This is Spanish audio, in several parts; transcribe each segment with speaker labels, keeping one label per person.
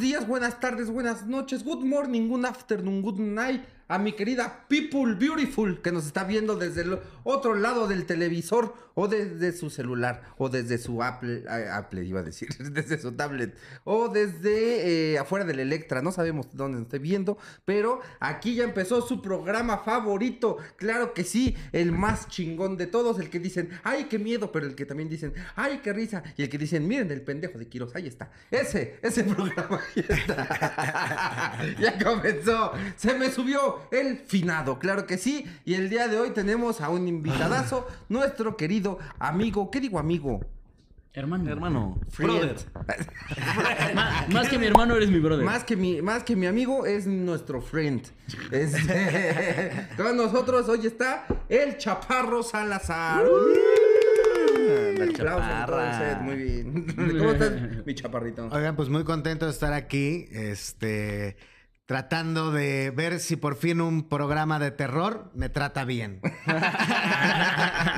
Speaker 1: días, buenas tardes, buenas noches, good morning, good afternoon, good night a mi querida People Beautiful que nos está viendo desde el otro lado del televisor o desde su celular o desde su Apple, Apple iba a decir, desde su tablet o desde eh, afuera del Electra, no sabemos dónde nos esté viendo, pero aquí ya empezó su programa favorito, claro que sí, el más chingón de todos, el que dicen, ay, qué miedo, pero el que también dicen, ay, qué risa, y el que dicen, miren el pendejo de Quiroz, ahí está, ese, ese programa, ahí está. ya comenzó, se me subió el finado, claro que sí. Y el día de hoy tenemos a un invitadazo, nuestro querido amigo, ¿qué digo amigo?
Speaker 2: Hermano.
Speaker 3: Hermano.
Speaker 2: Brother. Má- más que mi hermano, eres mi brother.
Speaker 1: Más que mi, más que mi amigo, es nuestro friend. Este, con nosotros hoy está el Chaparro Salazar.
Speaker 3: La
Speaker 1: Aplausos,
Speaker 3: chaparra.
Speaker 1: entonces, muy bien. ¿Cómo estás, mi chaparrito?
Speaker 4: Oigan, pues muy contento de estar aquí, este, tratando de ver si por fin un programa de terror me trata bien.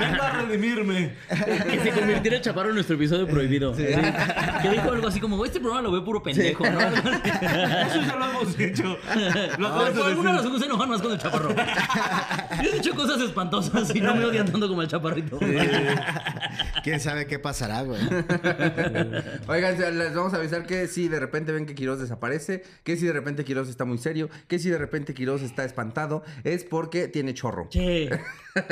Speaker 3: Vengo a redimirme.
Speaker 2: que se convirtiera el chaparro en nuestro episodio prohibido. Que dijo algo así como, este programa lo ve puro pendejo, ¿no?
Speaker 3: Eso ya lo hemos hecho. Lo
Speaker 2: Por
Speaker 3: acabas de
Speaker 2: alguna
Speaker 3: decir.
Speaker 2: razón se enojan más con el chaparro. Yo he dicho cosas espantosas y no me odian tanto como el chaparrito.
Speaker 4: ¿Quién sabe qué pasará, güey?
Speaker 1: Oigan, ya les vamos a avisar que si de repente ven que Quiroz desaparece, que si de repente Quiroz está muy serio, que si de repente Quiroz está espantado, es porque tiene chorro.
Speaker 2: Che. Tengo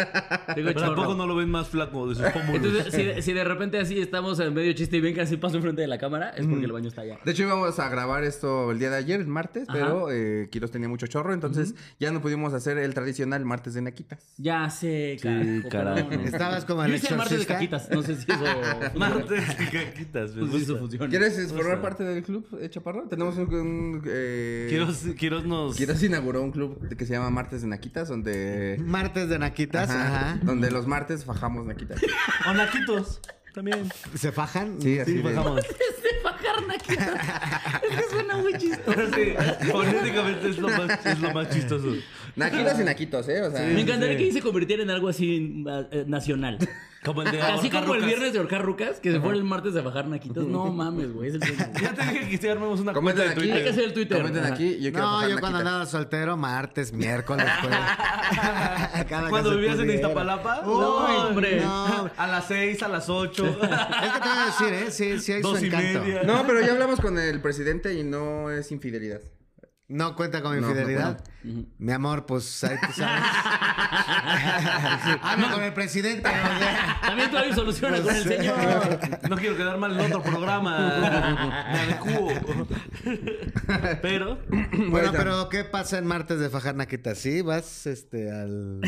Speaker 3: Pero
Speaker 2: chorro.
Speaker 3: tampoco no lo ven más flaco de sus pómulos.
Speaker 2: Entonces, si, si de repente así estamos en medio chiste y ven que así paso enfrente de la cámara, es
Speaker 3: Mm.
Speaker 2: porque el baño está allá.
Speaker 1: De hecho, íbamos a grabar esto el día de ayer, el martes,
Speaker 2: Ajá.
Speaker 1: pero eh, Quiroz tenía mucho chorro, entonces ya no pudimos hacer el tradicional martes de Naquitas.
Speaker 2: Ya sé, carajo.
Speaker 3: carajo.
Speaker 2: perdón.
Speaker 4: Estabas como el
Speaker 2: Yo hice martes de
Speaker 4: exorcista.
Speaker 2: caquitas, no sé si eso...
Speaker 3: Martes y caquitas. me
Speaker 2: No sé si Pues eso
Speaker 3: gusta.
Speaker 2: funciona.
Speaker 1: ¿Quieres eh, formar parte del club, eh, Chaparro? Tenemos un... un, eh,
Speaker 3: Quiroz, Quiroz nos...
Speaker 1: Quiroz inauguró un club que se llama Martes de Naquitas, donde...
Speaker 4: Martes de naquitas,
Speaker 1: Ajá,
Speaker 4: ajá.
Speaker 1: Donde los martes fajamos Naquitas.
Speaker 3: O naquitos. También.
Speaker 4: ¿Se fajan? pues,
Speaker 1: Sí, así
Speaker 3: Sí,
Speaker 1: de-
Speaker 3: bajamos.
Speaker 2: de bajar naquitas. Es que suena muy chistoso.
Speaker 3: Sí, Fonéticamente es lo más, es lo más chistoso.
Speaker 1: Naquitas y Naquitos, ¿eh? O sea...
Speaker 2: Me
Speaker 3: Sí.
Speaker 2: encantaría que se convirtiera en algo así eh, nacional.
Speaker 3: Como el de
Speaker 2: Así
Speaker 3: ahorcar
Speaker 2: como el
Speaker 3: rucas.
Speaker 2: viernes de ahorcar rucas, que se fuera el martes a bajar naquitos. No mames, güey, es el sueño.
Speaker 3: Ya te dije que si armemos una cuenta
Speaker 1: Comenten
Speaker 3: de
Speaker 1: aquí.
Speaker 2: Hay que
Speaker 3: Twitter.
Speaker 2: hacer el Twitter.
Speaker 1: Comenten
Speaker 2: Ajá.
Speaker 1: aquí. Yo quiero
Speaker 4: no,
Speaker 1: fajar
Speaker 4: yo cuando
Speaker 1: naquitas.
Speaker 4: andaba soltero, martes, miércoles, jueves. Cada que
Speaker 3: Cuando
Speaker 4: se
Speaker 3: vivías en
Speaker 4: pudiera.
Speaker 3: Iztapalapa.
Speaker 4: Uy,
Speaker 3: no,
Speaker 2: hombre.
Speaker 4: no.
Speaker 3: A las seis, a las ocho.
Speaker 4: Es que te voy a decir, ¿eh? Sí, sí hay
Speaker 3: Dos
Speaker 4: su
Speaker 3: y
Speaker 4: encanto.
Speaker 3: media.
Speaker 1: No, pero ya hablamos con el presidente y no es infidelidad.
Speaker 4: No cuenta con
Speaker 1: No, no
Speaker 4: infidelidad. Mi amor, pues ahí tú sabes. Habla con el presidente. o sea.
Speaker 2: También tú hay soluciones con el señor.
Speaker 3: No quiero quedar mal en otro programa. Me adecuo. Pero.
Speaker 4: Bueno, pero ¿qué pasa en martes de fajar naquita? Sí, vas este al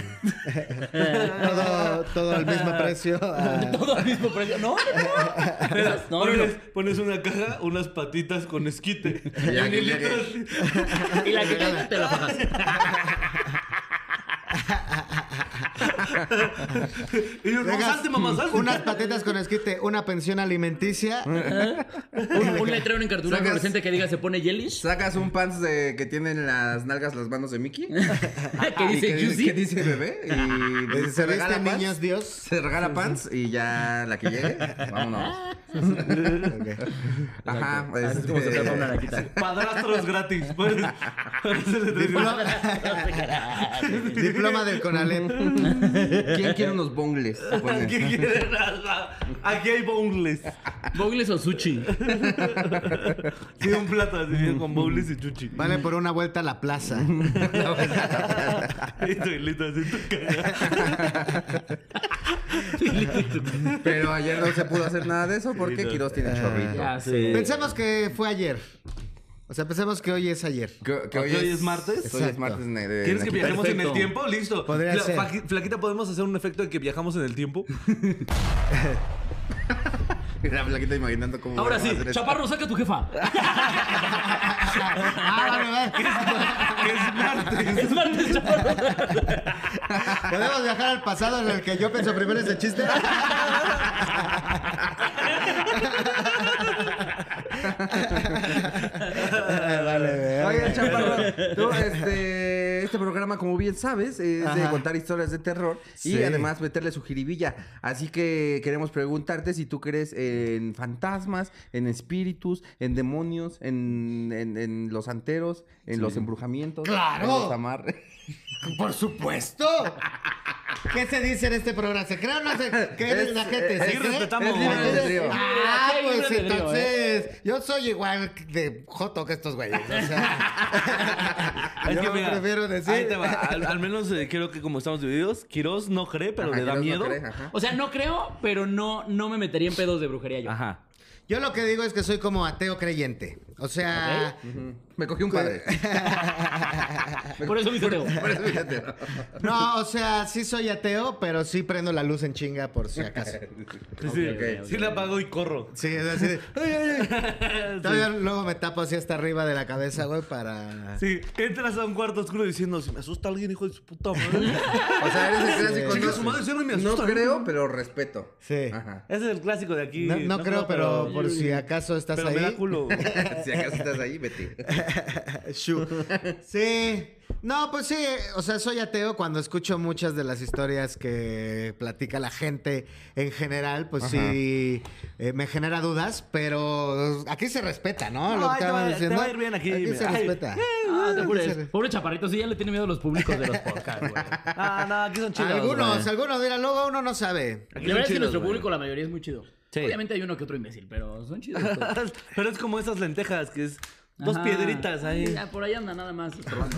Speaker 4: todo, todo al mismo precio. Ah. a-
Speaker 2: Todo al mismo precio. No, no, no. No, no, no.
Speaker 3: pones, pones una caja, unas patitas con esquite.
Speaker 1: Y aquí
Speaker 3: Y
Speaker 1: llegué.
Speaker 3: litros-
Speaker 2: Y la que caiga te la bajas.
Speaker 3: y yo, no,
Speaker 4: Dejas
Speaker 3: salte, mamá, salte.
Speaker 4: Unas patitas con esquite, una pensión alimenticia.
Speaker 2: Un, un letrero en cartulina
Speaker 1: Sacas-
Speaker 2: fluorescente que diga se pone Yelish.
Speaker 1: Sacas un pants de que tienen las nalgas las manos de Mickey.
Speaker 2: Que
Speaker 1: y
Speaker 2: dice
Speaker 1: que, dice-
Speaker 2: Juicy.
Speaker 1: que dice bebé. Y pues,
Speaker 4: ¿Se,
Speaker 1: se regala
Speaker 4: viste
Speaker 1: pants.
Speaker 4: niños Dios?
Speaker 1: Se regala pants y ya la que llegue, vámonos.
Speaker 4: Ok.
Speaker 1: Ajá.
Speaker 2: Así es como se
Speaker 1: este,
Speaker 2: tapa una naquita.
Speaker 3: Padrastros gratis. pues. Puedes- puedes hacer el-
Speaker 4: Diploma del Conalep.
Speaker 1: ¿Quién quiere unos bongles? Pues, Se ponen.
Speaker 3: ¿Qué quieren? Aquí hay boneless.
Speaker 2: Bogles o sushi.
Speaker 3: Sí, un plato así bien con boneless y chuchi.
Speaker 4: Vale por una vuelta a la plaza.
Speaker 3: Y estoy listo así. tú cagas.
Speaker 1: Pero ayer no se pudo hacer nada de eso porque
Speaker 3: no.
Speaker 1: Quiroz tiene chorrito.
Speaker 2: Ya sé.
Speaker 4: Pensemos que fue ayer. O sea, pensemos que hoy es ayer.
Speaker 1: Que,
Speaker 3: ¿Hoy es martes?
Speaker 1: Hoy es
Speaker 4: Exacto.
Speaker 1: martes. ne- de
Speaker 3: ¿Quieres que
Speaker 1: naquita.
Speaker 3: viajemos en
Speaker 2: Perfecto.
Speaker 3: el tiempo? Listo.
Speaker 4: Podría
Speaker 3: Fla-
Speaker 4: ser.
Speaker 3: faqui- Flaquita, ¿podemos hacer un efecto de que viajamos en el tiempo?
Speaker 1: La flaquita imaginando cómo.
Speaker 2: Ahora
Speaker 1: va a
Speaker 2: sí,
Speaker 1: hacer esto.
Speaker 2: chaparro, saca a tu jefa.
Speaker 4: Ah, vale, vale.
Speaker 3: Que es martes.
Speaker 2: Es martes, chaparro.
Speaker 4: ¿Podemos viajar al pasado en el que yo pienso primero ese chiste? vale,
Speaker 1: Oye, Chaparro, tú, este, este programa, como bien sabes, es de
Speaker 4: Ajá.
Speaker 1: contar historias de terror
Speaker 4: Sí.
Speaker 1: y además meterle su jiribilla. Así que queremos preguntarte si tú crees en fantasmas, en espíritus, en demonios, en, en- en los anteros, en los embrujamientos,
Speaker 4: ¡Claro!
Speaker 1: en los amarres.
Speaker 4: ¡Por supuesto! ¿Qué se dice en este programa? ¿Se cree o no se cree
Speaker 1: Es-
Speaker 4: la gente?
Speaker 1: es-
Speaker 4: ¿Se
Speaker 1: es
Speaker 4: cree?
Speaker 3: respetamos.
Speaker 4: ¿Se cree?
Speaker 1: Es libre albedrío.
Speaker 4: Ah,
Speaker 2: Aquí hay
Speaker 4: pues
Speaker 2: libre albedrío,
Speaker 4: entonces... Yo soy igual de joto que estos güeyes. O sea,
Speaker 3: Es
Speaker 4: yo
Speaker 3: que mira,
Speaker 4: prefiero
Speaker 3: ahí
Speaker 4: decir...
Speaker 3: te va. Al, al menos eh, creo que como estamos divididos, Quiroz no cree, pero
Speaker 1: Ajá,
Speaker 3: le da
Speaker 1: Dios no
Speaker 3: miedo.
Speaker 1: cree, ajá.
Speaker 2: O sea, no creo, pero no, no me metería en pedos de brujería yo.
Speaker 3: Ajá.
Speaker 4: Yo lo que digo es que soy como ateo creyente. O sea...
Speaker 1: Ujú. Me cogí un padre.
Speaker 2: Por eso me hice ateo.
Speaker 1: Por eso, fíjate.
Speaker 4: No, o sea, sí soy ateo, pero sí prendo la luz en chinga por si acaso.
Speaker 3: Sí,
Speaker 2: Ok,
Speaker 3: sí,
Speaker 1: ok,
Speaker 3: sí la apago y corro.
Speaker 4: Sí, es así de... "Ay, ay, ay". Todavía luego me tapo así hasta arriba de la cabeza, güey, para...
Speaker 3: Sí, entras a un cuarto oscuro diciendo, si me asusta alguien, hijo de su puta madre.
Speaker 1: O sea, eres el clásico.
Speaker 3: Chinga
Speaker 1: no-
Speaker 3: su madre, cierra y me
Speaker 1: No
Speaker 3: asusta.
Speaker 1: creo, pero respeto.
Speaker 4: Sí.
Speaker 1: Ajá.
Speaker 3: Ese es el clásico de aquí.
Speaker 4: No, no creo, pero por si acaso estás
Speaker 3: pero
Speaker 4: ahí.
Speaker 3: me da culo.
Speaker 1: Si acaso estás ahí, vete.
Speaker 4: Shu. Sí. No, pues sí, o sea, soy ateo cuando escucho muchas de las historias que platica la gente en general, pues sí eh, me genera dudas, pero aquí se respeta, ¿no?
Speaker 3: No,
Speaker 4: Lo
Speaker 3: ahí
Speaker 4: que
Speaker 3: te va-
Speaker 4: estaban
Speaker 3: te va
Speaker 4: diciendo.
Speaker 3: a ir bien aquí,
Speaker 4: Aquí se
Speaker 3: mira. Ay.
Speaker 4: respeta.
Speaker 2: Ah, te
Speaker 4: Aquí
Speaker 2: jures.
Speaker 4: se-
Speaker 2: Pobre chaparrito, sí ya le tiene miedo a los públicos de los podcasts, güey.
Speaker 3: Ah, no, aquí son chidos.
Speaker 4: algunos,
Speaker 3: güey.
Speaker 4: algunos, mira, luego uno no sabe.
Speaker 3: Aquí
Speaker 2: La verdad
Speaker 3: son
Speaker 2: es que
Speaker 3: chidos,
Speaker 2: nuestro
Speaker 3: güey.
Speaker 2: público, la mayoría es muy chido.
Speaker 3: Sí.
Speaker 2: Obviamente hay uno que otro imbécil, pero son chidos. todos.
Speaker 3: Pero es como esas lentejas, que es dos
Speaker 2: Ajá.
Speaker 3: piedritas ahí.
Speaker 2: Ya, por ahí anda nada más probando.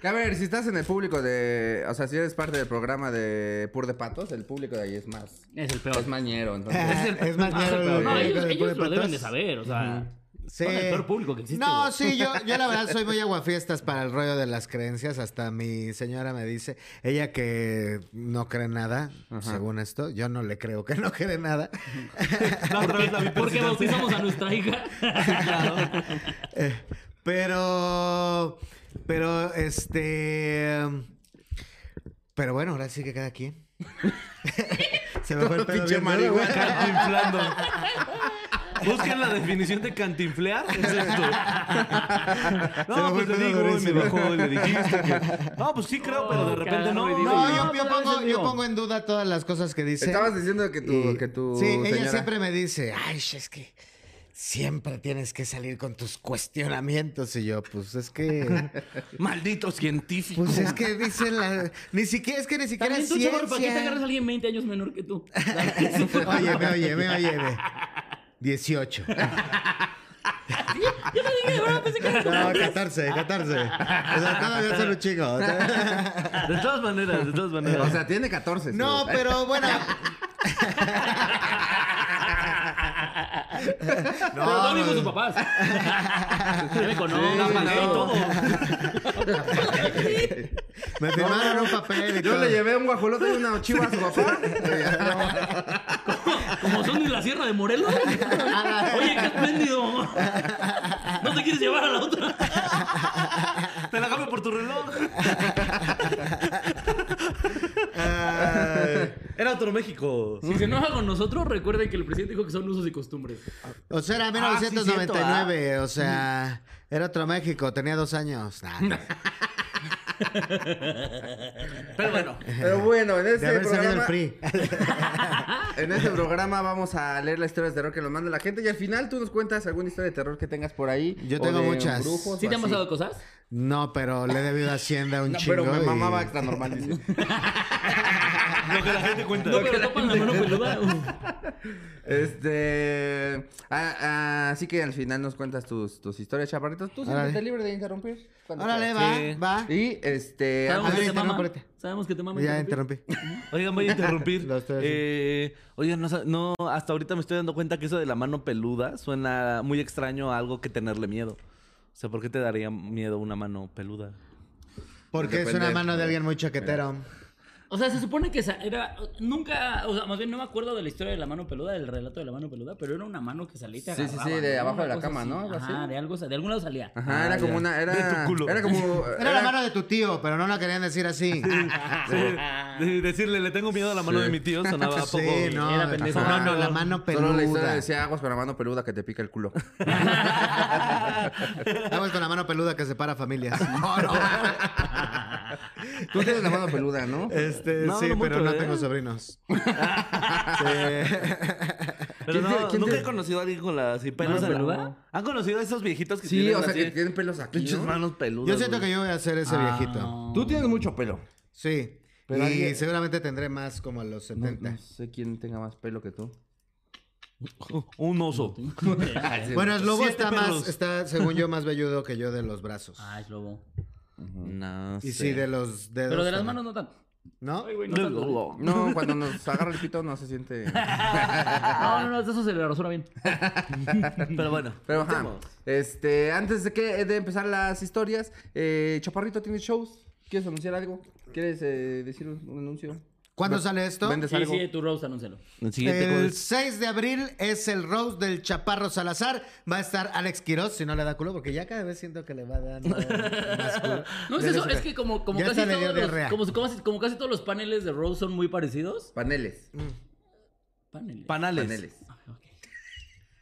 Speaker 1: Que, A ver, si estás en el público de. O sea, si eres parte del programa de Pur de Patos, el público de ahí es más.
Speaker 2: Es el peor.
Speaker 1: Es mañero, entonces.
Speaker 4: Ah, Es más
Speaker 2: Ah,
Speaker 4: miedo
Speaker 2: pero no,
Speaker 4: el- el-
Speaker 2: ellos,
Speaker 4: el-
Speaker 2: ellos lo deben de
Speaker 4: patas.
Speaker 2: saber, o sea.
Speaker 4: Sí.
Speaker 2: Son el peor público que existe.
Speaker 4: No,
Speaker 2: güey.
Speaker 4: sí, yo, yo la verdad soy muy aguafiestas para el rollo de las creencias. Hasta mi señora me dice, ella que no cree nada, según esto, yo no le creo que no cree nada.
Speaker 3: La otra vez la vi
Speaker 2: Porque
Speaker 3: presentarse.
Speaker 2: bautizamos a nuestra hija.
Speaker 4: Eh, pero, pero, este... Pero bueno, ahora sí que cada quien. Se me fue el
Speaker 1: Todo
Speaker 4: pedo
Speaker 1: pinche
Speaker 4: bien duro, güey.
Speaker 3: Cantinflando. Busquen la definición de cantinflear. Es esto.
Speaker 4: Se me
Speaker 3: No,
Speaker 4: fue el
Speaker 3: pues le
Speaker 4: pedo
Speaker 3: digo, y me
Speaker 4: durísimo.
Speaker 3: bajó y le dijiste que. No, pues sí creo, pero de
Speaker 2: Oh,
Speaker 3: repente
Speaker 2: carajo,
Speaker 3: no.
Speaker 2: y digo,
Speaker 4: No,
Speaker 2: No,
Speaker 4: yo, yo
Speaker 2: pero a
Speaker 4: pongo,
Speaker 2: veces
Speaker 4: yo
Speaker 2: no.
Speaker 4: pongo en duda todas las cosas que dice.
Speaker 1: Estabas diciendo que tu- que tu
Speaker 4: Sí, ella
Speaker 1: señora-
Speaker 4: siempre me dice, ay, es que siempre tienes que salir con tus cuestionamientos. Y yo, pues es que.
Speaker 3: Maldito científico.
Speaker 4: Pues es que dice la. Ni siquiera, es que ni siquiera
Speaker 2: También
Speaker 4: es
Speaker 2: tú, chaval, ¿para qué te agarras a
Speaker 4: ciencia.
Speaker 2: alguien 20 años menor que tú?
Speaker 4: Óyeme, óyeme, óyeme. 18.
Speaker 2: Yo te dije, bueno, pensé que era
Speaker 4: No, 14, 14. O sea, todavía son un chingo.
Speaker 3: De todas maneras, de todas
Speaker 1: O
Speaker 3: maneras.
Speaker 1: sea, tiene 14. su-
Speaker 4: No, pero bueno.
Speaker 2: Pero todos vimos sus papás. Ya me conozco.
Speaker 3: La
Speaker 1: sí,
Speaker 3: pagué y
Speaker 1: no.
Speaker 3: todo.
Speaker 4: Me firmaron un papel y
Speaker 1: Yo
Speaker 4: todo.
Speaker 1: le llevé un guajolote y una chiva a su papá.
Speaker 2: Como son de la Sierra de Morelos. Oye, qué espléndido. No te quieres llevar a la otra.
Speaker 3: Te la cambio por tu reloj.
Speaker 4: Ay.
Speaker 3: Era otro México.
Speaker 2: Si se enoja con nosotros, recuerden que el presidente dijo que son usos y costumbres.
Speaker 4: O sea, era 1999, o sea, era otro México, tenía dos años. Nah, no.
Speaker 2: Pero bueno.
Speaker 1: Pero bueno, en
Speaker 4: de
Speaker 1: este
Speaker 4: haber salido el
Speaker 1: programa.
Speaker 4: PRI.
Speaker 1: En este programa vamos a leer las historias de terror que nos manda la gente. Y al final tú nos cuentas alguna historia de terror que tengas por ahí.
Speaker 4: Yo
Speaker 1: o
Speaker 4: tengo
Speaker 1: de
Speaker 4: muchas.
Speaker 1: brujos
Speaker 2: ¿Sí
Speaker 1: o
Speaker 2: te han
Speaker 1: así.
Speaker 2: pasado cosas?
Speaker 4: No, pero le he debido a Hacienda un
Speaker 1: No,
Speaker 4: chingo.
Speaker 1: pero me
Speaker 4: y-
Speaker 1: mamaba extra normal, dice.
Speaker 3: Lo que la gente cuenta.
Speaker 2: No, pero topan la mano peluda.
Speaker 1: Este. ah, ah, así que al final nos cuentas tus, tus historias, chaparritos. Tú
Speaker 4: Órale.
Speaker 1: siéntete libre de interrumpir. cuando
Speaker 4: Órale,
Speaker 1: quieras.
Speaker 4: va,
Speaker 3: Sí.
Speaker 4: va.
Speaker 1: Y este.
Speaker 4: Vamos.
Speaker 2: Sabemos que
Speaker 4: ver,
Speaker 2: te
Speaker 4: interrumpe
Speaker 2: mama.
Speaker 4: ahorita.
Speaker 2: Sabemos que te mama.
Speaker 4: Ya
Speaker 2: interrumpir.
Speaker 4: interrumpí.
Speaker 3: Oigan, voy a interrumpir.
Speaker 4: Lo estoy haciendo.
Speaker 3: Eh, oigan, no, sa- no, hasta ahorita me estoy dando cuenta que eso de la mano peluda suena muy extraño a algo que tenerle miedo. O sea, ¿por qué te daría miedo una mano peluda?
Speaker 4: Porque es una
Speaker 1: Depende.
Speaker 4: mano de alguien muy chaquetero.
Speaker 2: O sea, se supone que esa era. Nunca. O sea, más bien no me acuerdo de la historia de la mano peluda, del relato de la mano peluda, pero era una mano que salía y te
Speaker 1: Sí, sí, sí,
Speaker 2: agarraba,
Speaker 1: de
Speaker 2: ¿no?
Speaker 1: abajo de la
Speaker 2: Una cosa
Speaker 1: cama,
Speaker 2: así.
Speaker 1: ¿no? Algo
Speaker 2: Ajá,
Speaker 1: así.
Speaker 2: de algo. De algún lado salía.
Speaker 1: Ajá, era
Speaker 3: Ah,
Speaker 1: como
Speaker 3: ya.
Speaker 1: una. Era,
Speaker 3: De tu culo.
Speaker 1: era como.
Speaker 4: Era la mano de tu tío, pero no la querían decir así.
Speaker 3: De- decirle, le tengo miedo a la mano
Speaker 1: Sí.
Speaker 3: de mi tío, sonaba poco.
Speaker 4: Sí, no.
Speaker 2: Era
Speaker 4: ajá,
Speaker 2: pendejo.
Speaker 4: no,
Speaker 3: Ajá.
Speaker 4: la mano
Speaker 1: Solo la historia
Speaker 4: peluda.
Speaker 1: decía aguas con la mano peluda que te pica el culo.
Speaker 4: Vamos con la mano peluda que separa familias. No, no.
Speaker 1: Tú tienes la mano peluda, ¿no?
Speaker 4: Este,
Speaker 3: No,
Speaker 4: sí,
Speaker 3: no mucho,
Speaker 4: pero no
Speaker 3: ¿eh?
Speaker 4: tengo sobrinos. Sí.
Speaker 3: Pero
Speaker 1: ¿Quién
Speaker 3: no,
Speaker 1: te- quién
Speaker 3: nunca
Speaker 1: te-
Speaker 3: he conocido a alguien con las así, pelos
Speaker 2: ¿Mano
Speaker 3: en la
Speaker 2: peluda?
Speaker 3: mano. ¿Han conocido a esos viejitos que
Speaker 1: Sí,
Speaker 3: tienen
Speaker 1: o sea, que
Speaker 3: así
Speaker 1: tienen pelos aquí.
Speaker 3: pinches
Speaker 1: ¿no?
Speaker 3: manos peludas?
Speaker 4: Yo siento que
Speaker 3: güey?
Speaker 4: yo voy a ser ese
Speaker 2: Ah,
Speaker 4: viejito.
Speaker 1: Tú tienes mucho pelo.
Speaker 4: Sí.
Speaker 1: Pero
Speaker 4: y
Speaker 3: eh,
Speaker 1: alguien-
Speaker 4: seguramente tendré más como a los
Speaker 1: No,
Speaker 4: 70.
Speaker 1: no sé quién tenga más pelo que tú.
Speaker 3: Un oso.
Speaker 4: Bueno, el lobo
Speaker 3: Siete
Speaker 4: está
Speaker 3: perros.
Speaker 4: más, está, según yo, más velludo que yo de los brazos.
Speaker 2: Ah, es lobo.
Speaker 3: No
Speaker 4: y
Speaker 3: sé.
Speaker 4: sí, de los dedos.
Speaker 2: Pero de las
Speaker 4: también.
Speaker 2: manos no tanto.
Speaker 4: ¿No?
Speaker 2: Ay, güey, no, tanto. no,
Speaker 3: Luego.
Speaker 1: No, cuando nos agarra el pito no se siente.
Speaker 2: no, no, de eso se le rasura bien.
Speaker 3: Pero bueno.
Speaker 1: Pero ajá.
Speaker 3: continuemos.
Speaker 1: Este, antes de que de empezar las historias, eh, Chaparrito tiene shows. ¿Quieres anunciar algo? ¿Quieres eh, decir un, un anuncio?
Speaker 4: ¿Cuándo sale esto?
Speaker 1: ¿Vendes
Speaker 2: Sí,
Speaker 1: algo?
Speaker 2: sí, tu roast, anúncialo.
Speaker 3: El siguiente ¿cuál
Speaker 4: El
Speaker 3: es?
Speaker 4: 6 de abril es el Rose del Chaparro Salazar. Va a estar Alex Quiroz, si no le da culo, porque ya cada vez siento que le va dando más culo.
Speaker 2: No es
Speaker 4: Ya
Speaker 2: eso,
Speaker 4: se le-
Speaker 2: es que como, como
Speaker 4: ya
Speaker 2: casi
Speaker 4: hasta le dio
Speaker 2: todos los,
Speaker 4: diarrea.
Speaker 2: como, como- como casi todos los paneles de roast son muy parecidos.
Speaker 1: Paneles.
Speaker 2: Paneles.
Speaker 3: Panales.
Speaker 1: Paneles.
Speaker 2: Ah, ok.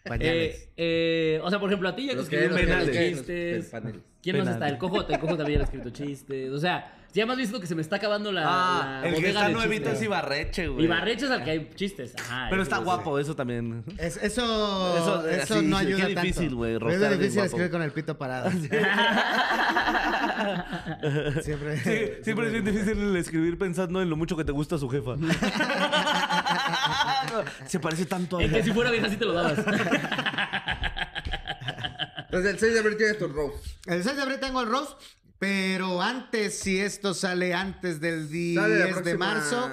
Speaker 4: Pañales.
Speaker 2: Eh, eh, o sea, por ejemplo, a ti ya te
Speaker 1: Los que-
Speaker 2: escribieron
Speaker 1: los que-
Speaker 2: penales,
Speaker 1: los que- los
Speaker 2: chistes.
Speaker 1: penales.
Speaker 2: ¿Quién más está?
Speaker 3: Penales.
Speaker 2: El cojote. El cojote había escrito chistes. O sea, ya más visto que se me está acabando la.
Speaker 3: Ah,
Speaker 2: la
Speaker 3: el que
Speaker 2: bodega
Speaker 3: está
Speaker 2: de
Speaker 3: nuevito
Speaker 2: chistes.
Speaker 3: es Ibarreche, güey.
Speaker 2: Y Barreche es al que hay chistes. Ajá.
Speaker 3: Pero
Speaker 2: ese
Speaker 3: está
Speaker 2: güey.
Speaker 3: guapo, eso también.
Speaker 4: Es- eso
Speaker 3: Eso-
Speaker 4: eso,
Speaker 3: así,
Speaker 4: no
Speaker 3: sí,
Speaker 4: ayuda
Speaker 3: qué
Speaker 4: tanto.
Speaker 3: difícil, güey,
Speaker 4: Pero
Speaker 3: rostear
Speaker 4: Es
Speaker 3: bien
Speaker 4: difícil
Speaker 3: guapo.
Speaker 4: escribir con el pito parado. Siempre.
Speaker 3: Sí, siempre es bien difícil escribir pensando en lo mucho que te gusta su jefa. Se parece tanto a
Speaker 2: Es que si fuera vieja, así te lo dabas.
Speaker 1: Entonces, el 6 de abril tienes tu roast.
Speaker 4: El 6 de abril tengo el Rose, pero antes, si esto sale antes del
Speaker 1: Sale la
Speaker 4: 10 de
Speaker 1: próxima-
Speaker 4: marzo.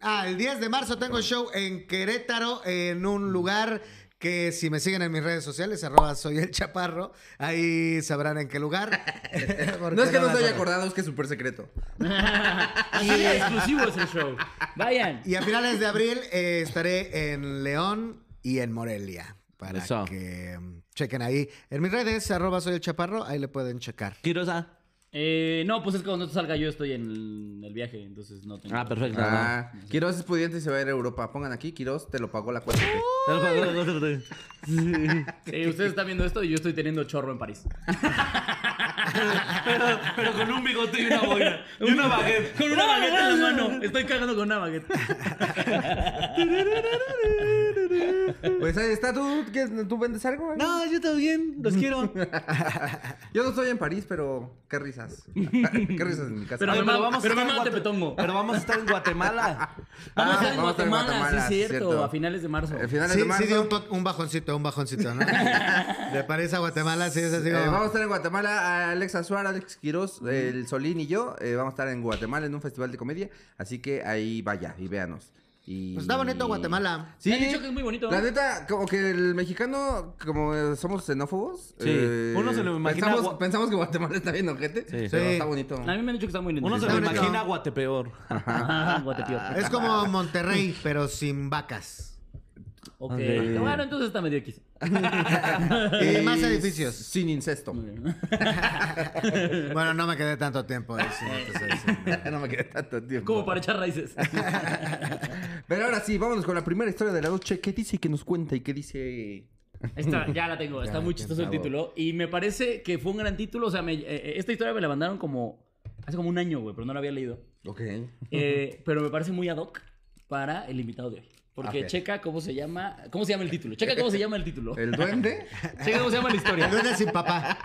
Speaker 4: Ah, el 10 de marzo tengo show en Querétaro, en
Speaker 1: Mm.
Speaker 4: un lugar que si me siguen en mis redes sociales, arroba soy el chaparro, ahí sabrán en qué lugar.
Speaker 1: No es que no se haya acordado, es que es súper secreto.
Speaker 2: Así de exclusivo es el show. Vayan.
Speaker 4: Y a finales de abril eh, estaré en León y en Morelia. Para
Speaker 3: Eso.
Speaker 4: que mm, chequen ahí. En mis redes, arroba soy el chaparro, ahí le pueden checar.
Speaker 3: Quirosa.
Speaker 2: Eh, no, pues es que cuando tú salga yo estoy en el viaje, entonces no tengo.
Speaker 3: Ah, perfecto.
Speaker 1: Ah, Quiroz es pudiente y se va a ir a Europa. Pongan aquí, Quiroz, te lo pagó la cuenta.
Speaker 3: Te lo pago, te lo pago, te lo pago.
Speaker 2: Sí, ustedes están viendo esto y yo estoy teniendo chorro en París.
Speaker 3: Pero, pero con un bigote y una boina. Y una baguette.
Speaker 2: Con una baguette en la mano. Estoy cagando con una
Speaker 1: Ah,
Speaker 2: baguette.
Speaker 1: Pues ahí está, ¿tú, qué- ¿tú vendes algo? eh?
Speaker 3: No, yo también. Los quiero.
Speaker 1: Yo no estoy en París, pero qué risas. qué risas en mi casa.
Speaker 2: Pero
Speaker 3: Oye,
Speaker 2: me mam- pero
Speaker 3: estar
Speaker 2: me
Speaker 3: en
Speaker 2: mama
Speaker 3: Guate-
Speaker 2: Tepetongo.
Speaker 3: Pero vamos a estar en Guatemala.
Speaker 2: Vamos
Speaker 1: Ah,
Speaker 2: a
Speaker 1: vamos a
Speaker 2: estar en
Speaker 1: estar en
Speaker 2: Guatemala,
Speaker 1: Guatemala,
Speaker 2: sí, es cierto,
Speaker 1: cierto.
Speaker 2: a finales de marzo.
Speaker 1: Eh, finales
Speaker 4: Sí,
Speaker 1: de
Speaker 4: sí,
Speaker 1: marzo.
Speaker 4: di un, po- un bajoncito, un bajoncito, ¿no? De París a Guatemala, sí, es así
Speaker 1: eh,
Speaker 4: como-
Speaker 1: vamos a estar en Guatemala, Alexa Suárez, Alex Quiroz, el Solín y yo eh, vamos a estar en Guatemala en un festival de comedia, así que ahí vaya y véanos. Y...
Speaker 4: Pues está bonito Guatemala.
Speaker 1: Sí,
Speaker 2: Me han dicho que es muy bonito.
Speaker 1: La neta, como que el mexicano, como eh, somos xenófobos. eh,
Speaker 3: Sí, uno se lo imagina
Speaker 1: Pensamos,
Speaker 3: gua-
Speaker 1: pensamos que Guatemala está bien ojete,
Speaker 3: Sí.
Speaker 1: pero
Speaker 4: Sí.
Speaker 1: está bonito.
Speaker 2: A mí me han dicho que está muy lindo. Ah,
Speaker 3: Uno se
Speaker 4: Está
Speaker 3: lo
Speaker 4: bonito.
Speaker 3: imagina Guatepeor.
Speaker 2: Ajá, Guatepeor.
Speaker 4: Es como Monterrey, pero sin vacas.
Speaker 2: Ok.
Speaker 3: Ok.
Speaker 2: Bueno, entonces está medio X.
Speaker 4: Y más edificios.
Speaker 1: Sin incesto.
Speaker 4: Bueno, no me quedé tanto tiempo ahí, sí, entonces, sí.
Speaker 1: no me quedé tanto tiempo.
Speaker 2: Como para echar raíces.
Speaker 1: Pero ahora sí, vámonos con la primera historia de la noche. ¿Qué dice y qué nos cuenta y qué dice?
Speaker 2: Esta, ya la tengo, está muy
Speaker 1: ya
Speaker 2: chistoso el
Speaker 1: acabó.
Speaker 2: título. Y me parece que fue un gran título. O sea, me- eh, eh, esta historia me la mandaron como hace como un año, güey, pero no la había leído.
Speaker 1: Ok.
Speaker 2: Eh, pero me parece muy ad hoc para el invitado de hoy. Porque
Speaker 1: Ok.
Speaker 2: checa cómo se llama. ¿Cómo se llama el título? Checa cómo se llama el título.
Speaker 1: ¿El duende?
Speaker 2: Checa cómo se llama la historia.
Speaker 4: El lunes sin papá.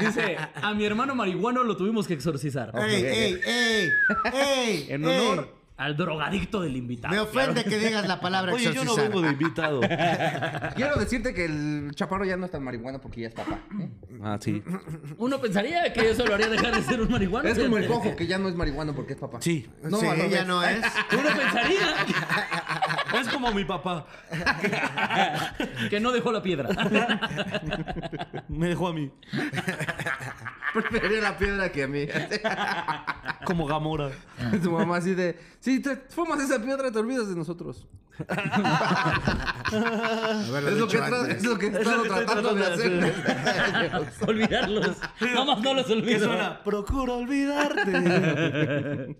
Speaker 2: Dice: A mi hermano marihuano lo tuvimos que exorcizar.
Speaker 4: ¡Ey, ey, ey! ¡Ey!
Speaker 2: En
Speaker 4: ey.
Speaker 2: honor Ah, al drogadicto del invitado.
Speaker 4: Me ofende que digas la palabra
Speaker 3: Oye, yo no
Speaker 4: exorcizar.
Speaker 3: vengo de invitado.
Speaker 1: Quiero decirte que el chaparro ya no es tan marihuana porque ya es papá. ¿eh?
Speaker 3: Ah, sí.
Speaker 2: Uno pensaría que eso lo haría dejar de ser un marihuano.
Speaker 1: Es como el
Speaker 2: fíjate.
Speaker 1: cojo que ya no es marihuano porque es papá.
Speaker 3: Sí.
Speaker 1: No,
Speaker 4: sí,
Speaker 1: al revés.
Speaker 4: ya no es.
Speaker 2: Uno pensaría
Speaker 3: Es como mi papá.
Speaker 2: que no dejó la piedra.
Speaker 3: Me dejó a mí.
Speaker 1: Preferiría la piedra que a mí.
Speaker 3: Como Gamora.
Speaker 1: Su mamá así de, si te fumas esa piedra te olvidas de nosotros.
Speaker 4: Haberlo
Speaker 1: Es lo, que
Speaker 4: dicho
Speaker 1: tra-
Speaker 4: antes.
Speaker 1: es lo que he
Speaker 3: Es lo
Speaker 1: estado
Speaker 3: que estoy
Speaker 1: tratando de
Speaker 3: tratando
Speaker 1: hacer.
Speaker 3: de
Speaker 2: Olvidarlos. Nada más no los
Speaker 3: ¿Qué
Speaker 2: olvido.
Speaker 3: suena? Procuro olvidarte.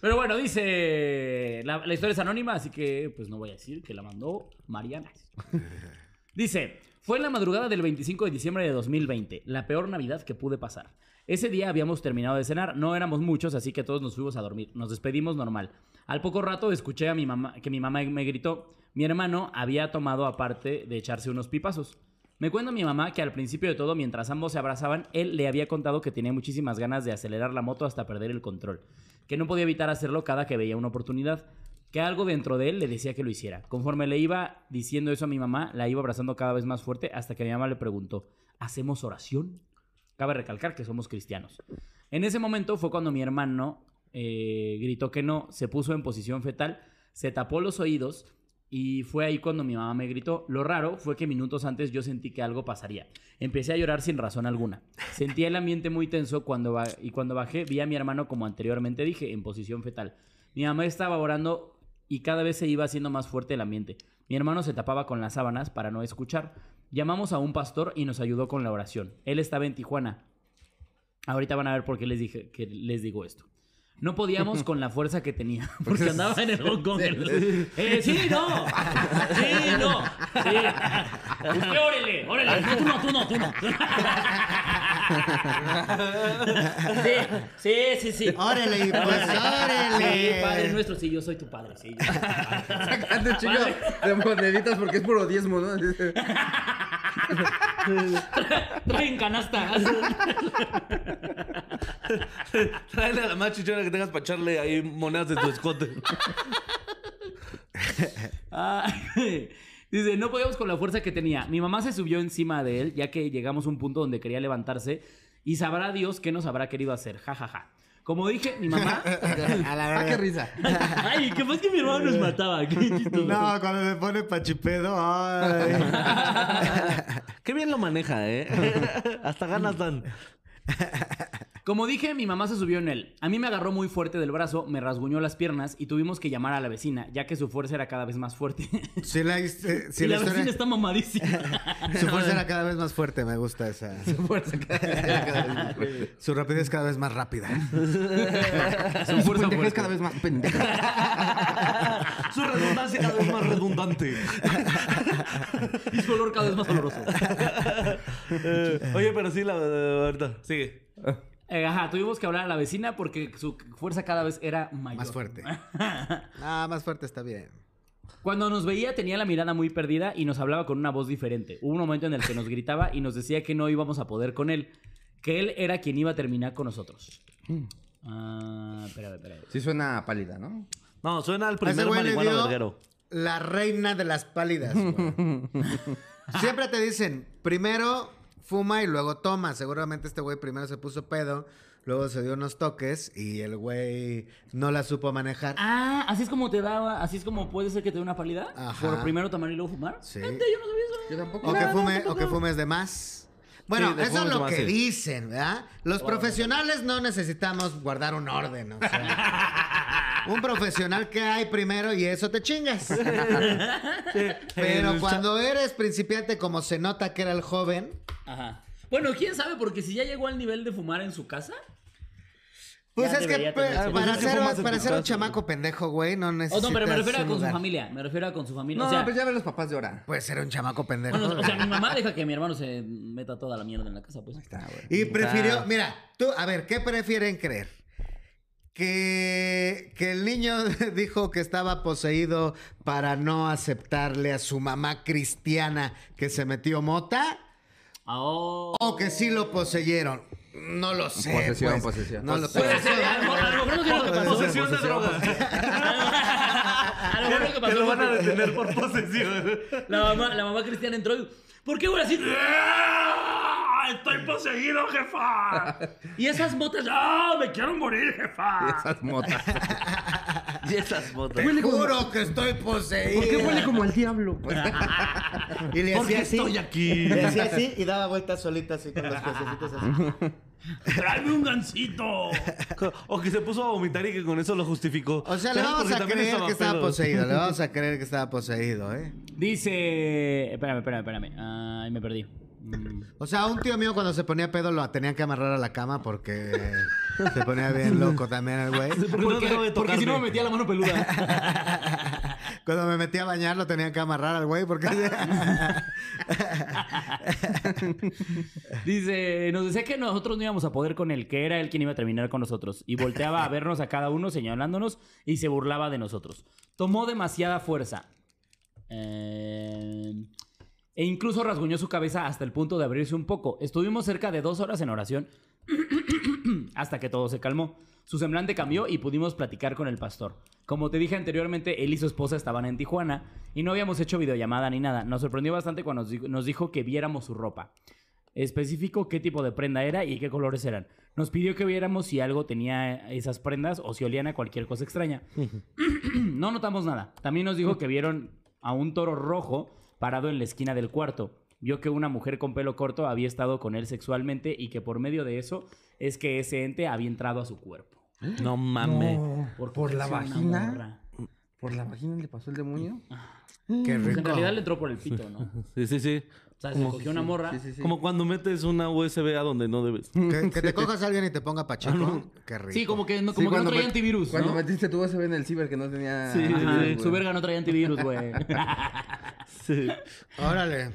Speaker 2: Pero bueno, dice. La, la historia es anónima, así que pues no voy a decir que la mandó Mariana. Dice. Fue en la madrugada del 25 de diciembre de 2020, la peor Navidad que pude pasar. Ese día habíamos terminado de cenar, no éramos muchos, así que todos nos fuimos a dormir. Nos despedimos normal. Al poco rato escuché a mi mamá que mi mamá me gritó, mi hermano había tomado aparte de echarse unos pipazos. Me cuenta mi mamá que al principio de todo, mientras ambos se abrazaban, él le había contado que tenía muchísimas ganas de acelerar la moto hasta perder el control, que no podía evitar hacerlo cada que veía una oportunidad, que algo dentro de él le decía que lo hiciera. Conforme le iba diciendo eso a mi mamá, la iba abrazando cada vez más fuerte hasta que mi mamá le preguntó, ¿hacemos oración? Cabe recalcar que somos cristianos. En ese momento fue cuando mi hermano eh, gritó que no, se puso en posición fetal, se tapó los oídos y fue ahí cuando mi mamá me gritó. Lo raro fue que minutos antes yo sentí que algo pasaría. Empecé a llorar sin razón alguna. Sentí el ambiente muy tenso cuando ba- y cuando bajé vi a mi hermano como anteriormente dije, en posición fetal. Mi mamá estaba orando y cada vez se iba haciendo más fuerte el ambiente. Mi hermano se tapaba con las sábanas para no escuchar. Llamamos a un pastor y nos ayudó con la oración. Él estaba en Tijuana. Ahorita van a ver por qué les dije que les digo esto. No podíamos con la fuerza que tenía, porque andaba en el Hong Kong. Eh, sí, no. Sí, no. Sí. Usted órele, órele. No, tú no, tú no, tú no. Sí, sí, sí, sí.
Speaker 4: Órale, pues órale.
Speaker 2: Sí, padre nuestro, sí, yo soy tu padre, sí. yo soy tu padre.
Speaker 1: Sacando un chingo de moneditas porque es puro diezmo, ¿no?
Speaker 2: Traen canasta.
Speaker 3: Tráele a la más chichona que tengas para echarle ahí monedas de tu escote.
Speaker 2: Ah, dice, no podíamos con la fuerza que tenía. Mi mamá se subió encima de él, ya que llegamos a un punto donde quería levantarse y sabrá Dios qué nos habrá querido hacer. Ja, ja, ja. Como dije, mi mamá...
Speaker 4: A la
Speaker 1: Ah,
Speaker 4: verga.
Speaker 1: qué risa.
Speaker 2: Ay, qué más que mi hermano nos mataba. Qué chistoso.
Speaker 4: Eh. No, cuando me pone pachipedo, ay.
Speaker 3: Qué bien lo maneja, ¿eh? Hasta ganas dan.
Speaker 2: Como dije, mi mamá se subió en él. A mí me agarró muy fuerte del brazo, me rasguñó las piernas y tuvimos que llamar a la vecina, ya que su fuerza era cada vez más fuerte.
Speaker 4: Si la, si
Speaker 2: y
Speaker 4: la
Speaker 2: la vecina
Speaker 4: historia,
Speaker 2: está mamadísima.
Speaker 4: su fuerza era cada vez más fuerte, me gusta esa. Su fuerza Su rapidez cada vez más rápida.
Speaker 1: Su pendeja es cada vez más pendeja.
Speaker 3: Su redundancia cada vez más redundante.
Speaker 2: y su olor cada vez más oloroso.
Speaker 3: Eh, oye, pero sí, la verdad. Sigue.
Speaker 2: Eh, ajá, tuvimos que hablar a la vecina porque su fuerza cada vez era mayor.
Speaker 4: Más fuerte. Ah, más fuerte está bien.
Speaker 2: Cuando nos veía tenía la mirada muy perdida y nos hablaba con una voz diferente. Hubo un momento en el que nos gritaba y nos decía que no íbamos a poder con él, que él era quien iba a terminar con nosotros.
Speaker 4: Hmm.
Speaker 2: Ah, espérame, espérame.
Speaker 1: Sí suena pálida, ¿no?
Speaker 3: No, suena al
Speaker 4: A ese
Speaker 3: primer
Speaker 4: güey le
Speaker 3: marihuana
Speaker 4: dio
Speaker 3: verguero.
Speaker 4: La reina de las pálidas. güey. Siempre te dicen, primero fuma y luego toma. Seguramente este güey primero se puso pedo, luego se dio unos toques y el güey no la supo manejar.
Speaker 2: Ah, así es como te daba, así es como puede ser que te dé una pálida
Speaker 4: Ajá.
Speaker 2: por primero tomar y luego fumar.
Speaker 4: Sí.
Speaker 2: Gente, yo no sabía eso.
Speaker 1: Yo tampoco.
Speaker 4: O que,
Speaker 1: No,
Speaker 4: fume-
Speaker 1: no,
Speaker 4: o que
Speaker 1: tampoco.
Speaker 4: fumes de más. Bueno,
Speaker 3: Sí, de
Speaker 4: eso es
Speaker 3: fumes de
Speaker 4: lo
Speaker 3: más,
Speaker 4: que
Speaker 3: sí.
Speaker 4: dicen, ¿verdad? Los profesionales no necesitamos guardar un orden, o sea, un profesional que hay primero y eso te chingas. Pero
Speaker 3: El
Speaker 4: cuando eres principiante, como se nota que era el joven,
Speaker 2: ¿eh? Ajá. Bueno, quién sabe porque si ya llegó al nivel de fumar en su casa,
Speaker 4: pues
Speaker 2: Ya
Speaker 4: es que
Speaker 2: debería
Speaker 4: pe-
Speaker 2: tener
Speaker 4: para,
Speaker 2: sentido.
Speaker 3: Pues es que
Speaker 4: ser,
Speaker 3: fumas en
Speaker 4: para
Speaker 3: tu
Speaker 4: ser un
Speaker 3: casa,
Speaker 4: chamaco pendejo, güey, no
Speaker 2: Oh,
Speaker 4: necesitas.
Speaker 2: no, pero me refiero a
Speaker 4: un
Speaker 2: con su
Speaker 4: lugar.
Speaker 2: familia. Me refiero a con su familia.
Speaker 1: No,
Speaker 2: o sea,
Speaker 1: pues ya ven los papás de ahora.
Speaker 4: Puede ser un chamaco pendejo.
Speaker 2: bueno, o
Speaker 4: güey.
Speaker 2: sea, mi mamá deja que mi hermano se meta toda la mierda en la casa, pues.
Speaker 1: Está, güey.
Speaker 4: Y prefirió,
Speaker 3: Ah.
Speaker 4: mira, tú, a ver, ¿qué prefieren creer? Que, que el niño dijo que estaba poseído para no aceptarle a su mamá cristiana que se metió mota
Speaker 2: Ah, Oh.
Speaker 4: o que sí lo poseyeron. No lo sé.
Speaker 1: Posesión,
Speaker 4: pues.
Speaker 1: posesión.
Speaker 4: No lo
Speaker 2: Puede
Speaker 4: sé.
Speaker 2: ser, a lo a lo mejor no tiene lo que pasó.
Speaker 3: Posesión de drogas.
Speaker 2: A lo mejor lo que
Speaker 3: Que
Speaker 2: pasó.
Speaker 3: lo van a
Speaker 2: fue que
Speaker 3: detener por posesión.
Speaker 2: La mamá, la mamá cristiana entró y. ¿Por qué voy a decir? "¡Ah! ¡Estoy poseído, jefa! Y esas botas. ¡Ah! ¡Me quiero morir, jefa!
Speaker 1: Esas motas.
Speaker 3: Y esas botas.
Speaker 1: Huele como-
Speaker 4: Juro que estoy poseído.
Speaker 1: ¿Por qué huele como al diablo?
Speaker 4: Y le hacía así.
Speaker 3: estoy aquí?
Speaker 4: Le hacía así y daba vueltas solita así con los pececitos así.
Speaker 2: ¡Tráeme un gancito!
Speaker 3: O que se puso a vomitar y que con eso lo justificó.
Speaker 4: O sea, le
Speaker 3: ¿Sabes?
Speaker 4: vamos
Speaker 3: Porque
Speaker 4: a
Speaker 3: también
Speaker 4: creer que estaba
Speaker 3: pedo.
Speaker 4: poseído. Le vamos a creer que estaba poseído, ¿eh?
Speaker 2: Dice. Espérame, espérame, espérame. Ay, me perdí. Mm.
Speaker 4: O sea, un tío mío cuando se ponía pedo lo tenían que amarrar a la cama porque se ponía bien loco también el güey.
Speaker 3: Porque no dejaba de
Speaker 2: porque si no me
Speaker 3: tocarme.
Speaker 2: metía la mano peluda.
Speaker 4: Cuando me metí a bañar lo tenía que amarrar al güey porque...
Speaker 2: Dice, nos decía que nosotros no íbamos a poder con él, que era él quien iba a terminar con nosotros. Y volteaba a vernos a cada uno señalándonos y se burlaba de nosotros. Tomó demasiada fuerza. Eh, e incluso rasguñó su cabeza hasta el punto de abrirse un poco. Estuvimos cerca de dos horas en oración hasta que todo se calmó. Su semblante cambió y pudimos platicar con el pastor. Como te dije anteriormente, él y su esposa estaban en Tijuana y no habíamos hecho videollamada ni nada. Nos sorprendió bastante cuando nos di- nos dijo que viéramos su ropa. Específico qué tipo de prenda era y qué colores eran. Nos pidió que viéramos si algo tenía esas prendas o si olían a cualquier cosa extraña. no notamos nada. También nos dijo que vieron a un toro rojo parado en la esquina del cuarto. Vio que una mujer con pelo corto había estado con él sexualmente y que por medio de eso es que ese ente había entrado a su cuerpo.
Speaker 3: No mames.
Speaker 1: ¿Por,
Speaker 2: Porque
Speaker 1: la
Speaker 2: es una
Speaker 1: vagina?
Speaker 2: morra.
Speaker 1: ¿Por la vagina le pasó el demonio?
Speaker 4: Qué
Speaker 2: Pues en
Speaker 4: rico.
Speaker 2: realidad le entró por el pito, ¿no? O
Speaker 3: Sí, sí, sí.
Speaker 2: sea, se cogió una morra.
Speaker 1: Sí, sí, sí.
Speaker 3: Como cuando metes una USB a donde no debes.
Speaker 4: Que, que te cojas a alguien y te ponga pacheco. Qué rico.
Speaker 2: Sí, como que Ah, no,
Speaker 1: Sí,
Speaker 2: como que no
Speaker 1: cuando
Speaker 2: traía
Speaker 1: met-
Speaker 2: antivirus.
Speaker 1: Cuando
Speaker 2: ¿no?
Speaker 1: metiste tu USB en el ciber que no tenía...
Speaker 3: Sí,
Speaker 2: Ajá,
Speaker 3: sí,
Speaker 2: su verga no traía antivirus, güey.
Speaker 3: Sí.
Speaker 4: Órale.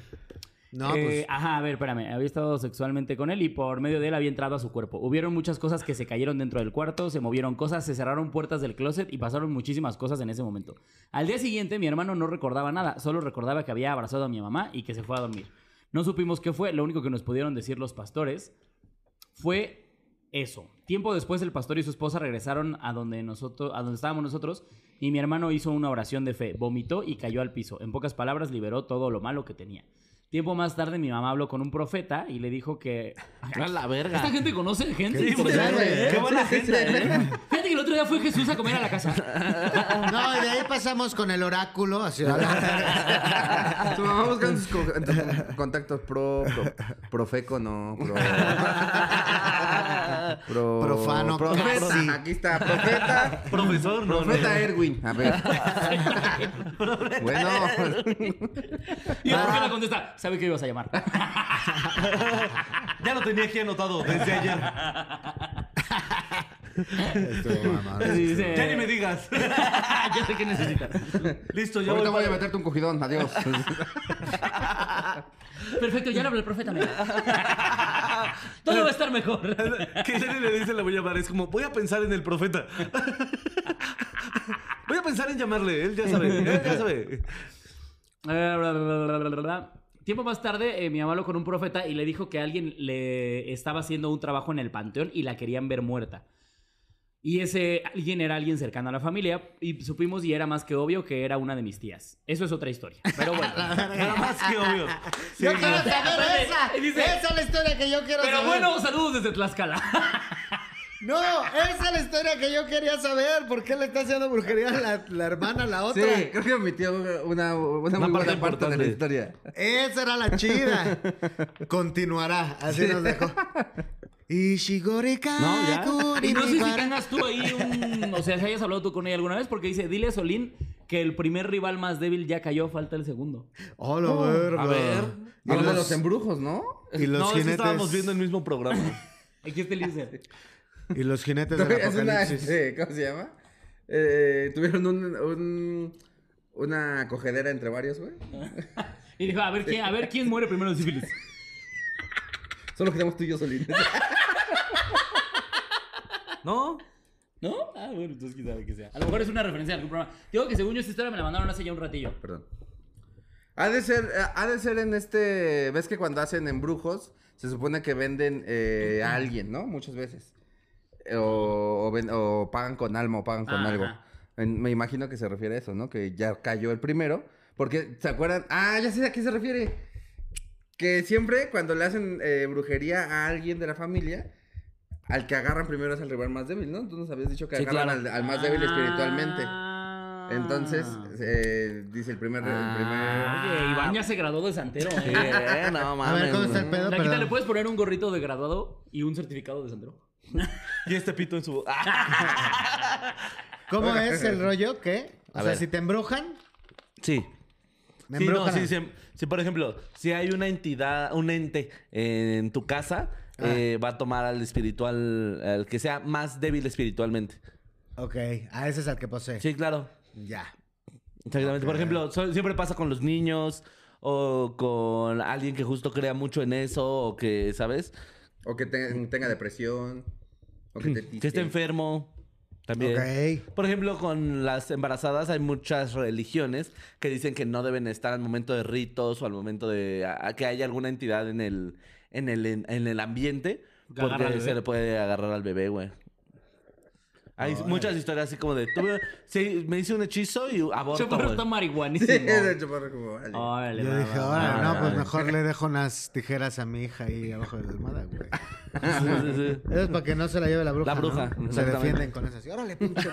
Speaker 4: No,
Speaker 2: Eh,
Speaker 4: pues...
Speaker 2: Ajá, a ver, espérame. Había estado sexualmente con él y por medio de él había entrado a su cuerpo. Hubieron muchas cosas que se cayeron dentro del cuarto, se movieron cosas, se cerraron puertas del closet y pasaron muchísimas cosas en ese momento. Al día siguiente, mi hermano no recordaba nada, solo recordaba que había abrazado a mi mamá y que se fue a dormir. No supimos qué fue, lo único que nos pudieron decir los pastores fue eso. Tiempo después el pastor y su esposa regresaron a donde nosotros, a donde estábamos nosotros y mi hermano hizo una oración de fe, vomitó y cayó al piso. En pocas palabras liberó todo lo malo que tenía. Tiempo más tarde mi mamá habló con un profeta y le dijo que
Speaker 3: A la verga.
Speaker 2: esta gente conoce gente.
Speaker 3: Sí, pues,
Speaker 2: impresionante,
Speaker 3: güey,
Speaker 2: ¿eh?
Speaker 3: Qué buena agenda, ¿eh?
Speaker 2: Fíjate que el otro día fue Jesús a comer a la casa. ah.
Speaker 4: No, y de ahí pasamos con el oráculo hacia
Speaker 1: Tu mamá
Speaker 2: Pues,
Speaker 1: buscando sus, co- tus contactos pro, pro, profeco, no, pro, pro-
Speaker 4: Profano,
Speaker 1: profeta.
Speaker 4: casi.
Speaker 1: Aquí está, profeta.
Speaker 3: Profesor, no,
Speaker 1: Profeta
Speaker 3: no.
Speaker 4: eh.
Speaker 1: Erwin, a ver. bueno,
Speaker 2: Y el
Speaker 3: Ah.
Speaker 2: profeta contesta, ¿sabe qué ibas a llamar?
Speaker 3: Ya lo tenía aquí anotado desde ayer.
Speaker 2: Así
Speaker 4: Estuvo
Speaker 2: dice,
Speaker 3: Ya ni me digas.
Speaker 2: ya sé qué necesitas.
Speaker 3: Listo, ya
Speaker 1: ahorita voy a
Speaker 3: para-
Speaker 1: meterte un cogidón, adiós.
Speaker 2: Perfecto, ya le habló el profeta. mira. Todo va a estar mejor.
Speaker 3: Que Jenny le dice la voy a llamar. Es como, voy a pensar en el profeta. Voy a pensar en llamarle. Él ya sabe. Él ya sabe.
Speaker 2: Eh, bla, bla, bla, bla, bla, bla. Tiempo más tarde, eh, mi mamá habló con un profeta y le dijo que alguien le estaba haciendo un trabajo en el panteón y la querían ver muerta. Y ese alguien era alguien cercano a la familia y supimos y era más que obvio que era una de mis tías. Eso es otra historia. Pero bueno.
Speaker 3: Nada más que obvio. Sí,
Speaker 4: yo quiero saber
Speaker 2: Espérate,
Speaker 4: esa.
Speaker 2: Ah, y dice-
Speaker 4: esa es la historia que yo quiero
Speaker 2: Pero
Speaker 4: saber.
Speaker 2: bueno, saludos desde Tlaxcala.
Speaker 4: No, esa es la historia que yo quería saber. ¿Por qué le está haciendo brujería a la, la hermana a la
Speaker 1: sí,
Speaker 4: otra?
Speaker 1: creo que omitió una, una,
Speaker 3: Una
Speaker 1: muy
Speaker 3: parte
Speaker 1: buena parte de la
Speaker 3: importante.
Speaker 1: historia.
Speaker 4: Esa era la chida. Continuará. Así nos dejó. Ishigorika.
Speaker 3: No, ya.
Speaker 2: Y no sé si
Speaker 4: kuribara.
Speaker 2: tengas tú ahí un... O sea, si hayas hablado tú con ella alguna vez porque dice, dile a Solín que el primer rival más débil ya cayó, falta el segundo.
Speaker 4: Hola, Oh, verga.
Speaker 3: a ver. em-
Speaker 4: Y
Speaker 1: Habla de
Speaker 4: los-
Speaker 1: los embrujos, ¿no?
Speaker 4: Y los
Speaker 3: no, es que
Speaker 4: jinetes.
Speaker 3: estábamos viendo el mismo programa.
Speaker 2: Aquí está el líder.
Speaker 4: Y los jinetes del
Speaker 1: Es una,
Speaker 4: apocalipsis.
Speaker 1: este, ¿Cómo se llama? Eh, tuvieron un, un- una cogedera entre varios, güey.
Speaker 2: Y dijo, a ver quién, a ver quién muere primero de sífilis.
Speaker 1: Solo quedamos tú y yo solitos.
Speaker 3: ¿No?
Speaker 2: ¿No? Ah, bueno, entonces quién sabe qué sea. A lo mejor es una referencia a algún programa. Digo que según yo esta historia me la mandaron hace ya un ratillo.
Speaker 1: Perdón. Ha de ser, eh, ha de ser en este. ¿Ves que cuando hacen embrujos, se supone que venden eh, a alguien, ¿no? Muchas veces. Eh, O, o ven- o pagan con alma o pagan con
Speaker 2: Ajá.
Speaker 1: algo. En- me imagino que se refiere a eso, ¿no? Que ya cayó el primero. Porque, ¿se acuerdan? Ah, ya sé a qué se refiere. Que siempre cuando le hacen eh, brujería a alguien de la familia, al que agarran primero es al rival más débil, ¿no? Tú nos habías dicho que
Speaker 3: Sí,
Speaker 1: agarran
Speaker 3: claro.
Speaker 1: al, al más débil espiritualmente.
Speaker 2: Ah.
Speaker 1: Entonces, eh, dice el primer. el
Speaker 3: Ah.
Speaker 2: Oye, Iván ya se graduó de santero, ¿eh?
Speaker 3: Eh, no
Speaker 4: A ver, ¿cómo está el pedo?
Speaker 2: Laquita,
Speaker 4: Perdón.
Speaker 2: ¿le puedes poner un gorrito de graduado y un certificado de santero?
Speaker 3: Y este pito en su. Ah.
Speaker 4: ¿Cómo es el rollo? ¿Qué? O
Speaker 3: A
Speaker 4: sea,
Speaker 3: ver.
Speaker 4: si te embrujan,
Speaker 3: Sí.
Speaker 4: me
Speaker 3: Sí, no,
Speaker 4: embrujan.
Speaker 3: sí, sí, sí, por ejemplo, si hay una entidad, un ente en tu casa,
Speaker 4: Ah.
Speaker 3: eh, va a tomar al espiritual, al que sea más débil espiritualmente.
Speaker 4: Ok, ah, ese es el que posee.
Speaker 3: Sí, claro.
Speaker 4: Ya.
Speaker 3: Exactamente.
Speaker 1: Ok.
Speaker 3: Por ejemplo, so- siempre pasa con los niños o con alguien que justo crea mucho en eso o que, ¿sabes?
Speaker 1: O que te- tenga depresión. O que, te,
Speaker 3: Que esté enfermo. También.
Speaker 4: Ok.
Speaker 3: Por ejemplo, con las embarazadas hay muchas religiones que dicen que no deben estar al momento de ritos o al momento de a- a que haya alguna entidad en el, en el, en, el ambiente
Speaker 2: Que agarra al
Speaker 3: porque
Speaker 2: bebé.
Speaker 3: se le puede agarrar al bebé, güey. Hay muchas historias así como de... tuve- sí, me hice un hechizo y aborto,
Speaker 2: Chaparro
Speaker 3: güey.
Speaker 2: está
Speaker 1: Sí,
Speaker 2: marihuanísimo.
Speaker 1: de hecho, por como, vale.
Speaker 2: Órale,
Speaker 4: Yo
Speaker 2: va,
Speaker 4: dije,
Speaker 2: va, va.
Speaker 4: ahora
Speaker 3: va,
Speaker 4: no,
Speaker 3: va,
Speaker 4: pues
Speaker 3: va.
Speaker 4: mejor le dejo unas tijeras a mi hija ahí abajo de la almohada, güey.
Speaker 3: Sí, sí, sí.
Speaker 4: Eso es para que no se la lleve la bruja.
Speaker 3: La bruja,
Speaker 4: ¿no? Se
Speaker 3: exactamente.
Speaker 4: defienden con esas. Órale, pinche.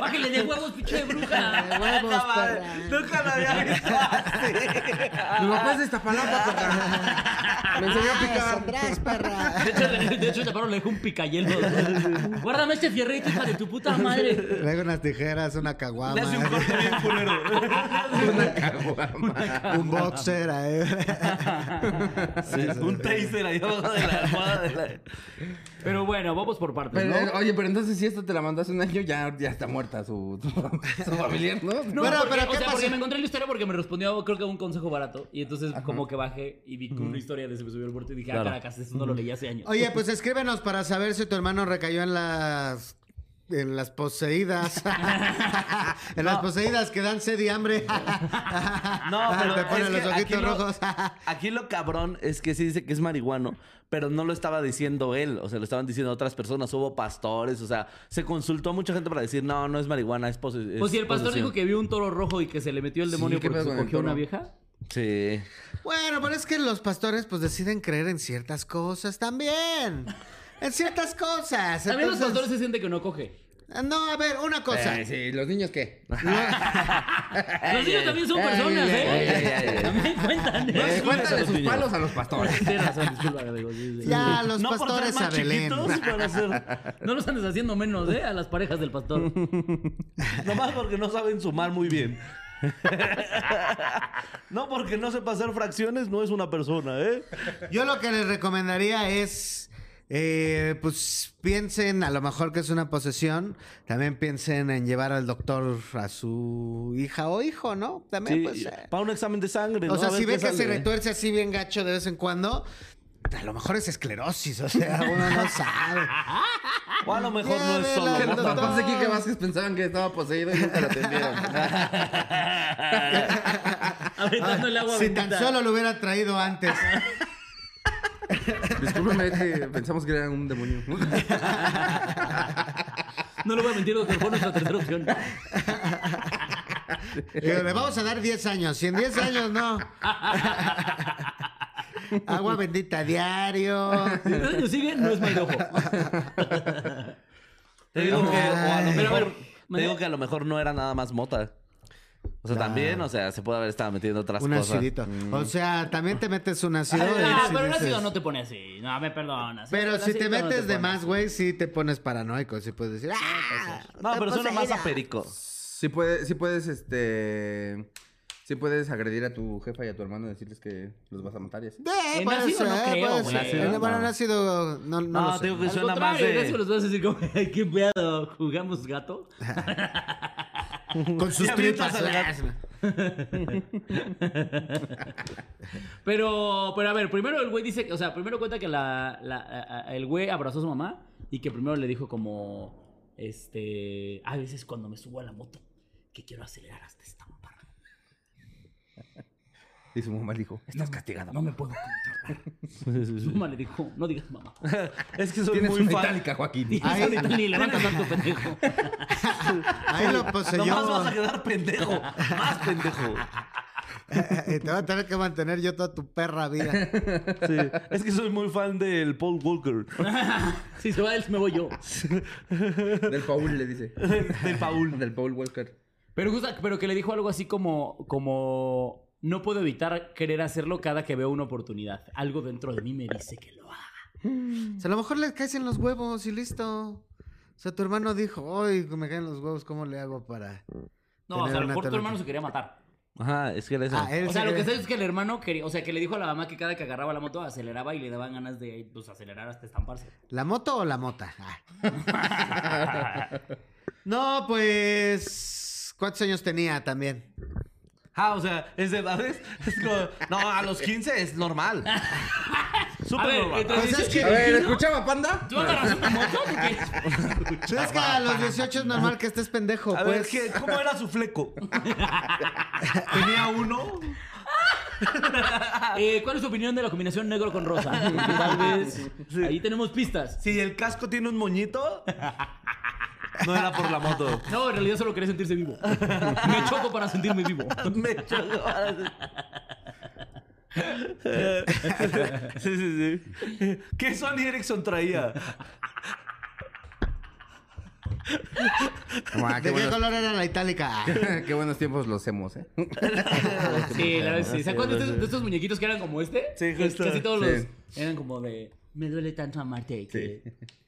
Speaker 2: Bájale de huevos, pinche de bruja.
Speaker 4: huevos, perra.
Speaker 3: Nunca lo había visto.
Speaker 1: Mi papá es de Iztapalapa, perra. Me enseñó a picar.
Speaker 4: atrás, perra.
Speaker 2: De hecho, de, de hecho, Chaparro le dejó un picayelo. Guárdame este fierrito, hija de tu puta madre.
Speaker 4: Le hago unas tijeras, una
Speaker 3: Le
Speaker 4: caguama,
Speaker 3: hace un corte bien culero.
Speaker 1: Una caguama.
Speaker 4: un boxer. ahí.
Speaker 3: Sí, un taser ahí abajo de la almohada. de la-
Speaker 2: Pero bueno, vamos por partes,
Speaker 1: Pero,
Speaker 2: ¿no?
Speaker 1: eh, Oye, pero entonces si esta te la mandas un año, ya, ya está muerta su, su- su familiar, ¿no?
Speaker 2: No,
Speaker 4: Bueno,
Speaker 2: porque,
Speaker 4: pero
Speaker 2: o
Speaker 4: ¿qué
Speaker 2: sea,
Speaker 4: pasó?
Speaker 2: porque me encontré la historia porque me respondió, creo que un consejo barato. Y entonces, como que bajé y vi que una historia de se me subió el puerto y dije, ah,
Speaker 3: Claro.
Speaker 2: caracas, eso no lo leí hace años.
Speaker 4: Oye, pues escríbenos para saber si tu hermano recayó en las. En las poseídas. en las poseídas que dan sed y hambre.
Speaker 3: No, pero
Speaker 4: Ah, Te ponen
Speaker 3: es que
Speaker 4: los ojitos
Speaker 3: aquí lo-
Speaker 4: rojos.
Speaker 3: Aquí lo cabrón es que sí dice que es marihuano, pero no lo estaba diciendo él, o sea, lo estaban diciendo otras personas, hubo pastores, o sea, se consultó a mucha gente para decir, no, no es marihuana, es posesión.
Speaker 2: Pues si el pastor dijo que vio un toro rojo y que se le metió el
Speaker 1: Sí,
Speaker 2: demonio
Speaker 1: ¿qué
Speaker 2: porque
Speaker 1: pedo
Speaker 2: se
Speaker 1: con el
Speaker 2: cogió
Speaker 1: toro?
Speaker 2: una vieja.
Speaker 3: Sí.
Speaker 4: bueno, pero es que los pastores pues deciden creer en ciertas cosas también. En ciertas cosas.
Speaker 2: También los
Speaker 4: Entonces-
Speaker 2: pastores se sienten que no coge.
Speaker 4: No, a ver, una cosa.
Speaker 1: Eh, sí, ¿los niños qué?
Speaker 2: Los niños también son
Speaker 1: ey,
Speaker 2: personas,
Speaker 1: ey, ey, ey,
Speaker 2: ¿eh?
Speaker 1: ey.
Speaker 2: También cuentan.
Speaker 1: No,
Speaker 2: ¿eh?
Speaker 1: cuéntale sus
Speaker 3: niños.
Speaker 1: palos a los pastores.
Speaker 2: Tienes razón, disculpa, amigo, sí, sí.
Speaker 4: Ya, los
Speaker 3: no por ser
Speaker 4: pastores a
Speaker 3: más
Speaker 4: Belén.
Speaker 3: chiquitos para ser-
Speaker 2: No los andes haciendo menos, ¿eh? A las parejas del pastor.
Speaker 3: Nomás porque no saben sumar muy bien. No porque no sepa hacer fracciones, no es una persona, ¿eh?
Speaker 4: Yo lo que les recomendaría es, eh, pues piensen, a lo mejor que es una posesión, también piensen en llevar al doctor a su hija o hijo, ¿no? También,
Speaker 3: Sí,
Speaker 4: pues... eh.
Speaker 3: para un examen de sangre.
Speaker 4: O
Speaker 3: ¿no?
Speaker 4: sea,
Speaker 3: A ver
Speaker 4: si
Speaker 3: qué
Speaker 4: ven que se
Speaker 3: sale.
Speaker 4: retuerce así bien gacho de vez en cuando, a lo mejor es esclerosis, o sea, uno no sabe.
Speaker 3: O a lo mejor no es
Speaker 4: Llévela
Speaker 3: solo.
Speaker 1: Que
Speaker 4: al
Speaker 3: ¿no?
Speaker 1: los
Speaker 4: doctor.
Speaker 1: papás de Quique Vázquez pensaban que estaba poseído y nunca lo atendieron.
Speaker 2: Aventando el agua
Speaker 4: si tan
Speaker 2: bendita.
Speaker 4: solo lo hubiera traído antes.
Speaker 1: Discúlpame, es que pensamos que era un demonio.
Speaker 2: No lo voy a mentir, doctor. Fue nuestra tercera opción.
Speaker 4: Digo, le vamos a dar 10 años, si en 10 años no. Agua bendita diario.
Speaker 2: Si el año sigue, no es mal de ojo.
Speaker 3: Te digo que, o a lo
Speaker 4: Ay.
Speaker 2: Pero, pero,
Speaker 3: mejor, te digo
Speaker 2: mande-
Speaker 3: que a lo mejor no era nada más mota. O sea, también, o sea, se puede haber estado metiendo otras
Speaker 4: Un
Speaker 3: cosas.
Speaker 4: acidito. O sea, también te metes un ácido. y
Speaker 2: Ah,
Speaker 4: si
Speaker 2: pero el
Speaker 4: dices-
Speaker 2: ácido no te pone así. No, me perdonas.
Speaker 4: Pero
Speaker 2: El
Speaker 4: si te
Speaker 2: ácido no
Speaker 4: metes de
Speaker 2: pone
Speaker 4: más,
Speaker 2: así.
Speaker 4: güey, sí te pones paranoico. Sí puedes decir, ¡ah!
Speaker 3: No,
Speaker 4: está
Speaker 3: pero suena más
Speaker 4: poseída".
Speaker 3: a perico.
Speaker 1: Si puedes, si puedes, este... Si puedes agredir a tu jefa y a tu hermano y decirles que los vas a matar y así.
Speaker 4: Eh,
Speaker 2: En
Speaker 4: puede
Speaker 2: ácido
Speaker 4: ser,
Speaker 2: no creo,
Speaker 4: puede
Speaker 2: güey.
Speaker 4: ser.
Speaker 3: Ácido,
Speaker 4: Bueno,
Speaker 3: no.
Speaker 4: en ácido no, no,
Speaker 3: No,
Speaker 4: lo sé.
Speaker 3: te digo que
Speaker 2: Al
Speaker 3: suena más
Speaker 2: contrario,
Speaker 3: de...
Speaker 2: eso los vas a decir como, ay, qué pedo, jugamos gato.
Speaker 4: Con
Speaker 3: Te
Speaker 4: sus
Speaker 3: avientas
Speaker 4: tripas.
Speaker 3: al gato.
Speaker 2: Pero, pero a ver, primero el güey dice, que- o sea, primero cuenta que la, la- a- a- el güey abrazó a su mamá y que primero le dijo como, este, a veces cuando me subo a la moto, que quiero acelerar hasta estampar.
Speaker 1: Y su mamá le dijo, estás castigado.
Speaker 2: No me puedo controlar. Su mamá le dijo, no digas mamá.
Speaker 3: es que soy
Speaker 1: Tienes
Speaker 3: muy
Speaker 1: una
Speaker 3: fan.
Speaker 1: itálica, Joaquín.
Speaker 2: Tienes ahorita Ni le van a tanto pendejo.
Speaker 4: Ahí lo
Speaker 3: Ah, Nomás
Speaker 4: poseyó.
Speaker 3: vas a quedar pendejo. Más pendejo.
Speaker 4: Eh, Te va a tener que mantener yo toda tu perra vida.
Speaker 3: Sí. Es que soy muy fan del Paul Walker.
Speaker 2: Si se va él, me voy yo.
Speaker 1: Del Paul le dice.
Speaker 3: Del Paul.
Speaker 1: Del Paul Walker.
Speaker 2: Pero, justa- pero que le dijo algo así como, como, no puedo evitar querer hacerlo cada que veo una oportunidad. Algo dentro de mí me dice que lo haga.
Speaker 4: O sea, a lo mejor le caes en los huevos y listo. O sea, tu hermano dijo, ¡ay, me caen los huevos! ¿Cómo le hago para...?
Speaker 2: No, o sea, a lo
Speaker 4: Tener una
Speaker 2: mejor tu
Speaker 4: alternativa.
Speaker 2: hermano se quería matar.
Speaker 3: Ajá, es que era eso.
Speaker 4: Ah, él
Speaker 2: O sea,
Speaker 4: se
Speaker 2: lo que
Speaker 4: cree-
Speaker 2: sé es que el hermano quería, o sea, que le dijo a la mamá que cada que agarraba la moto aceleraba y le daban ganas de pues, acelerar hasta estamparse.
Speaker 4: ¿La moto o la mota? Ah. no, pues. ¿Cuántos años tenía también?
Speaker 3: Ah, o sea, es de edades. Es como, no, a los 15 es normal.
Speaker 2: A
Speaker 3: Súper
Speaker 2: ver,
Speaker 3: normal.
Speaker 2: entre-
Speaker 4: O sea, es que-
Speaker 1: A ver, ¿escuchaba Panda?
Speaker 2: ¿Tú agarras una moto o qué?
Speaker 4: Es que a los 18 es normal que estés pendejo,
Speaker 3: A ver,
Speaker 4: pues.
Speaker 3: ¿qué- ¿cómo era su fleco? ¿Tenía uno?
Speaker 2: Eh, ¿Cuál es tu opinión de la combinación negro con rosa? Porque Tal vez ahí tenemos pistas.
Speaker 3: Si el casco tiene un moñito, no era por la moto.
Speaker 2: No, en realidad solo quería sentirse vivo. Me choco para sentirme vivo.
Speaker 3: Me chocó. Sí, sí, sí. ¿Qué Sony Ericsson traía?
Speaker 1: Ah, qué,
Speaker 4: ¿De qué
Speaker 1: buenos,
Speaker 4: color era la itálica? Ah.
Speaker 1: qué buenos tiempos los hemos, ¿eh?
Speaker 2: Sí, la verdad, sí. ¿Se acuerdan de estos, de estos muñequitos que eran como este?
Speaker 3: Sí,
Speaker 2: Que
Speaker 3: justo.
Speaker 2: Casi todos
Speaker 1: Sí.
Speaker 2: los eran como de. Me duele tanto amarte que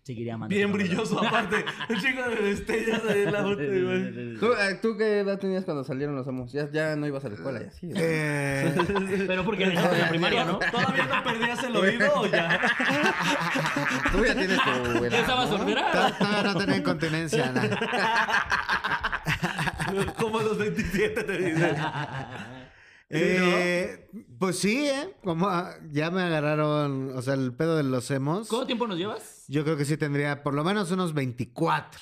Speaker 2: seguiré amando.
Speaker 3: Bien brilloso, aparte. Un chingo de destellos ahí en la moto, güey.
Speaker 1: ¿Tú, eh, tú qué edad tenías cuando salieron los hemos? Ya, ya no ibas a la escuela, ya sí. ¿verdad?
Speaker 4: Eh,
Speaker 2: Pero porque dejaste la primaria, ¿no?
Speaker 3: ¿Todavía no perdías el oído o ya?
Speaker 1: Tú ya tienes tu
Speaker 2: ¿Ya
Speaker 1: edad.
Speaker 2: estabas soltera?
Speaker 4: todavía no tenía incontinencia. na.
Speaker 3: Como los 27 te dicen.
Speaker 4: Eh, pues sí, ¿eh? Como ah, ya me agarraron, o sea, el pedo de los hemos.
Speaker 2: ¿Cuánto tiempo nos llevas?
Speaker 4: Yo creo que sí tendría por lo menos unos 24.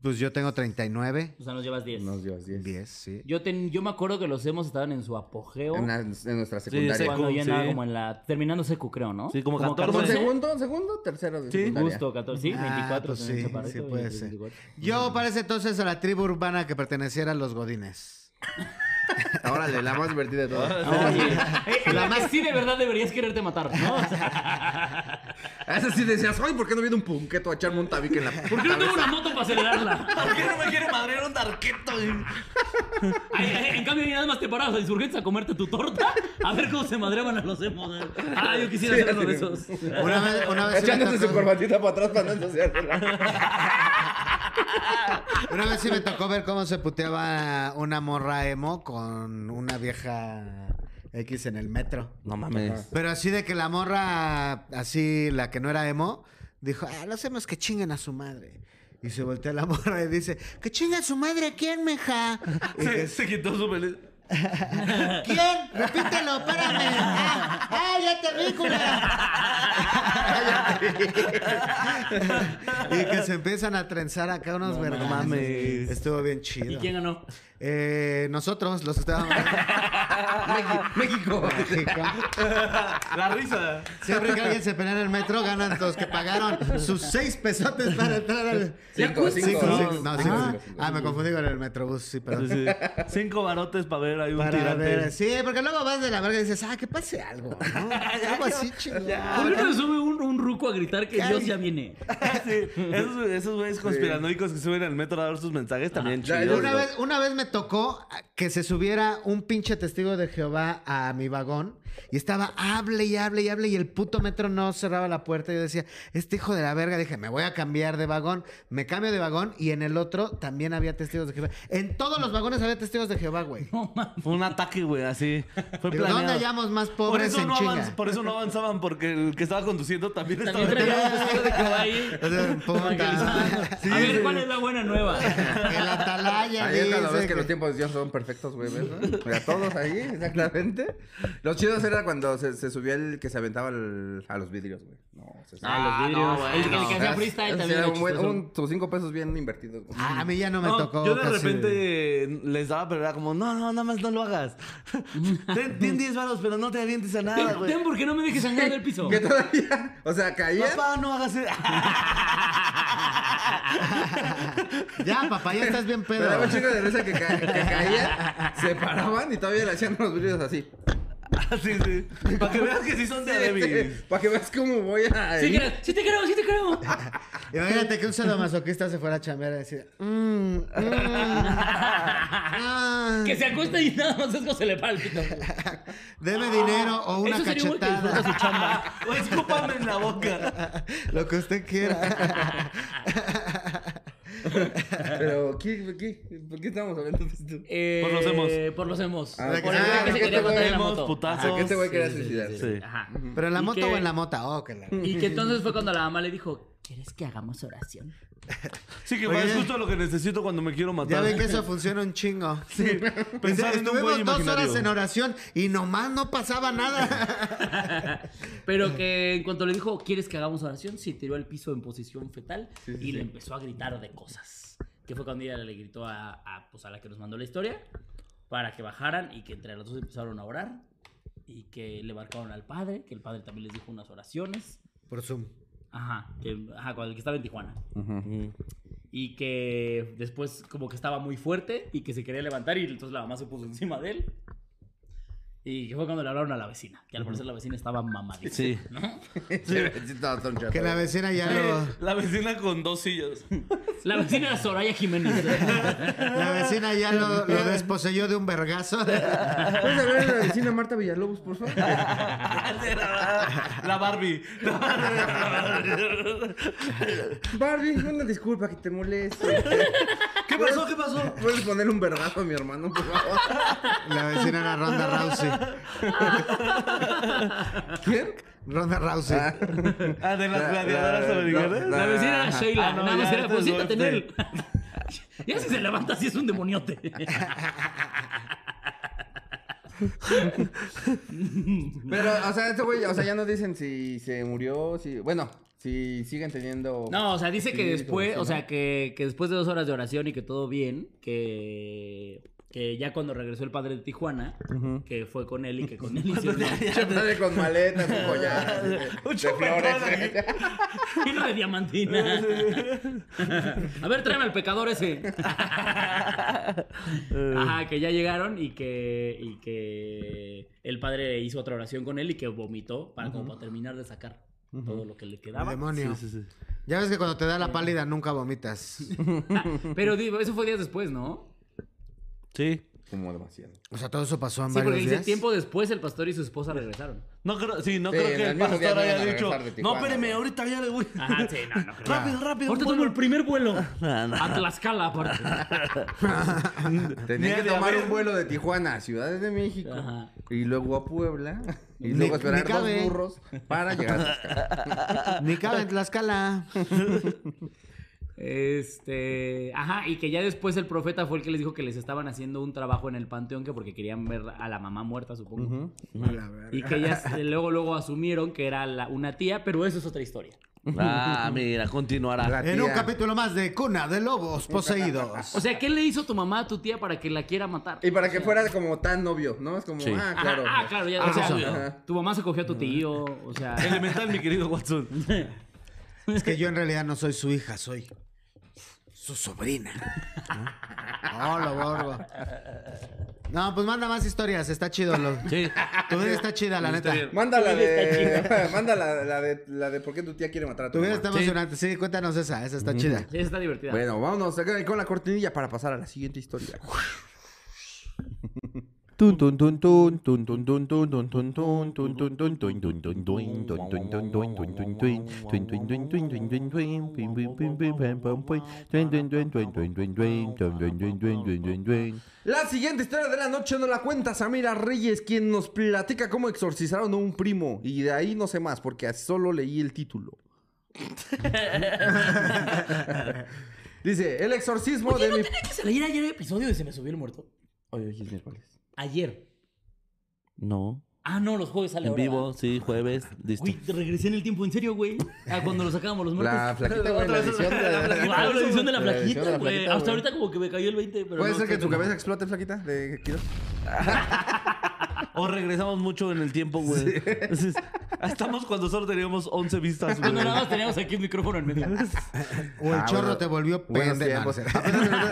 Speaker 4: Pues yo tengo 39.
Speaker 2: O sea, nos llevas 10.
Speaker 1: Nos dio 10.
Speaker 4: 10, sí.
Speaker 2: Yo, ten- yo me acuerdo que los hemos estaban en su apogeo.
Speaker 1: En, la- en nuestra secundaria.
Speaker 2: Cuando
Speaker 3: Secu,
Speaker 2: yo andaba
Speaker 3: sí.
Speaker 2: como en la. Terminando secu, creo, ¿no?
Speaker 3: Sí, como 14.
Speaker 1: ¿Con segundo, segundo, tercero de
Speaker 3: Sí.
Speaker 1: secundaria?
Speaker 2: Justo, 14. Sí,
Speaker 4: Ah,
Speaker 2: 24.
Speaker 4: pues
Speaker 2: tenía
Speaker 4: sí,
Speaker 2: chaparrito,
Speaker 4: sí puede
Speaker 2: 24.
Speaker 4: Yo parece entonces a la tribu urbana que perteneciera a los godines.
Speaker 1: Órale, la más divertida de todas.
Speaker 2: Ah, sí. Eh, en la que sí de verdad deberías quererte matar, ¿no? O sea,
Speaker 1: A esa sí decías, ay, ¿por qué no viene un punqueto a echarme un tabique en la
Speaker 2: ¿Por qué no tengo una moto para acelerarla?
Speaker 3: ¿Por qué no me quiere madrear un darqueto? güey?
Speaker 2: Ay, ay, en cambio, nada más te parabas a insurgentes a comerte tu torta. A ver cómo se madreaban a los hemos. eh. Ah, yo quisiera
Speaker 1: Sí,
Speaker 2: ser uno de
Speaker 1: así
Speaker 2: esos.
Speaker 4: Una vez, una vez sí me
Speaker 1: Echándose su
Speaker 4: tocó-
Speaker 1: corbatita para atrás para no ensuciársela.
Speaker 4: Una vez sí me tocó ver cómo se puteaba una morra emo con una vieja X en el metro.
Speaker 3: No mames.
Speaker 4: Pero así de que la morra, así la que no era emo, dijo, ah, los emos que chinguen a su madre. Y se voltea la morra y dice, que chinga a su madre, ¿quién, meja? Y
Speaker 3: Se,
Speaker 4: dice,
Speaker 3: se quitó su peli.
Speaker 4: ¿quién? Repítelo, párame. Ah, ah, ya te vi, culera". Y que se empiezan a trenzar acá unos
Speaker 2: No
Speaker 4: vergazos.
Speaker 3: mames.
Speaker 4: Estuvo bien chido.
Speaker 2: ¿Y quién ganó?
Speaker 4: Eh, nosotros, los que estábamos en
Speaker 1: México.
Speaker 4: México.
Speaker 3: La risa.
Speaker 4: Siempre que alguien se pelea en el metro, ganan los que pagaron sus seis pesotes para entrar al.
Speaker 1: Cinco, cinco,
Speaker 4: Cinco,
Speaker 1: cinco.
Speaker 4: cinco, no,
Speaker 1: Ah.
Speaker 4: cinco,
Speaker 1: Ah.
Speaker 4: cinco. Ah, me confundí con el metrobús, sí,
Speaker 3: Sí,
Speaker 4: perdón.
Speaker 3: sí. Cinco barotes para ver ahí un
Speaker 4: Para
Speaker 3: tirante.
Speaker 4: ver, sí, porque luego vas de la verga y dices, ah, que pase algo, ¿no? Algo así, chingón.
Speaker 2: ¿Por qué no sube un, un ruco a gritar que Dios ya viene?
Speaker 3: Sí, esos, esos güeyes conspiranoicos que suben al metro a dar sus mensajes también
Speaker 1: Ya,
Speaker 3: chidos.
Speaker 4: Ah, Una
Speaker 3: ¿no?
Speaker 4: vez, una vez me tocó ah, que se subiera un pinche testigo de Jehová a mi vagón y estaba hable y hable y hable y el puto metro no cerraba la puerta. Yo decía, este hijo de la verga, dije, me voy a cambiar de vagón. Me cambio de vagón y en el otro también había testigos de Jehová. En todos los vagones había testigos de Jehová, güey.
Speaker 3: Fue un ataque, güey, así. Fue
Speaker 4: Digo,
Speaker 3: planeado.
Speaker 4: ¿Dónde hallamos más
Speaker 3: por
Speaker 4: pobres
Speaker 3: eso,
Speaker 4: en
Speaker 3: no
Speaker 4: chinga?
Speaker 3: avanz- por eso no avanzaban, porque el que estaba conduciendo también,
Speaker 2: También
Speaker 3: estaba...
Speaker 2: traía un testigo de Jehová ahí.
Speaker 4: O sea, puta.
Speaker 2: evangelizando. a ver, ¿cuál es la buena nueva?
Speaker 4: El atalaya
Speaker 1: Ayer cuando
Speaker 4: dice
Speaker 1: ves que
Speaker 4: que-
Speaker 1: los tiempos de Dios son perfectos, güey, ¿ves? no? A todos ahí, exactamente. Los chidos era cuando se, se subía el que se aventaba al- a los vidrios, güey. No, se subía.
Speaker 2: Ah, los vidrios. el, el que
Speaker 1: O
Speaker 2: hacía
Speaker 1: sea,
Speaker 2: freestyle
Speaker 1: ese
Speaker 2: también.
Speaker 1: era
Speaker 2: era
Speaker 1: un, buen-
Speaker 2: chistoso.
Speaker 1: un- tus cinco pesos bien invertidos, güey.
Speaker 4: Ah, a mí ya no me
Speaker 3: No,
Speaker 4: tocó.
Speaker 3: yo de
Speaker 4: casi.
Speaker 3: repente les daba, pero era como, no, no, nada más no lo hagas. ten, ten 10 varos, pero no te avientes a nada,
Speaker 2: Ten,
Speaker 3: güey.
Speaker 2: ten, ¿por qué no me dejes sangrar del piso?
Speaker 1: Que todavía, o sea, caía.
Speaker 3: Papá, no hagas e-". eso.
Speaker 4: Ya, papá, ya estás bien
Speaker 1: Me
Speaker 4: pedo.
Speaker 1: daba un chingo de risa que, ca- que caía, se paraban y todavía le hacían los vidrios así.
Speaker 3: sí, sí. Para que veas que sí son de débiles.
Speaker 1: este, Para que veas cómo voy a.
Speaker 2: Sí,
Speaker 1: ir.
Speaker 2: creo- sí te creo, sí te creo.
Speaker 4: Imagínate que un sadomasoquista se fuera a chambear y decir, mmm, mmm, ah,
Speaker 2: Que se acuesta y nada más es se le palpita.
Speaker 4: mm, deme dinero o una
Speaker 2: Eso sería un güey que disfruta
Speaker 4: cachetada,
Speaker 2: su chamba.
Speaker 3: O escúpame en la boca.
Speaker 4: lo que usted quiera.
Speaker 1: Pero, ¿qué, qué, ¿por qué estábamos hablando de esto?
Speaker 2: Eh,
Speaker 3: Por los hemos.
Speaker 2: Por los hemos.
Speaker 1: Ah,
Speaker 2: por
Speaker 1: que-
Speaker 2: el güey
Speaker 1: ah,
Speaker 2: que se
Speaker 1: que
Speaker 2: quería
Speaker 1: te
Speaker 2: matar en la
Speaker 3: vemos,
Speaker 2: moto.
Speaker 3: putazo.
Speaker 1: O sea, que
Speaker 4: oh,
Speaker 2: Mm,
Speaker 1: este
Speaker 2: ¿Quieres que hagamos oración?
Speaker 3: Sí, que
Speaker 4: Oye.
Speaker 3: es justo lo que necesito cuando me quiero matar.
Speaker 4: Ya ven que eso funciona un chingo. Sí.
Speaker 3: Pensar en un
Speaker 4: Estuvimos
Speaker 3: güey
Speaker 4: dos
Speaker 3: imaginario.
Speaker 4: horas en oración y nomás no pasaba nada.
Speaker 2: Pero que en cuanto le dijo, ¿quieres que hagamos oración? Se tiró al piso en posición fetal y le empezó a gritar de cosas. Que fue cuando ella le gritó a, a, pues, a la que nos mandó la historia para que bajaran y que entre los dos empezaron a orar y que le marcaron al padre, que el padre también les dijo unas oraciones.
Speaker 4: Por Zoom.
Speaker 2: Ajá, que, ajá, con el que estaba en Tijuana. Y que después como que estaba muy fuerte y que se quería levantar y entonces la mamá se puso encima de él. Y que fue cuando le hablaron a la vecina, que al parecer la vecina estaba mamadita.
Speaker 3: Sí.
Speaker 4: Que la vecina ya lo.
Speaker 3: La vecina con dos sillas.
Speaker 2: La vecina era Soraya Jiménez.
Speaker 4: La vecina ya lo, lo desposeyó de un vergazo.
Speaker 1: ¿Puedes hablar de la vecina Marta Villalobos, por favor?
Speaker 3: la Barbie.
Speaker 1: Barbie, una disculpa que te moleste.
Speaker 3: ¿Qué pasó? ¿Qué pasó?
Speaker 1: ¿Puedes poner un vergazo a mi hermano, por favor?
Speaker 4: La vecina era Ronda Rousey.
Speaker 1: ¿Quién?
Speaker 4: Ronda Rousey.
Speaker 3: Ah, de las
Speaker 1: La-
Speaker 3: gladiadoras
Speaker 1: la-
Speaker 3: americanas.
Speaker 2: La vecina era Sheila,
Speaker 3: Ah, no,
Speaker 2: nada más
Speaker 3: ya,
Speaker 2: era
Speaker 3: este es
Speaker 2: posita
Speaker 3: golpe.
Speaker 2: tener. Ya si se levanta así es un demoniote.
Speaker 1: Pero, o sea, este güey, o sea, ya no dicen si se murió, si. Bueno, si siguen teniendo.
Speaker 2: No, o sea, dice que
Speaker 1: Sí,
Speaker 2: después,
Speaker 1: como
Speaker 2: o
Speaker 1: si no.
Speaker 2: sea, que, que después de dos horas de oración y que todo bien, que, que ya cuando regresó el padre de Tijuana, que fue con él y que con él hicieron
Speaker 1: Sale con maletas, con collares, de, de
Speaker 3: Un
Speaker 1: flores.
Speaker 3: chupetón
Speaker 2: lleno de diamantina. A ver, tráeme al pecador ese. Ajá, que ya llegaron y que, y que el padre hizo otra oración con él y que vomitó para, como para terminar de sacar todo lo que le quedaba.
Speaker 4: Demonio.
Speaker 3: Sí, sí, sí.
Speaker 4: Ya ves que cuando te da la pálida nunca vomitas.
Speaker 2: Ah, Pero digo, eso fue días después, ¿no?
Speaker 3: Sí.
Speaker 1: Como demasiado.
Speaker 4: O sea, todo eso pasó en
Speaker 2: Sí,
Speaker 4: varios
Speaker 2: porque dice
Speaker 4: días.
Speaker 2: tiempo después el pastor y su esposa regresaron.
Speaker 3: No creo, sí, no
Speaker 1: Sí,
Speaker 3: creo
Speaker 1: en
Speaker 3: que
Speaker 1: el
Speaker 3: el
Speaker 1: mismo día no
Speaker 3: pastor
Speaker 1: iban
Speaker 3: haya
Speaker 1: a
Speaker 3: dicho.
Speaker 1: regresar de
Speaker 3: No,
Speaker 1: Tijuana,
Speaker 3: espérame,
Speaker 1: güey".
Speaker 3: ahorita ya le voy.
Speaker 2: Ajá, sí, no, no creo.
Speaker 3: Rápido, rápido.
Speaker 2: Ahorita
Speaker 3: un
Speaker 2: tomo el
Speaker 3: vuelo. Ah,
Speaker 2: primer vuelo.
Speaker 3: No, no.
Speaker 2: A Tlaxcala, aparte.
Speaker 1: Tenían
Speaker 3: Ni
Speaker 1: que
Speaker 3: de
Speaker 1: tomar
Speaker 3: haber-
Speaker 1: un vuelo de Tijuana a Ciudad de México
Speaker 2: Ajá.
Speaker 1: y luego a Puebla y
Speaker 4: Ni-
Speaker 1: luego
Speaker 4: ni
Speaker 1: esperar dos
Speaker 4: cabe.
Speaker 1: burros para llegar a Tlaxcala.
Speaker 4: Ah, Ni cabe en Tlaxcala.
Speaker 2: Este. Ajá, y que ya después el profeta fue el que les dijo que les estaban haciendo un trabajo en el panteón que porque querían ver a la mamá muerta, supongo.
Speaker 4: A la verga.
Speaker 2: Y que ellas eh, luego, luego asumieron que era la- una tía, pero eso es otra historia.
Speaker 3: Ah, mira, continuará.
Speaker 1: La
Speaker 4: En un
Speaker 1: tía.
Speaker 4: capítulo más de Cuna de Lobos Poseídos.
Speaker 2: O sea, ¿qué le hizo tu mamá a tu tía para que la quiera matar?
Speaker 1: Y para que fuera como tan obvio, ¿no? Es como,
Speaker 3: Sí.
Speaker 1: ah,
Speaker 2: Ajá,
Speaker 1: claro.
Speaker 2: ah, claro, ya.
Speaker 4: Ah,
Speaker 2: o sea,
Speaker 1: obvio.
Speaker 2: tu mamá se cogió a tu tío, o sea.
Speaker 3: Elemental, mi querido Watson.
Speaker 4: Es que yo en realidad no soy su hija, soy su sobrina. Oh, lo borbo. No, pues manda más historias, está chido. Lo...
Speaker 3: Sí.
Speaker 4: Tu vida está chida, la neta.
Speaker 3: Historia.
Speaker 1: Mándala
Speaker 2: Sí, está
Speaker 1: de. Mándala la de, la de por qué tu tía quiere matar a tu
Speaker 4: Tu vida
Speaker 1: mamá.
Speaker 4: está emocionante. Sí, cuéntanos esa, esa está chida.
Speaker 2: Sí, está divertida.
Speaker 1: Bueno, vámonos acá con la cortinilla para pasar a la siguiente historia.
Speaker 5: Tun tun tun tun tun tun tun tun tun tun tun tun tun tun tun tun tun tun tun tun tun tun tun tun tun. Tun tun tun tun tun tun tun. Pim, pim, pim, pim, pam, pam, pum. Tun, tun, tun, tun, tun, tun, tun. Tun, tun, tun, tun, tun, tun, tun.
Speaker 1: La siguiente historia de la noche nos la cuenta Samira Reyes, quien nos platica cómo exorcizaron a un primo. Y de ahí no sé más, porque solo leí el título. Dice, el exorcismo
Speaker 2: Oye,
Speaker 1: de
Speaker 2: ¿no
Speaker 1: mi...
Speaker 2: tenía que salir ayer el episodio de Se me subió el muerto?
Speaker 3: Hoy es miércoles.
Speaker 2: Ayer.
Speaker 3: No.
Speaker 2: Ah, no, los jueves salen
Speaker 3: En
Speaker 2: ahora,
Speaker 3: vivo,
Speaker 2: ¿verdad?
Speaker 3: sí, jueves. Listo.
Speaker 2: Güey, regresé en el tiempo, en serio, güey. A cuando lo sacábamos los martes.
Speaker 1: La flaquita, güey, la edición de-
Speaker 2: Claro, la edición de la
Speaker 1: La edición de
Speaker 2: flaquita,
Speaker 1: la
Speaker 2: güey.
Speaker 1: flaquita,
Speaker 2: Hasta
Speaker 1: güey.
Speaker 2: ahorita como que me cayó el 20, pero.
Speaker 1: ¿Puede
Speaker 2: no,
Speaker 1: ser que
Speaker 2: estoy
Speaker 1: tu
Speaker 2: bien.
Speaker 1: cabeza explote, flaquita? ¿De kilos?
Speaker 3: O regresamos mucho en el tiempo, güey. Entonces, Estamos cuando solo teníamos 11 vistas, güey.
Speaker 2: Cuando nada más teníamos aquí el micrófono en medio.
Speaker 4: O el
Speaker 1: Ah,
Speaker 4: chorro
Speaker 1: bueno,
Speaker 4: te volvió
Speaker 1: Buenos
Speaker 4: pendejo.
Speaker 1: tiempos. Apenas el otro-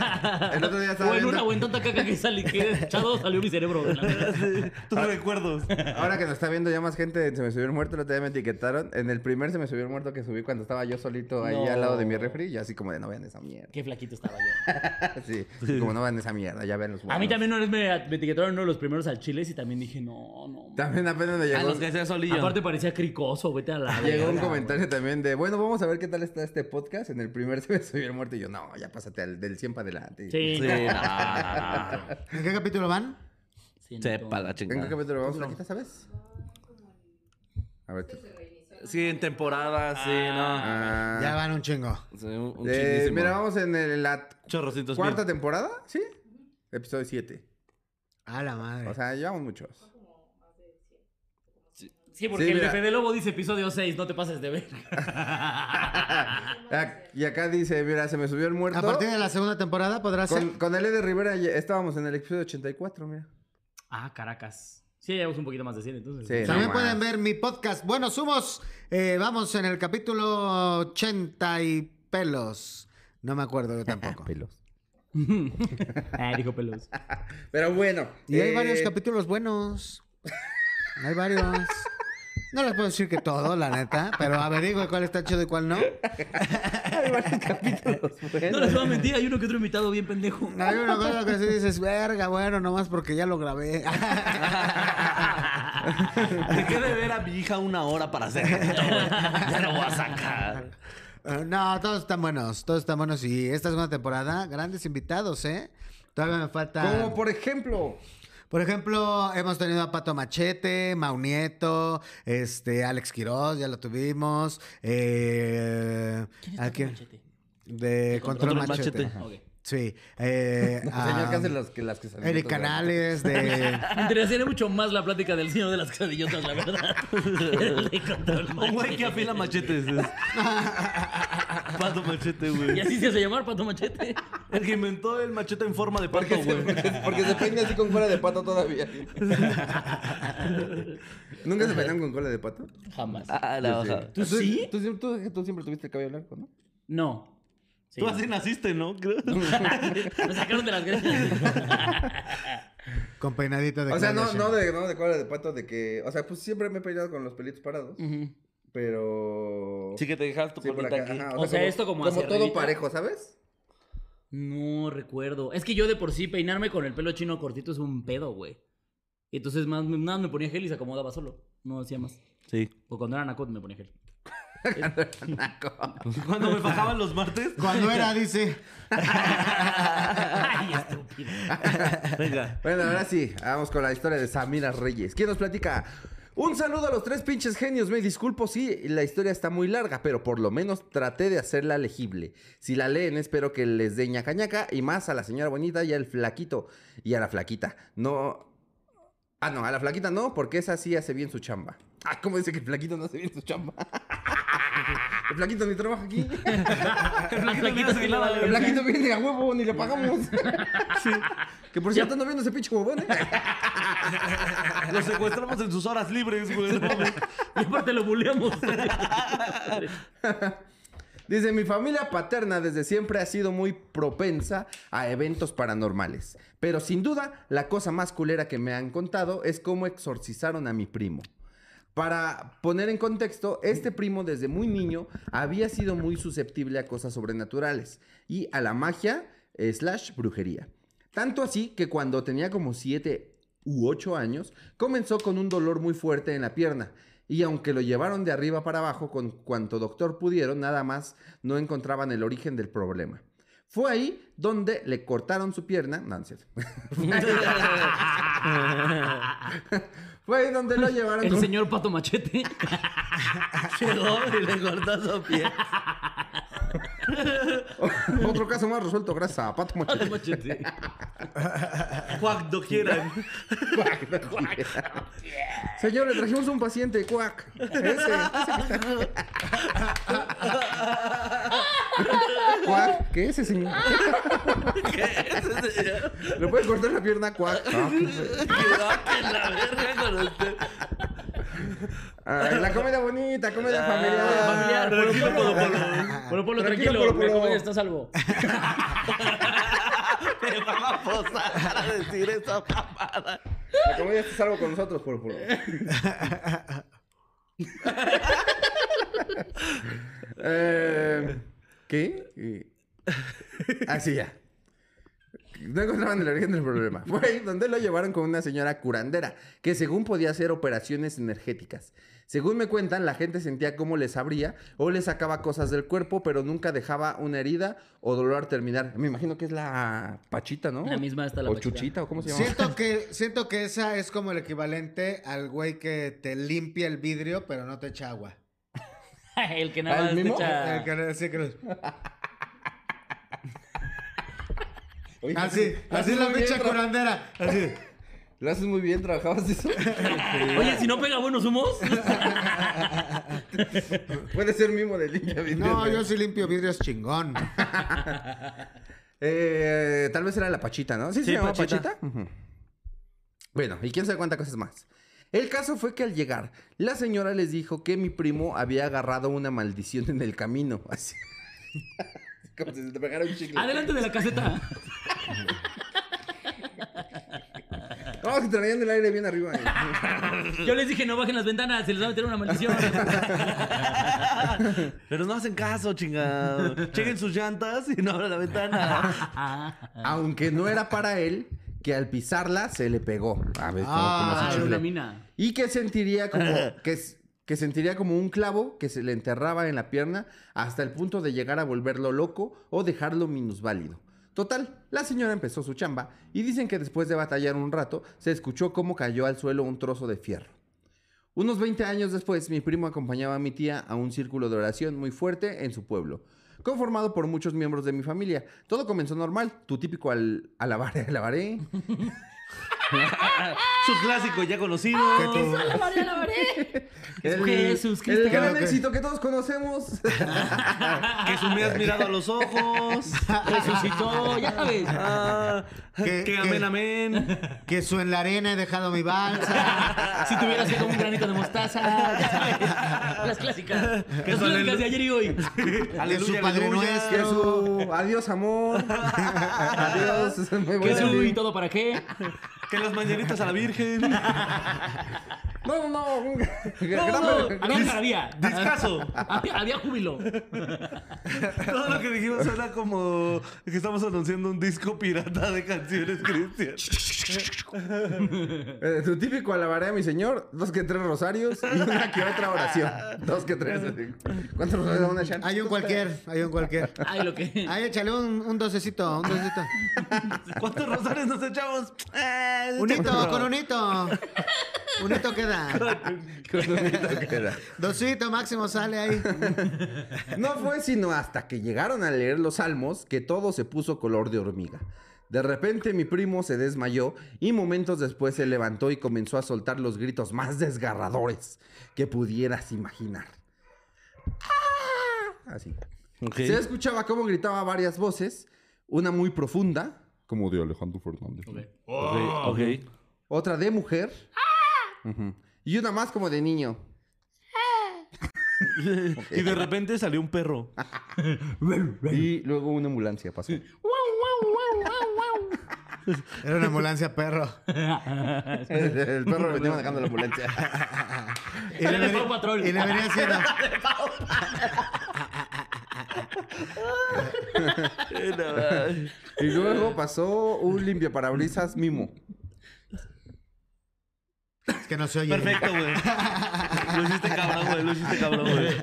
Speaker 1: el otro día estaba
Speaker 2: O en una,
Speaker 1: viendo-
Speaker 2: o en tanta caca que salí, que echado salió mi cerebro. güey, la verdad.
Speaker 3: Tus
Speaker 1: Ah.
Speaker 3: recuerdos.
Speaker 1: Ahora que nos está viendo ya más gente de Se me subió el muerto, el otro día me etiquetaron. En el primer Se me subió el muerto que subí cuando estaba yo solito ahí
Speaker 2: No.
Speaker 1: al lado de mi refri, yo así como de no vean esa mierda.
Speaker 2: Qué flaquito estaba yo.
Speaker 1: Sí, como no vean esa mierda, ya vean los
Speaker 2: A mí
Speaker 1: buenos.
Speaker 2: también una vez me, me etiquetaron uno de los primeros al chiles y también dije, no, no. man.
Speaker 1: También apenas me
Speaker 3: A
Speaker 1: llegó,
Speaker 3: los que sea solillo.
Speaker 2: Aparte parecía cricoso, vete a la.
Speaker 1: llegó un
Speaker 2: verga,
Speaker 1: comentario también de, bueno, vamos a ver qué tal está este podcast. En el primer se me subió el muerto y yo, no, ya pásate al, del 100 para adelante.
Speaker 2: güey. Sí,
Speaker 3: Sí, Ah,
Speaker 2: no,
Speaker 3: no,
Speaker 2: no, no, no.
Speaker 4: ¿En qué capítulo van?
Speaker 2: Sí, no,
Speaker 3: Sepa la
Speaker 1: ¿En qué
Speaker 3: chingada.
Speaker 1: capítulo vamos, Flaquita, sabes? A ver, tú.
Speaker 3: Sí, en temporada, sí, no.
Speaker 1: Ah.
Speaker 4: Ya van un chingo.
Speaker 3: Sí, un, un
Speaker 1: Eh,
Speaker 3: chinguísimo.
Speaker 1: mira, vamos en el- la
Speaker 3: Chorrocientos mil.
Speaker 1: cuarta temporada, ¿sí? Episodio 7.
Speaker 4: A la madre.
Speaker 1: O sea, llevamos muchos.
Speaker 2: Sí, porque
Speaker 1: Sí,
Speaker 2: el de
Speaker 1: mira.
Speaker 2: Fede Lobo dice episodio 6, no te pases de ver.
Speaker 1: Ah, y acá dice, mira, se me subió el muerto.
Speaker 4: A partir de la segunda temporada podrás
Speaker 1: Con,
Speaker 4: ser.
Speaker 1: con el de Rivera ya estábamos en el episodio 84, mira.
Speaker 2: ah, Caracas. Sí, llevamos un poquito más de 100 entonces.
Speaker 1: Sí.
Speaker 4: También
Speaker 1: no más.
Speaker 4: pueden ver mi podcast. Buenos humos. Eh, vamos en el capítulo 80 y pelos. No me acuerdo yo tampoco.
Speaker 2: Ah, dijo pelos.
Speaker 1: Pero bueno.
Speaker 4: Y hay
Speaker 1: eh,
Speaker 4: varios capítulos buenos. Hay varios. No les puedo decir que todo, la neta, pero averigüe cuál está chido y cuál no.
Speaker 2: No les voy a mentir, hay uno que otro invitado bien pendejo.
Speaker 4: Hay una cosa que sí dices, verga, bueno, nomás porque ya lo grabé.
Speaker 3: Dejé de ver a mi hija una hora para hacer esto, güey. Ya lo voy a sacar.
Speaker 4: Eh, No, todos están buenos, todos están buenos y esta es una temporada, grandes invitados, ¿eh? Todavía me falta...
Speaker 1: Como por ejemplo,
Speaker 4: Por ejemplo, hemos tenido a Pato Machete, Maunieto, este, Alex Quiroz, ya lo tuvimos. Eh, ¿A quién? De Control,
Speaker 3: Control
Speaker 4: Machete.
Speaker 3: Machete.
Speaker 2: Ok.
Speaker 4: Sí. Eh,
Speaker 1: señor
Speaker 4: a
Speaker 1: que hace las que, las que salen.
Speaker 4: Eric Canales, de...
Speaker 2: Me interesaría mucho más la plática del señor de las cadillotas, la verdad. El de control
Speaker 3: Un Oh, güey
Speaker 2: machete.
Speaker 3: que afila machetes. es. Pato machete,
Speaker 2: Y
Speaker 3: güey.
Speaker 2: así se hace llamar pato machete.
Speaker 3: El que inventó el machete en forma de
Speaker 1: Porque
Speaker 3: pato,
Speaker 1: se,
Speaker 3: güey.
Speaker 1: porque, porque se peina así con cola de pato todavía. ¿Nunca se peinan con cola de pato?
Speaker 2: Jamás.
Speaker 3: Ah, la hoja.
Speaker 2: ¿Tú sí?
Speaker 1: Tú, tú- tú- tú siempre tuviste el cabello blanco, ¿no?
Speaker 2: No. Sí,
Speaker 3: Tú
Speaker 2: no.
Speaker 3: así naciste, ¿no? Creo.
Speaker 2: Me sacaron de las gracias.
Speaker 4: con peinadito de...
Speaker 1: O sea, no,
Speaker 4: Claudia
Speaker 1: no, de,
Speaker 4: Sheinbaum.
Speaker 1: no de cola de pato, de que. O sea, pues siempre me he peinado con los pelitos parados. Pero.
Speaker 3: Sí que te dejas tu
Speaker 1: Sí, por
Speaker 3: colita
Speaker 1: acá,
Speaker 3: aquí.
Speaker 1: ajá,
Speaker 2: O sea, esto como
Speaker 1: Como
Speaker 2: hacia
Speaker 1: todo
Speaker 2: arribita.
Speaker 1: parejo, ¿sabes?
Speaker 2: No recuerdo. Es que yo de por sí peinarme con el pelo chino cortito es un pedo, güey. Y Entonces más nada me ponía gel y se acomodaba solo. No hacía más.
Speaker 3: Sí.
Speaker 2: O cuando era Nacot me ponía gel.
Speaker 1: Ah,
Speaker 3: Cuando me fajaban los martes.
Speaker 4: Cuando era, dice...
Speaker 2: Ay, estúpido.
Speaker 3: Venga.
Speaker 1: Bueno, ahora sí, vamos con la historia de Samira Reyes. ¿Quién nos platica? Un saludo a los tres pinches genios. Me disculpo si la historia está muy larga, pero por lo menos traté de hacerla legible. Si la leen, espero que les dé ñaca ñaca y más a la señora bonita y al flaquito. Y a la flaquita. No. Ah, no, a la flaquita no, porque esa sí hace bien su chamba. Ah, ¿cómo dice que el flaquito no hace bien su chamba? El flaquito ni trabaja aquí.
Speaker 2: El flaquito sí la vale.
Speaker 1: El flaquito viene a huevo, ni le pagamos. Que por cierto, ando viendo ese pinche huevón, ¿eh?
Speaker 3: Los secuestramos en sus horas libres, güey. No mames.
Speaker 2: Y aparte lo buleamos.
Speaker 1: Dice, mi familia paterna desde siempre ha sido muy propensa a eventos paranormales. Pero sin duda, la cosa más culera que me han contado es cómo exorcizaron a mi primo. Para poner en contexto, este primo desde muy niño había sido muy susceptible a cosas sobrenaturales y a la magia eh, slash brujería. Tanto así que cuando tenía como 7 u 8 años, comenzó con un dolor muy fuerte en la pierna. Y aunque lo llevaron de arriba para abajo con cuanto doctor pudieron, nada más no encontraban el origen del problema. Fue ahí donde le cortaron su pierna. No, no es cierto. Fue ahí donde lo llevaron.
Speaker 2: El
Speaker 1: con-
Speaker 2: señor Pato Machete.
Speaker 3: Llegó y le cortó su pie.
Speaker 1: Otro caso más resuelto gracias a Pato Machete.
Speaker 2: Pato Machete.
Speaker 3: Cuac doquiera.
Speaker 1: Señor, le trajimos un paciente, cuac. Ese, ese que está- Cuac, ¿qué es ese señor?
Speaker 3: ¿Qué es, señor? Ah,
Speaker 1: ¿Le puede cortar la pierna, cuac?
Speaker 3: Quedó que la verga con usted.
Speaker 1: Ay, la comida bonita, comida
Speaker 3: Ah,
Speaker 2: Familiar,
Speaker 1: familiar.
Speaker 2: Polo Polo. Polo Polo,
Speaker 1: Ah, Tranquilo,
Speaker 2: tranquilo.
Speaker 1: Polo
Speaker 2: La
Speaker 1: Polo.
Speaker 2: comida está a salvo.
Speaker 3: Me van a posar a decir esa papada.
Speaker 1: La comida está a salvo con nosotros, por favor. Eh, ¿Qué? Así ya. No encontraban el origen del problema. Fue ahí donde lo llevaron con una señora curandera, que según podía hacer operaciones energéticas. Según me cuentan, la gente sentía cómo les abría o les sacaba cosas del cuerpo, pero nunca dejaba una herida o dolor terminar. Me imagino que es la pachita, ¿no?
Speaker 2: La misma está la
Speaker 1: O
Speaker 2: Pachita.
Speaker 1: chuchita, o cómo se llama.
Speaker 4: Siento que, siento que esa es como el equivalente al güey que te limpia el vidrio, pero no te echa agua.
Speaker 2: el que nada
Speaker 1: ¿Ah, ¿El
Speaker 2: más le
Speaker 1: mismo?
Speaker 2: echa-
Speaker 4: El que- sí, que los-
Speaker 1: Oye,
Speaker 4: Así, Ah, así
Speaker 1: haces
Speaker 4: la
Speaker 1: muy bien,
Speaker 4: pinche
Speaker 1: tra-
Speaker 4: curandera. Así.
Speaker 1: Lo haces muy bien, trabajabas eso.
Speaker 2: Oye, si no pega buenos humos.
Speaker 1: Puede ser mimo de limpia vidrio,
Speaker 4: No,
Speaker 1: güey.
Speaker 4: yo sí limpio vidrios chingón.
Speaker 1: Eh, tal vez era la Pachita, ¿no? Sí, se
Speaker 3: Sí,
Speaker 1: llamaba Pachita.
Speaker 3: Pachita.
Speaker 1: Ujú. Bueno, y quién sabe cuántas cosas más. El caso fue que al llegar, la señora les dijo que mi primo había agarrado una maldición en el camino. Así. Como si se te pegara un chicle.
Speaker 2: Adelante de la caseta.
Speaker 1: No, que traían el aire bien arriba. eh.
Speaker 2: Yo les dije, no bajen las ventanas, se les va a meter una maldición.
Speaker 3: Pero no hacen caso, chingado. Chequen sus llantas y no abran la ventana.
Speaker 2: Ah.
Speaker 1: Aunque no era para él, que al pisarla se le pegó. A ver, como- como
Speaker 4: Ah,
Speaker 2: Ah,
Speaker 1: si
Speaker 2: era una
Speaker 1: chicle.
Speaker 2: mina.
Speaker 1: Y que sentiría como que, s- que sentiría como un clavo que se le enterraba en la pierna hasta el punto de llegar a volverlo loco o dejarlo minusválido. Total, la señora empezó su chamba y dicen que después de batallar un rato se escuchó cómo cayó al suelo un trozo de fierro. Unos 20 años después, mi primo acompañaba a mi tía a un círculo de oración muy fuerte en su pueblo, conformado por muchos miembros de mi familia. Todo comenzó normal, tu típico al alabaré, alabaré.
Speaker 3: Su clásico ya conocido.
Speaker 4: Que tú-
Speaker 1: El-
Speaker 2: Jesús Cristo.
Speaker 1: El gran éxito que todos conocemos.
Speaker 3: Que su me has mirado a los ojos.
Speaker 2: Resucitó, ya ves.
Speaker 3: Ah,
Speaker 4: ¿Qué-
Speaker 3: que
Speaker 4: qué?
Speaker 3: amén, amén.
Speaker 4: Que su en la arena he dejado mi balsa.
Speaker 2: Si tuvieras sido un granito de mostaza, Ah, ya sabes. Las clásicas. Las clásicas de ayer y hoy.
Speaker 4: Que su
Speaker 3: Aleluya,
Speaker 4: padre
Speaker 3: aleluya.
Speaker 1: Que
Speaker 4: nuestro.
Speaker 1: su adiós amor. adiós. Muy
Speaker 2: ¿Qué
Speaker 1: buena.
Speaker 2: su y todo para qué?
Speaker 3: Que las mañanitas a la Virgen.
Speaker 1: No, no, no.
Speaker 2: No,
Speaker 1: Gran-
Speaker 2: no,
Speaker 1: gran-
Speaker 2: había algarabía.
Speaker 3: Discaso.
Speaker 2: Había, había júbilo.
Speaker 3: Todo lo que dijimos suena como que estamos anunciando un disco pirata de canciones cristianas.
Speaker 1: eh, tu típico alabaré a mi señor. Dos que tres rosarios y una que otra oración. Dos que tres. ¿Cuántos rosarios van a echar?
Speaker 4: Hay un cualquier, hay un cualquier.
Speaker 2: Ay, lo que.
Speaker 4: Ahí échale un, un docecito, un docecito.
Speaker 3: ¿Cuántos rosarios nos echamos? Eh,
Speaker 4: Un hito,
Speaker 3: chorro.
Speaker 4: con un hito. Un hito queda.
Speaker 1: Con un hito queda.
Speaker 4: Dosito máximo sale ahí.
Speaker 1: No fue sino hasta que llegaron a leer los salmos que todo se puso color de hormiga. De repente mi primo se desmayó y momentos después se levantó y comenzó a soltar los gritos más desgarradores que pudieras imaginar. ¡Ah! Así.
Speaker 3: Ok.
Speaker 1: Se escuchaba cómo gritaba varias voces, una muy profunda, como de Alejandro Fernández,
Speaker 2: Ok.
Speaker 3: Ok, ok.
Speaker 1: otra de mujer Ujú. y una más como de niño.
Speaker 3: Y de repente salió un perro.
Speaker 1: Y luego una ambulancia pasó.
Speaker 4: Era una ambulancia perro.
Speaker 1: El perro venía manejando la ambulancia.
Speaker 4: Y le,
Speaker 2: Era de
Speaker 4: venía-
Speaker 2: Paw Patrol.
Speaker 4: y le venía haciendo.
Speaker 3: Eh, no,
Speaker 1: Y luego pasó un limpiaparabrisas mimo.
Speaker 4: Es que no se oye.
Speaker 3: Perfecto, güey. Lo hiciste cabrón, güey. Lo hiciste cabrón, güey.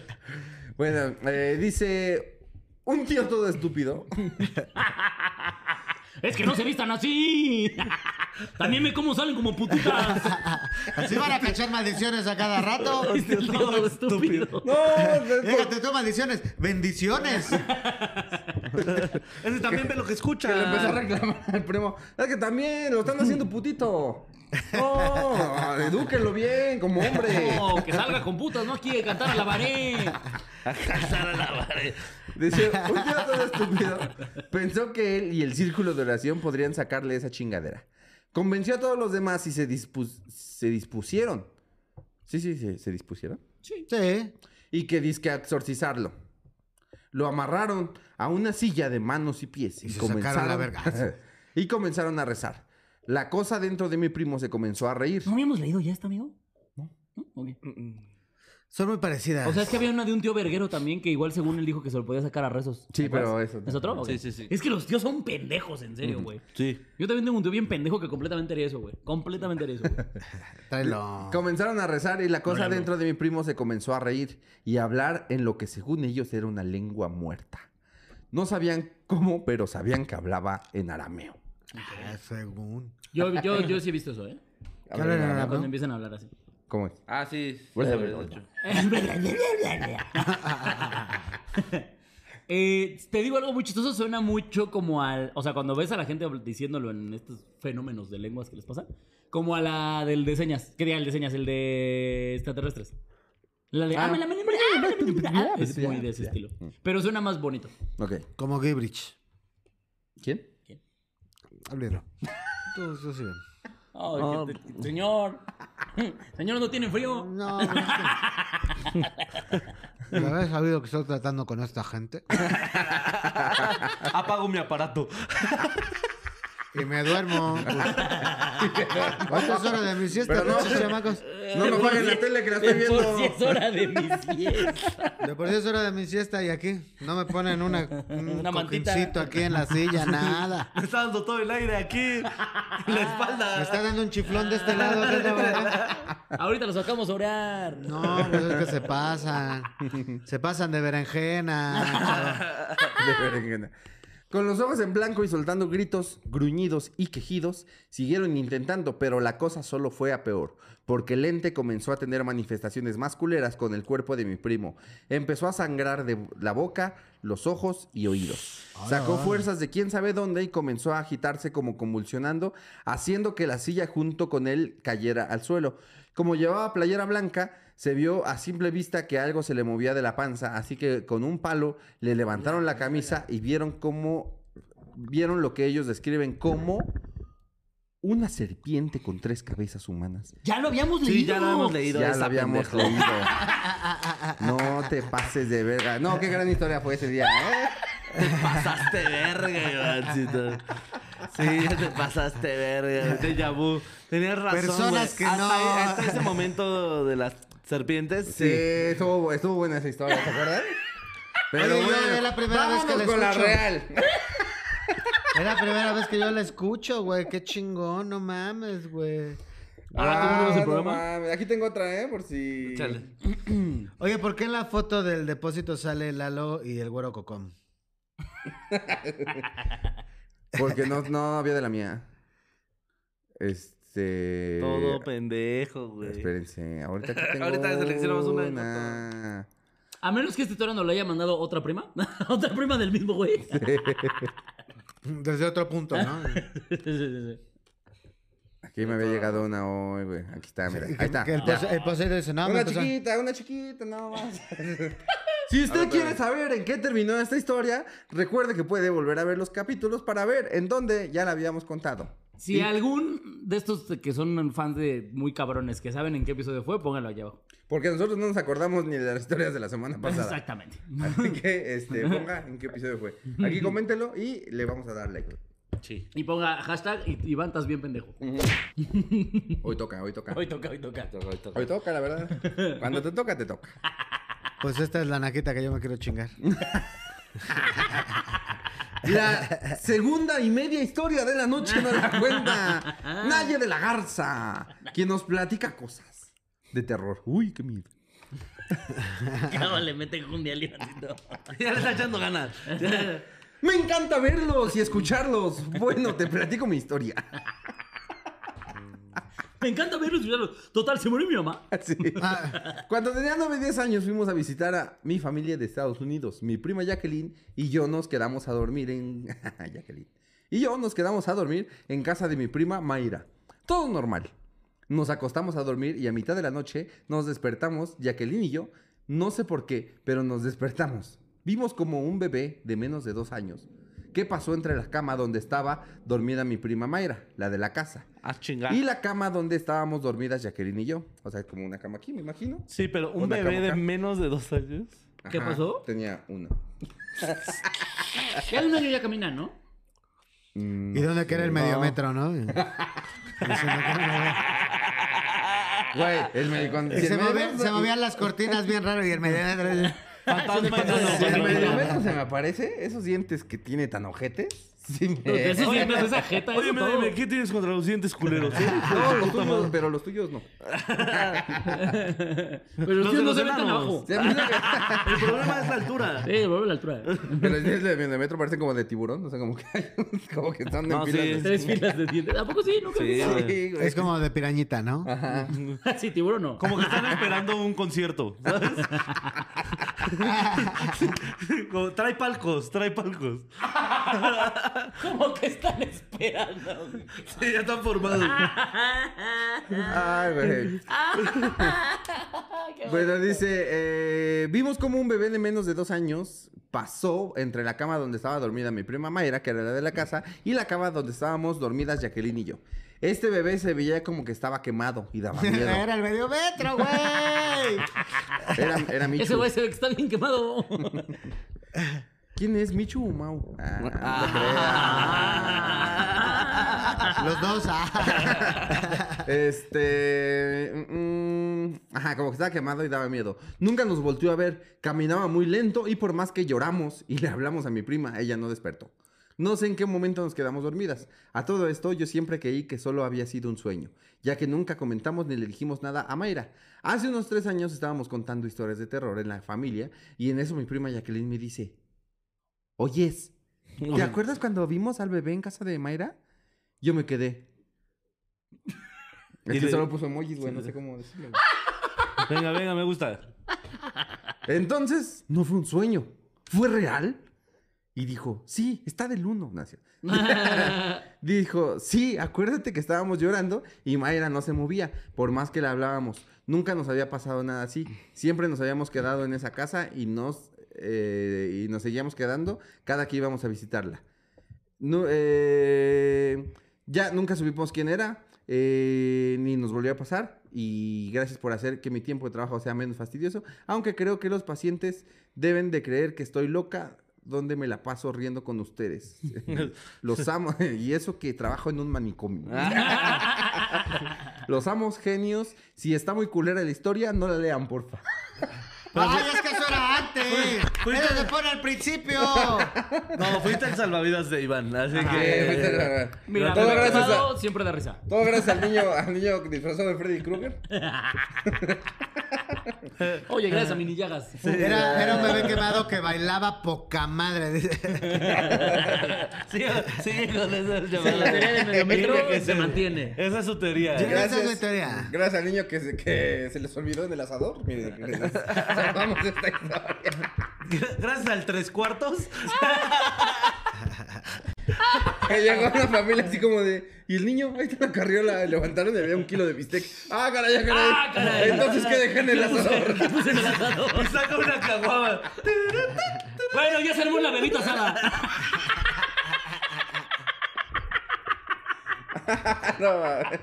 Speaker 1: Bueno, eh, dice un tío todo estúpido.
Speaker 2: Es que no se vistan así. También me como salen como putitas.
Speaker 4: Así van a cachar maldiciones a cada rato.
Speaker 2: Todo estúpido.
Speaker 1: No, es por-
Speaker 4: Déjate tú maldiciones. Bendiciones.
Speaker 3: Ese también ve lo que escucha.
Speaker 1: que le empezó a reclamar al primo. Es que también lo están haciendo putito. No, edúquenlo bien como hombre.
Speaker 2: No, que salga con putas, no quiere cantar a la baré.
Speaker 1: Dice, un tío todo estúpido pensó que él y el círculo de oración podrían sacarle esa chingadera. Convenció a todos los demás y se, dispus- se dispusieron. Sí, sí, se- se dispusieron.
Speaker 4: Sí.
Speaker 1: y que disque a exorcizarlo. Lo amarraron a una silla de manos y pies y,
Speaker 4: Y se
Speaker 1: comenzaron
Speaker 4: sacaron la verga.
Speaker 1: y comenzaron a rezar. La cosa dentro de mi primo se comenzó a reír.
Speaker 2: ¿No habíamos leído ya esta, amigo? No. Ok.
Speaker 4: Son muy parecidas.
Speaker 2: O sea, es que había una de un tío verguero también que igual según él dijo que se lo podía sacar a rezos.
Speaker 1: Sí,
Speaker 2: ¿Te acuerdas?
Speaker 1: pero eso-
Speaker 2: ¿Es otro? Ok.
Speaker 3: Sí, sí, sí.
Speaker 2: Es que los tíos son pendejos, en serio, güey.
Speaker 3: Sí.
Speaker 2: Yo también tengo un tío bien pendejo que completamente haría eso, güey. Completamente haría eso, güey.
Speaker 4: Tráelo.
Speaker 1: Comenzaron a rezar y la cosa dentro de mi primo se comenzó a reír y a hablar en lo que según ellos era una lengua muerta. No sabían cómo, pero sabían que hablaba en arameo.
Speaker 4: Ah, Según.
Speaker 2: Yo, yo, yo sí he visto eso, ¿eh?
Speaker 4: ¿Qué hablan en
Speaker 2: Cuando
Speaker 4: arameo?
Speaker 2: empiezan a hablar así.
Speaker 1: ¿Cómo es?
Speaker 3: Ah, sí. sí,
Speaker 5: Bueno,
Speaker 3: sí,
Speaker 5: bueno,
Speaker 3: de
Speaker 5: bueno.
Speaker 3: hecho.
Speaker 2: Eh, te digo algo muy chistoso, suena mucho como al. O sea, cuando ves a la gente diciéndolo en estos fenómenos de lenguas que les pasan, como a la del de señas. ¿Qué diga el de señas? El de extraterrestres. La de.
Speaker 1: Ah.
Speaker 2: "Ah, me la- me la- me la- me la- me la- me la-". Es muy de ese estilo. Pero suena más bonito.
Speaker 1: Ok.
Speaker 4: Como Gibrich.
Speaker 1: ¿Quién?
Speaker 4: Háblenlo. Tú, tú sí.
Speaker 2: Ay, que te- señor. Señor, no tiene frío.
Speaker 4: No, no sé. ¿Ya habías sabido que estoy tratando con esta gente?
Speaker 3: Apago mi aparato.
Speaker 4: Y me duermo. ¿Cuántas horas Pues de mi siesta,
Speaker 1: Pero no.
Speaker 4: pinches chamacos?
Speaker 1: No nos
Speaker 2: pagues
Speaker 1: paguen la tele que la estoy
Speaker 2: Por si
Speaker 1: viendo.
Speaker 2: es hora de mis pies.
Speaker 4: De por sí es hora de mi siesta y aquí no me ponen una, un
Speaker 2: Una mantita.
Speaker 4: cojincito aquí en la silla, nada.
Speaker 3: Me está dando todo el aire aquí. En la espalda.
Speaker 4: Me está dando un chiflón de este lado. ¿qué es la verdad?
Speaker 2: Ahorita lo sacamos a orar.
Speaker 4: No, pues es que se pasan. Se pasan de berenjena.
Speaker 1: De berenjena. Con los ojos en blanco y soltando gritos, gruñidos y quejidos, siguieron intentando, pero la cosa solo fue a peor, porque el ente comenzó a tener manifestaciones más culeras con el cuerpo de mi primo. Empezó a sangrar de la boca, los ojos y oídos. Sacó fuerzas de quién sabe dónde y comenzó a agitarse como convulsionando, haciendo que la silla junto con él cayera al suelo. Como llevaba playera blanca, se vio a simple vista que algo se le movía de la panza, así que con un palo le levantaron la camisa y vieron cómo vieron lo que ellos describen como una serpiente con tres cabezas humanas.
Speaker 2: Ya lo habíamos leído.
Speaker 3: Sí, ya lo hemos leído.
Speaker 1: Ya
Speaker 3: esa
Speaker 1: la habíamos
Speaker 3: pendejo.
Speaker 1: leído. No te pases de verga. No, qué gran historia fue ese día, ¿eh?
Speaker 3: Te pasaste verga, Ivancito. Sí, te pasaste verga. Déjà vu. Tenías razón.
Speaker 4: Personas
Speaker 3: güey.
Speaker 4: que
Speaker 3: hasta,
Speaker 4: no-
Speaker 3: Hasta ese momento de las serpientes,
Speaker 1: Sí,
Speaker 3: sí.
Speaker 1: estuvo, estuvo buena esa historia, ¿te acuerdas?
Speaker 4: Oye, yo es la primera vez que
Speaker 1: vámonos
Speaker 4: la
Speaker 1: con la
Speaker 4: escucho.
Speaker 1: real.
Speaker 4: Es la primera vez que yo la escucho, güey. Qué chingón, no mames, güey.
Speaker 2: Ah, ¿cómo no ves el
Speaker 1: no
Speaker 2: programa?
Speaker 1: mames. Aquí tengo otra, ¿eh? Por si...
Speaker 3: Chale.
Speaker 4: Oye, ¿por qué en la foto del depósito sale Lalo y el güero Cocom?
Speaker 1: Porque no, no había de la mía. Este...
Speaker 3: Todo pendejo, güey.
Speaker 1: Espérense, ahorita aquí tengo
Speaker 3: Ahorita seleccionamos una y
Speaker 1: una.
Speaker 2: A menos que este toro nos lo haya mandado otra prima. otra prima del mismo güey.
Speaker 4: Desde otro punto, ¿no?
Speaker 1: Aquí me había llegado una hoy, güey. Aquí está, mira. Ahí está.
Speaker 4: Que el,
Speaker 1: Ya.
Speaker 4: pos- el poseído dice, no, me
Speaker 1: una
Speaker 4: pasó.
Speaker 1: chiquita, una chiquita, nada más. si usted quiere saber en qué terminó esta historia, recuerde que puede volver a ver los capítulos para ver en dónde ya la habíamos contado.
Speaker 2: Si algún de estos que son fans de muy cabrones que saben en qué episodio fue, pónganlo allá abajo.
Speaker 1: Porque nosotros no nos acordamos ni de las historias de la semana pasada.
Speaker 2: Exactamente.
Speaker 1: Así que este, ponga en qué episodio fue. Aquí coméntelo y le vamos a dar like.
Speaker 3: Sí.
Speaker 2: Y ponga hashtag y- Iván, estás bien pendejo.
Speaker 1: Hoy toca, hoy toca.
Speaker 2: Hoy toca, hoy toca.
Speaker 1: Hoy toca, la verdad. Cuando te toca, te toca.
Speaker 4: Pues esta es la naquita que yo me quiero chingar.
Speaker 1: La segunda y media historia de la noche nos la cuenta Naye de la Garza, quien nos platica cosas de terror. Uy, qué miedo.
Speaker 2: Cabo, le mete jundia al Ivancito.
Speaker 3: Ya le está echando ganas.
Speaker 1: Me encanta verlos y escucharlos. Bueno, te platico mi historia.
Speaker 2: Me encanta verlos y escucharlos. Total, se murió mi mamá.
Speaker 1: Sí. Ah, Cuando tenía 9 10 años fuimos a visitar a mi familia de Estados Unidos. Mi prima Jacqueline y yo nos quedamos a dormir en... Jacqueline. Y yo nos quedamos a dormir en casa de mi prima Mayra. Todo normal. Nos acostamos a dormir y a mitad de la noche nos despertamos, Jacqueline y yo. No sé por qué, pero nos despertamos. Vimos como un bebé de menos de dos años. ¿Qué pasó entre la cama donde estaba dormida mi prima Mayra, la de la casa?
Speaker 3: A chingar.
Speaker 1: Y la cama donde estábamos dormidas Jacqueline y yo. O sea, es como una cama aquí, me imagino.
Speaker 3: Sí, pero un
Speaker 1: Una
Speaker 3: bebé de
Speaker 1: camoca.
Speaker 3: menos de dos años.
Speaker 2: ¿Qué pasó?
Speaker 1: Tenía uno.
Speaker 2: Ya de un año ya camina, ¿no?
Speaker 4: ¿Y dónde queda el medio metro, no?
Speaker 1: Güey, el médico.
Speaker 4: Y
Speaker 1: si el
Speaker 4: se,
Speaker 1: medio
Speaker 4: movían-
Speaker 1: metro-
Speaker 4: se movían las cortinas bien raro y el medio metro.
Speaker 3: Fantasma en
Speaker 1: Si el
Speaker 3: el
Speaker 1: mediometro se me aparece, esos dientes que tiene tan ojetes, sí me...
Speaker 2: De esos dientes, de esa jeta,
Speaker 3: Oye,
Speaker 2: eso todo.
Speaker 3: Medeme, ¿qué tienes contra los dientes culeros? eh?
Speaker 1: No, los tuyos, pero los tuyos no.
Speaker 2: Pero los
Speaker 3: Los
Speaker 2: tíos
Speaker 3: de
Speaker 2: no
Speaker 3: los
Speaker 2: se ven tan
Speaker 3: enanos.
Speaker 2: abajo.
Speaker 1: Se me hizo que-
Speaker 3: El problema es la altura.
Speaker 2: Sí, vuelve a la altura.
Speaker 1: Pero los dientes de mediometro parecen como de tiburón, o sea, como que, hay unos- como que están en
Speaker 3: No,
Speaker 1: pilas.
Speaker 3: sí.
Speaker 1: de-
Speaker 2: Tres filas de dientes. ¿A poco sí? Nunca
Speaker 3: Sí,
Speaker 2: sí.
Speaker 3: güey.
Speaker 1: Sí, güey.
Speaker 4: Es como de pirañita, ¿no?
Speaker 1: Ajá.
Speaker 2: sí, tiburón no.
Speaker 3: Como que están esperando un concierto, ¿sabes? Como, trae palcos, trae palcos.
Speaker 2: Como que están esperando.
Speaker 3: Sí, ya están formados.
Speaker 1: Ay, güey. Bueno, dice, eh, vimos como un bebé de menos de dos años pasó entre la cama donde estaba dormida mi prima Mayra, que era la de la casa, y la cama donde estábamos dormidas Jacqueline y yo. Este bebé se veía como que estaba quemado y daba miedo.
Speaker 4: Era el medio metro, güey.
Speaker 1: Era, era Michu.
Speaker 2: Ese güey se ve que está bien quemado.
Speaker 1: ¿Quién es Michu o Mau? Ah, no te
Speaker 4: Los dos. ah.
Speaker 1: creas. Este. mm, ajá, como que estaba quemado y daba miedo. Nunca nos volteó a ver. Caminaba muy lento y por más que lloramos y le hablamos a mi prima, ella no despertó. No sé en qué momento nos quedamos dormidas. A todo esto, yo siempre creí que solo había sido un sueño, ya que nunca comentamos ni le dijimos nada a Mayra. Hace unos tres años estábamos contando historias de terror en la familia, y en eso mi prima Jacqueline me dice: Oyes, ¿Te acuerdas cuando vimos al bebé en casa de Mayra? Yo me quedé. Es
Speaker 3: Y
Speaker 1: que
Speaker 3: le-
Speaker 1: solo puso emojis, güey, no sé cómo decirlo.
Speaker 3: Venga, venga, me gusta.
Speaker 1: Entonces, no fue un sueño, fue real. Y dijo, sí, está del uno, Nacio. Dijo, sí, acuérdate que estábamos llorando y Mayra no se movía, por más que le hablábamos. Nunca nos había pasado nada así. Siempre nos habíamos quedado en esa casa y nos, eh, y nos seguíamos quedando cada que íbamos a visitarla. No, eh, ya nunca supimos quién era, eh, ni nos volvió a pasar. Y gracias por hacer que mi tiempo de trabajo sea menos fastidioso. Aunque creo que los pacientes deben de creer que estoy loca, donde me la paso riendo con ustedes. Los amo. y eso que trabajo en un manicomio. Los amo, genios. Si está muy culera la historia, no la lean, porfa.
Speaker 4: Ay, es que eso era antes.
Speaker 3: fuiste-
Speaker 4: Eso se pone al principio.
Speaker 3: No, fuiste el salvavidas de Iván, así que... eh,
Speaker 2: Mira,
Speaker 1: todo,
Speaker 2: todo
Speaker 1: gracias
Speaker 2: quemado siempre da risa.
Speaker 1: al niño, al niño disfrazado de Freddy Krueger.
Speaker 2: Oye, gracias a Mini Llagas.
Speaker 4: Era, era un bebé quemado que bailaba poca madre.
Speaker 3: Sí, sí, con esas
Speaker 2: La teoría
Speaker 3: llamadas.
Speaker 2: de mediometro
Speaker 3: que
Speaker 2: se mantiene.
Speaker 3: Esa es su teoría.
Speaker 4: Ya.
Speaker 3: ¿eh?
Speaker 4: Esa es mi teoría.
Speaker 1: Gracias al niño que se, que se les olvidó en el asador. Miren, les salvamos esta historia.
Speaker 3: Gra- Gracias al tres cuartos.
Speaker 1: Que llegó una familia así como de. Y el niño, ahí está la carriola. Levantaron y había un kilo de bistec. ¡Ah, caray, ah, caray!
Speaker 2: Ah, caray.
Speaker 1: Entonces, ¿qué dejan en el asador?
Speaker 2: Puse el asado.
Speaker 3: Y saca una caguama.
Speaker 2: Bueno, ya se armó la bebita asada.
Speaker 1: No, mames.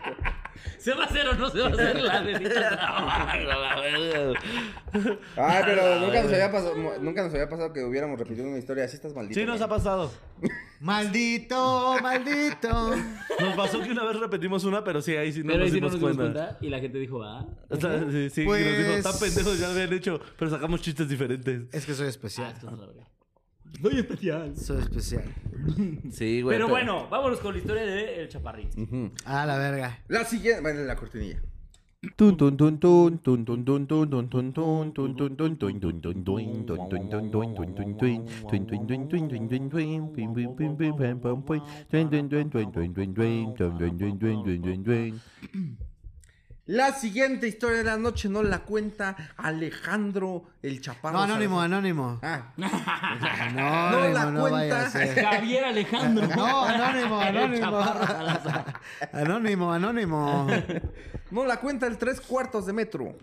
Speaker 2: ¿Se va a hacer o no se va a hacer la bebita asada?
Speaker 1: Ay, pero nunca nos, había pasado, mo- nunca nos había pasado que hubiéramos repetido una historia así, estás maldito.
Speaker 3: Sí, nos ha
Speaker 1: güey.
Speaker 3: pasado.
Speaker 4: Maldito, maldito.
Speaker 3: Nos pasó que una vez repetimos una, pero sí, ahí sí no
Speaker 2: Pero ahí
Speaker 3: nos
Speaker 2: sí no
Speaker 3: dimos
Speaker 2: nos dimos
Speaker 3: cuenta.
Speaker 2: cuenta y la gente dijo, ah.
Speaker 3: O sea, sí, sí,
Speaker 4: Pues-
Speaker 3: nos dijo, tan pendejos, ya lo habían hecho, pero sacamos chistes diferentes.
Speaker 4: Es que soy
Speaker 2: ah,
Speaker 4: especial.
Speaker 2: esto es la verga. Soy especial.
Speaker 4: Soy especial.
Speaker 3: Sí,
Speaker 2: Pero bueno, vámonos con la historia de El Chaparrito.
Speaker 4: Ah, la verga.
Speaker 1: La siguiente. Bueno, la cortinilla.
Speaker 5: Tun, tun, tun, tun, tun, tun, tun, tun, tun, tun, tun, tun, tun, tun, tun, tun, tun, tun, tun, tun, tun, tun, tun, tun, tun, tun, tun, tun, tun, tun, tun, tun, pim, pim, pim, pim, pam, pam, pam, tun, tun, tun, tun, tun, tun, tun, tun, tun, tun, tun, tun, tun, tun.
Speaker 1: La siguiente historia de la noche no la cuenta Alejandro el Chaparro.
Speaker 4: No, anónimo, anónimo.
Speaker 1: Ah,
Speaker 4: Anónimo,
Speaker 1: la
Speaker 4: no vaya a
Speaker 1: cuenta.
Speaker 4: ser.
Speaker 2: Javier Alejandro.
Speaker 4: No, anónimo,
Speaker 2: El
Speaker 4: anónimo.
Speaker 2: Chaparro Salazar.
Speaker 4: Anónimo, anónimo.
Speaker 1: no la cuenta el tres cuartos de metro.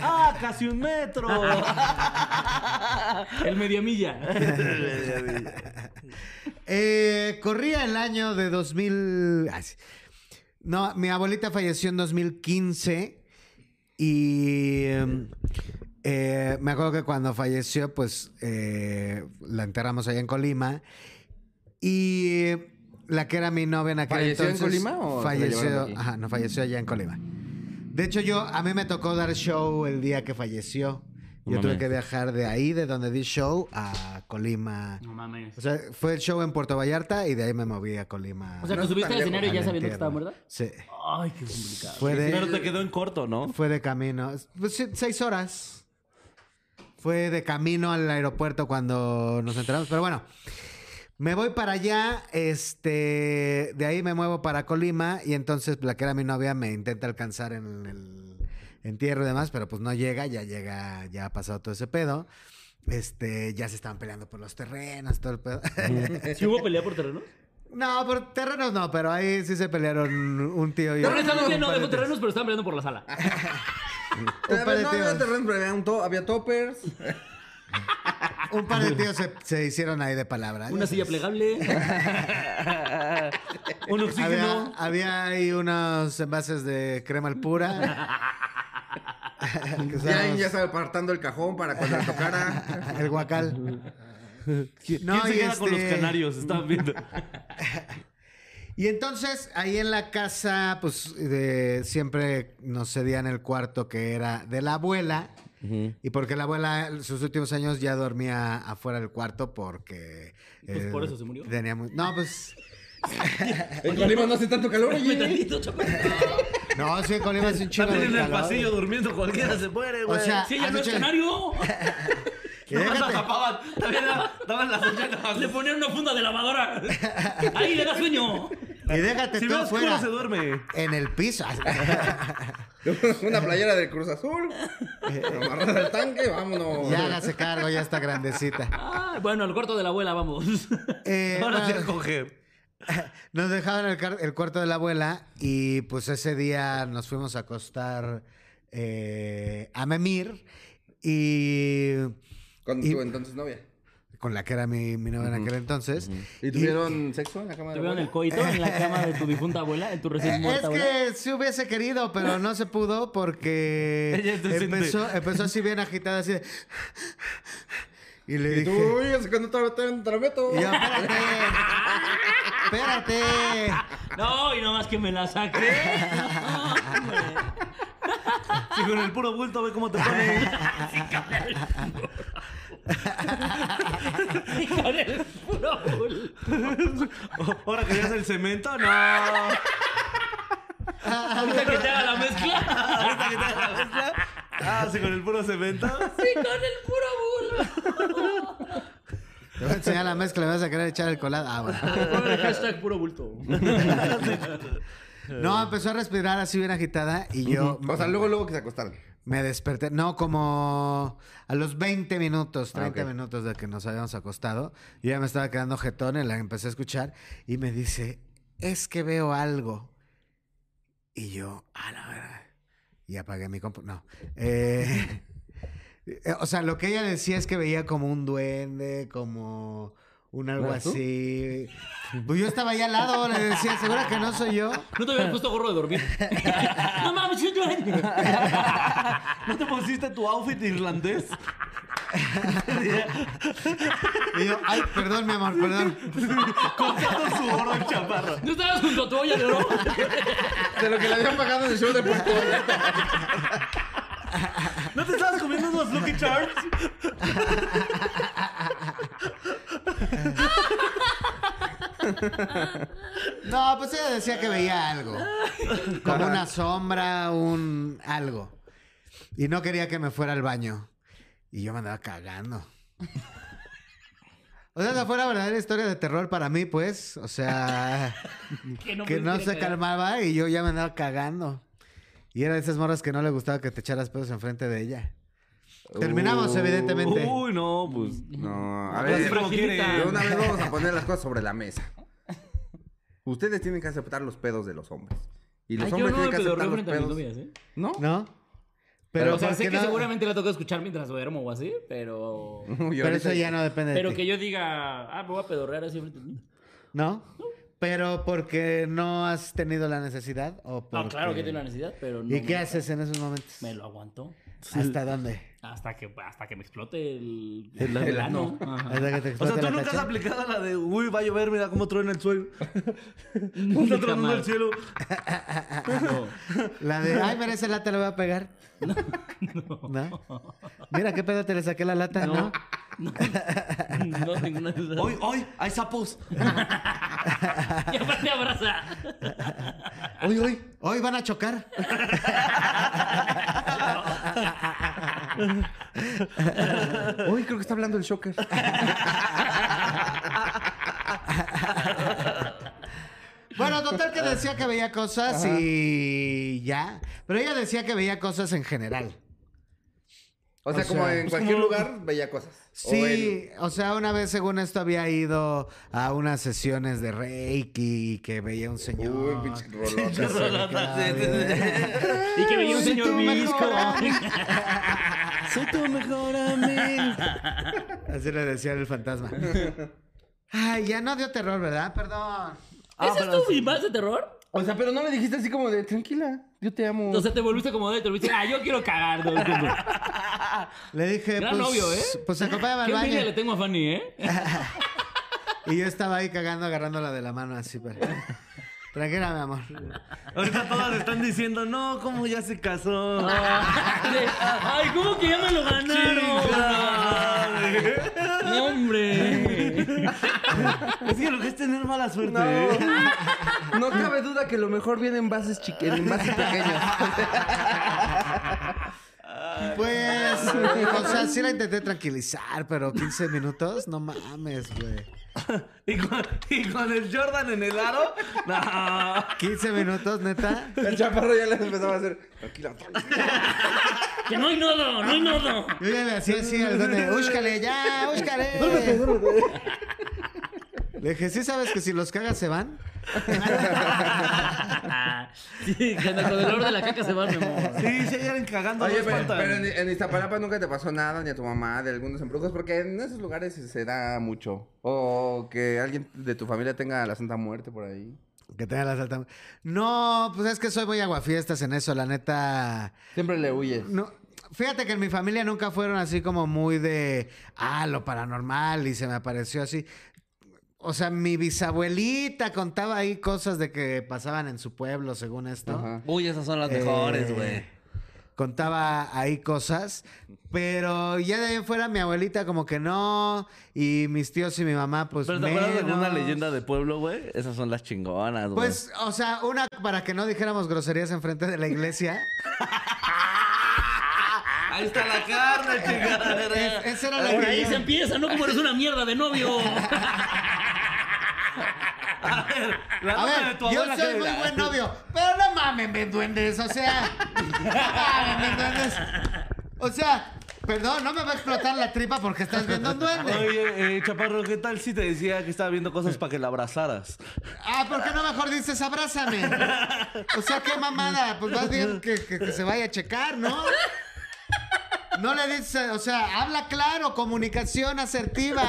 Speaker 3: ¡Ah, casi un metro!
Speaker 2: El Mediamilla.
Speaker 4: Eh, corría el año de 2000. ah, sí. No, mi abuelita falleció en 2015 y em, eh, me acuerdo que cuando falleció, pues eh, la enterramos allá en Colima y eh, la que era mi novia en aquel
Speaker 1: ¿Falleció en
Speaker 4: entonces
Speaker 1: Colima o se la
Speaker 4: falleció,
Speaker 1: llevaron aquí?
Speaker 4: ajá, no falleció allá en Colima. De hecho, yo, a mí me tocó dar show el día que falleció. Yo
Speaker 3: No
Speaker 4: tuve
Speaker 3: mames.
Speaker 4: que viajar de ahí, de donde di show, a Colima.
Speaker 2: No mames.
Speaker 4: O sea, fue el show en Puerto Vallarta y de ahí me moví a Colima.
Speaker 2: O sea,
Speaker 1: no
Speaker 2: que subiste
Speaker 1: está
Speaker 2: al escenario
Speaker 4: lejos.
Speaker 2: ya sabiendo que estaba
Speaker 4: Tierra.
Speaker 2: muerta.
Speaker 4: Sí.
Speaker 2: Ay, qué complicado.
Speaker 4: Fue de...
Speaker 3: Pero te quedó en corto, ¿no?
Speaker 4: Fue de camino. Pues sí, seis horas. Fue de camino al aeropuerto cuando nos enteramos. Pero bueno, me voy para allá. Este, de ahí me muevo para Colima. Y entonces la que era mi novia me intenta alcanzar en el entierro y demás. Pero pues no llega. Ya llega, ya ha pasado todo ese pedo. Este, ya se estaban peleando por los terrenos, todo el pedo.
Speaker 2: ¿Sí hubo pelea por terrenos?
Speaker 4: no, por terrenos no, pero ahí sí se pelearon un tío y
Speaker 2: No,
Speaker 4: un,
Speaker 1: Pero esa
Speaker 2: honestamente no
Speaker 1: no,
Speaker 2: dejó terrenos, pero estaban peleando por la sala.
Speaker 4: un par de
Speaker 1: no
Speaker 4: tíos.
Speaker 1: había terreno, pero había, un to- había toppers.
Speaker 4: Un par de tíos se, se hicieron ahí de palabras.
Speaker 2: Una silla plegable. Un
Speaker 4: Había,
Speaker 2: oxígeno.
Speaker 4: había ahí unos envases de crema al pura. Que
Speaker 1: Ya,
Speaker 4: usábamos.
Speaker 1: ya estaba apartando el cajón para cuando le tocara.
Speaker 4: el guacal.
Speaker 3: ¿Quién
Speaker 4: No,
Speaker 3: se
Speaker 4: y
Speaker 3: queda con los
Speaker 4: este-
Speaker 3: canarios? Estaban viendo.
Speaker 4: Y entonces ahí en la casa, pues de- siempre nos cedían el cuarto que era de la abuela. Y porque la abuela sus últimos años ya dormía afuera del cuarto porque...
Speaker 2: Pues, ¿por eso se murió?
Speaker 4: tenía mu- no, pues...
Speaker 1: En Colima no hace tanto calor,
Speaker 2: Dame
Speaker 1: oye.
Speaker 2: tantito, chaparrito.
Speaker 4: No, sí, Colima es un chico
Speaker 3: También
Speaker 4: de
Speaker 3: en el
Speaker 4: calor.
Speaker 3: pasillo durmiendo cualquiera se muere, güey.
Speaker 4: O sea,
Speaker 2: Sí, ya no es
Speaker 4: anoche-
Speaker 2: canario.
Speaker 4: Y déjate-
Speaker 3: tapaban. También daban, daban la joya nada más.
Speaker 2: Le ponían una funda de lavadora. Ahí le da sueño.
Speaker 4: y déjate
Speaker 3: Si
Speaker 4: tú
Speaker 3: ves oscuro
Speaker 4: afuera.
Speaker 3: se duerme.
Speaker 4: En el piso.
Speaker 1: Una playera del Cruz Azul. Eh. Amarrada al tanque, vámonos.
Speaker 4: Ya hágase cargo, ya está grandecita.
Speaker 2: Ah, bueno, al cuarto de la abuela, vamos.
Speaker 4: Eh,
Speaker 3: Ahora
Speaker 4: bueno,
Speaker 3: se coge.
Speaker 4: nos dejaron el, car- el cuarto de la abuela y pues ese día nos fuimos a acostar eh, a memir y
Speaker 1: Con
Speaker 4: Y-
Speaker 1: tu entonces novia.
Speaker 4: con la que era mi, mi novia en aquel entonces. eh,
Speaker 1: ¿Y tuvieron sexo en la cama de
Speaker 2: ¿Te
Speaker 1: la
Speaker 2: vieron el
Speaker 1: abuela?
Speaker 2: coito en la cama de tu difunta abuela? En tu recién
Speaker 4: Eh,
Speaker 2: muerta
Speaker 4: Es
Speaker 2: abuela.
Speaker 4: que si hubiese querido, pero no se pudo
Speaker 3: Ella
Speaker 4: porque
Speaker 3: es decente.
Speaker 4: empezó, empezó así bien agitada, así de... Y le
Speaker 1: Y
Speaker 4: dije...
Speaker 1: tú, oye, ¿hace cuándo te te- te lo meto?
Speaker 4: Y yo, espérate, espérate.
Speaker 2: No, y nomás que me la saqué.
Speaker 3: Si con el puro bulto ve cómo te pone.
Speaker 2: Y con el puro bul-
Speaker 3: Ahora que ya es el cemento, no. Ahorita
Speaker 2: Ahorita que te haga la mezcla.
Speaker 3: que te haga la mezcla. Ah, si con el puro cemento.
Speaker 2: Y con el puro bull.
Speaker 4: Te voy a enseñar la mezcla, le vas a querer echar el colado. Ah, bueno.
Speaker 2: Ponle hashtag puro bulto.
Speaker 4: No, empezó a respirar así bien agitada y yo
Speaker 1: O sea, luego, luego que se acostaron.
Speaker 4: me desperté. No, como a los 20 minutos, 30
Speaker 1: Ah, ok.
Speaker 4: minutos de que nos habíamos acostado. Yo ya me estaba quedando jetón y la empecé a escuchar y me dice, es que veo algo. Y yo, a la verdad. Y apagué mi compu. No. Eh, eh, o sea, lo que ella decía es que veía como un duende, como un algo
Speaker 1: ¿Eras tú?
Speaker 4: así. Pues yo estaba ahí al lado, le decía, ¿segura que no soy yo?
Speaker 2: No te habías puesto gorro de dormir. No mames, soy duende.
Speaker 3: ¿No te pusiste tu outfit irlandés?
Speaker 4: Y yo, ay, perdón, mi amor, perdón.
Speaker 3: Con todo su gorro en chaparro.
Speaker 2: No estabas junto a tu olla de oro.
Speaker 1: De lo que le habían pagado en el show de Puerto Vallarta.
Speaker 3: ¿No te estabas comiendo unos Lucky Charms?
Speaker 4: No, pues ella decía que veía algo. Como una sombra, un algo. Y no quería que me fuera al baño. Y yo me andaba cagando. O sea, esa fue la verdadera historia de terror para mí, pues. O sea, que no se calmaba y yo ya me andaba cagando. Y era de esas morras que no le gustaba que te echaras pedos enfrente de ella. Terminamos, evidentemente.
Speaker 3: Uy, no, pues.
Speaker 1: Uh, No, a
Speaker 3: Así
Speaker 1: ver.
Speaker 3: como
Speaker 2: fragilita.
Speaker 1: De
Speaker 3: quiere.
Speaker 1: una vez vamos a poner las cosas sobre la mesa. Ustedes tienen que aceptar los pedos de los hombres. Y los
Speaker 2: Ay, yo
Speaker 1: hombres
Speaker 2: no me
Speaker 1: tienen que
Speaker 2: pedorreo
Speaker 1: aceptar los
Speaker 2: frente a mis
Speaker 1: pedos.
Speaker 2: novias, ¿eh?
Speaker 1: ¿No?
Speaker 4: ¿No?
Speaker 2: o sea,
Speaker 4: porque
Speaker 2: sé que
Speaker 4: no-
Speaker 2: seguramente la toca escuchar mientras duermo o así, pero...
Speaker 1: Y
Speaker 4: Pero
Speaker 1: ahorita-
Speaker 4: eso ya no depende de
Speaker 2: Pero
Speaker 4: ti.
Speaker 2: que yo diga, ah, me voy a pedorrear así frente a ti.
Speaker 4: ¿No? Pero porque no has tenido la necesidad o
Speaker 2: No,
Speaker 4: porque...
Speaker 2: claro que tiene la necesidad, pero no.
Speaker 4: ¿Y qué
Speaker 2: me-
Speaker 4: haces en esos momentos?
Speaker 2: Me lo aguanto.
Speaker 4: ¿Hasta dónde?
Speaker 2: Hasta que, hasta que me explote el,
Speaker 3: El
Speaker 2: el
Speaker 3: ano.
Speaker 2: ano. Ajá.
Speaker 4: ¿Hasta que te
Speaker 3: O sea,
Speaker 4: explote
Speaker 3: tú
Speaker 4: la
Speaker 3: nunca has
Speaker 4: tacha?
Speaker 3: aplicado la de, uy, va a llover, mira cómo truena el suelo. Está tronando
Speaker 2: Jamás.
Speaker 3: el cielo.
Speaker 2: No.
Speaker 4: La de, ay, mira, esa lata la voy a pegar. No. Mira, qué pedo te le saqué la lata, ¿no?
Speaker 2: No. No, no, ninguna duda.
Speaker 3: Hoy, hoy, hay sapos.
Speaker 2: Y aparte abraza.
Speaker 4: Hoy, hoy, hoy van a chocar.
Speaker 1: Uy, creo que está hablando el Shocker.
Speaker 4: Bueno, total que decía que veía cosas y ya. Pero ella decía que veía cosas en general.
Speaker 1: O sea,
Speaker 4: O
Speaker 1: como
Speaker 4: sea,
Speaker 1: en cualquier lugar veía cosas. O
Speaker 4: Sí,
Speaker 1: en-
Speaker 4: o sea, una vez según esto había ido a unas sesiones de Reiki que veía un señor.
Speaker 1: Uy, pinche rolota.
Speaker 2: Y que veía un
Speaker 4: Soy
Speaker 2: señor
Speaker 4: tu
Speaker 2: visco.
Speaker 4: mejor amigo. Soy tu mejor amigo. Así le decía el fantasma. Ay, ya no dio terror, ¿verdad? Perdón.
Speaker 2: ¿Ese es tu más de terror?
Speaker 1: O sea, pero no le dijiste así como de, tranquila, yo te amo.
Speaker 2: O sea, te volviste como de te volviste. Ah, yo quiero cagar. todo el tiempo.
Speaker 4: Le dije,
Speaker 2: Gran
Speaker 4: pues,
Speaker 2: novio, ¿eh?
Speaker 4: pues acompáñame al
Speaker 2: Qué envidia
Speaker 4: baño.
Speaker 2: le tengo a Fanny, ¿eh?
Speaker 4: Y yo estaba ahí cagando, agarrándola de la mano así, pero... Tranquila, mi amor.
Speaker 3: Ahorita todas están diciendo, no, cómo ya se casó.
Speaker 2: Ah, De- Ay, ¿cómo que ya me lo ganaron? No, hombre.
Speaker 3: Es que lo que es tener mala suerte. ¿eh?
Speaker 1: No, no cabe duda que lo mejor viene en bases, chique- en bases pequeños.
Speaker 4: Pues, o sea, sí la intenté tranquilizar, pero 15 minutos, no mames, güey.
Speaker 3: ¿Y, con, y con el Jordan en el aro. No.
Speaker 4: 15 minutos, neta.
Speaker 1: El chaparro ya les empezaba a hacer, tranquila, tranquila.
Speaker 2: Que no hay nodo, no hay nodo.
Speaker 4: Yo ya le hacía así al duende, ¡úscale ya, úscale! Le dije, ¿sí sabes que si los cagas se van?
Speaker 2: Sí, que en el olor de la caca se va, mi amor.
Speaker 3: Sí, se llegan cagando.
Speaker 1: Oye,
Speaker 3: no
Speaker 1: pero,
Speaker 3: espantan.
Speaker 1: pero en, en Iztapalapa nunca te pasó nada, ni a tu mamá, de algunos embrujos, porque en esos lugares se da mucho. O que alguien de tu familia tenga la Santa Muerte por ahí.
Speaker 4: Que tenga la salta. No, pues es que soy muy aguafiestas en eso, la neta.
Speaker 1: Siempre le huyes.
Speaker 4: No, fíjate que en mi familia nunca fueron así como muy de, ah, lo paranormal y se me apareció así. O sea, mi bisabuelita contaba ahí cosas de que pasaban en su pueblo, según esto.
Speaker 1: Ajá.
Speaker 3: Uy, esas son las
Speaker 4: Eh,
Speaker 3: mejores, güey.
Speaker 4: Contaba ahí cosas, pero ya de ahí en fuera mi abuelita como que no, y mis tíos y mi mamá pues
Speaker 3: Pero te acuerdas de alguna
Speaker 4: menos.
Speaker 3: leyenda de pueblo, güey? Esas son las chingonas, güey.
Speaker 4: Pues, o sea, una para que no dijéramos groserías enfrente de la iglesia.
Speaker 3: ahí está la carne, chingada.
Speaker 4: Es- esa era la
Speaker 2: Por
Speaker 4: que
Speaker 2: ahí
Speaker 4: yo-
Speaker 2: se empieza, ¿no? Como eres una mierda de novio.
Speaker 3: La
Speaker 4: A
Speaker 3: nota de
Speaker 4: ver,
Speaker 3: tu
Speaker 4: yo
Speaker 3: abuela,
Speaker 4: soy
Speaker 3: ¿qué
Speaker 4: muy
Speaker 3: era?
Speaker 4: buen novio, pero no mames, me duendes, o sea. No mames, me duendes. O sea, perdón, no me va a explotar la tripa porque estás viendo un duende.
Speaker 3: Oye, eh, Chaparro, ¿qué tal si te decía que estaba viendo cosas para que la abrazaras?
Speaker 4: Ah, ¿por qué no mejor dices abrázame? O sea, qué mamada. Pues más bien que, que- que se vaya a checar, ¿no? No le dices, o sea, habla claro, comunicación asertiva.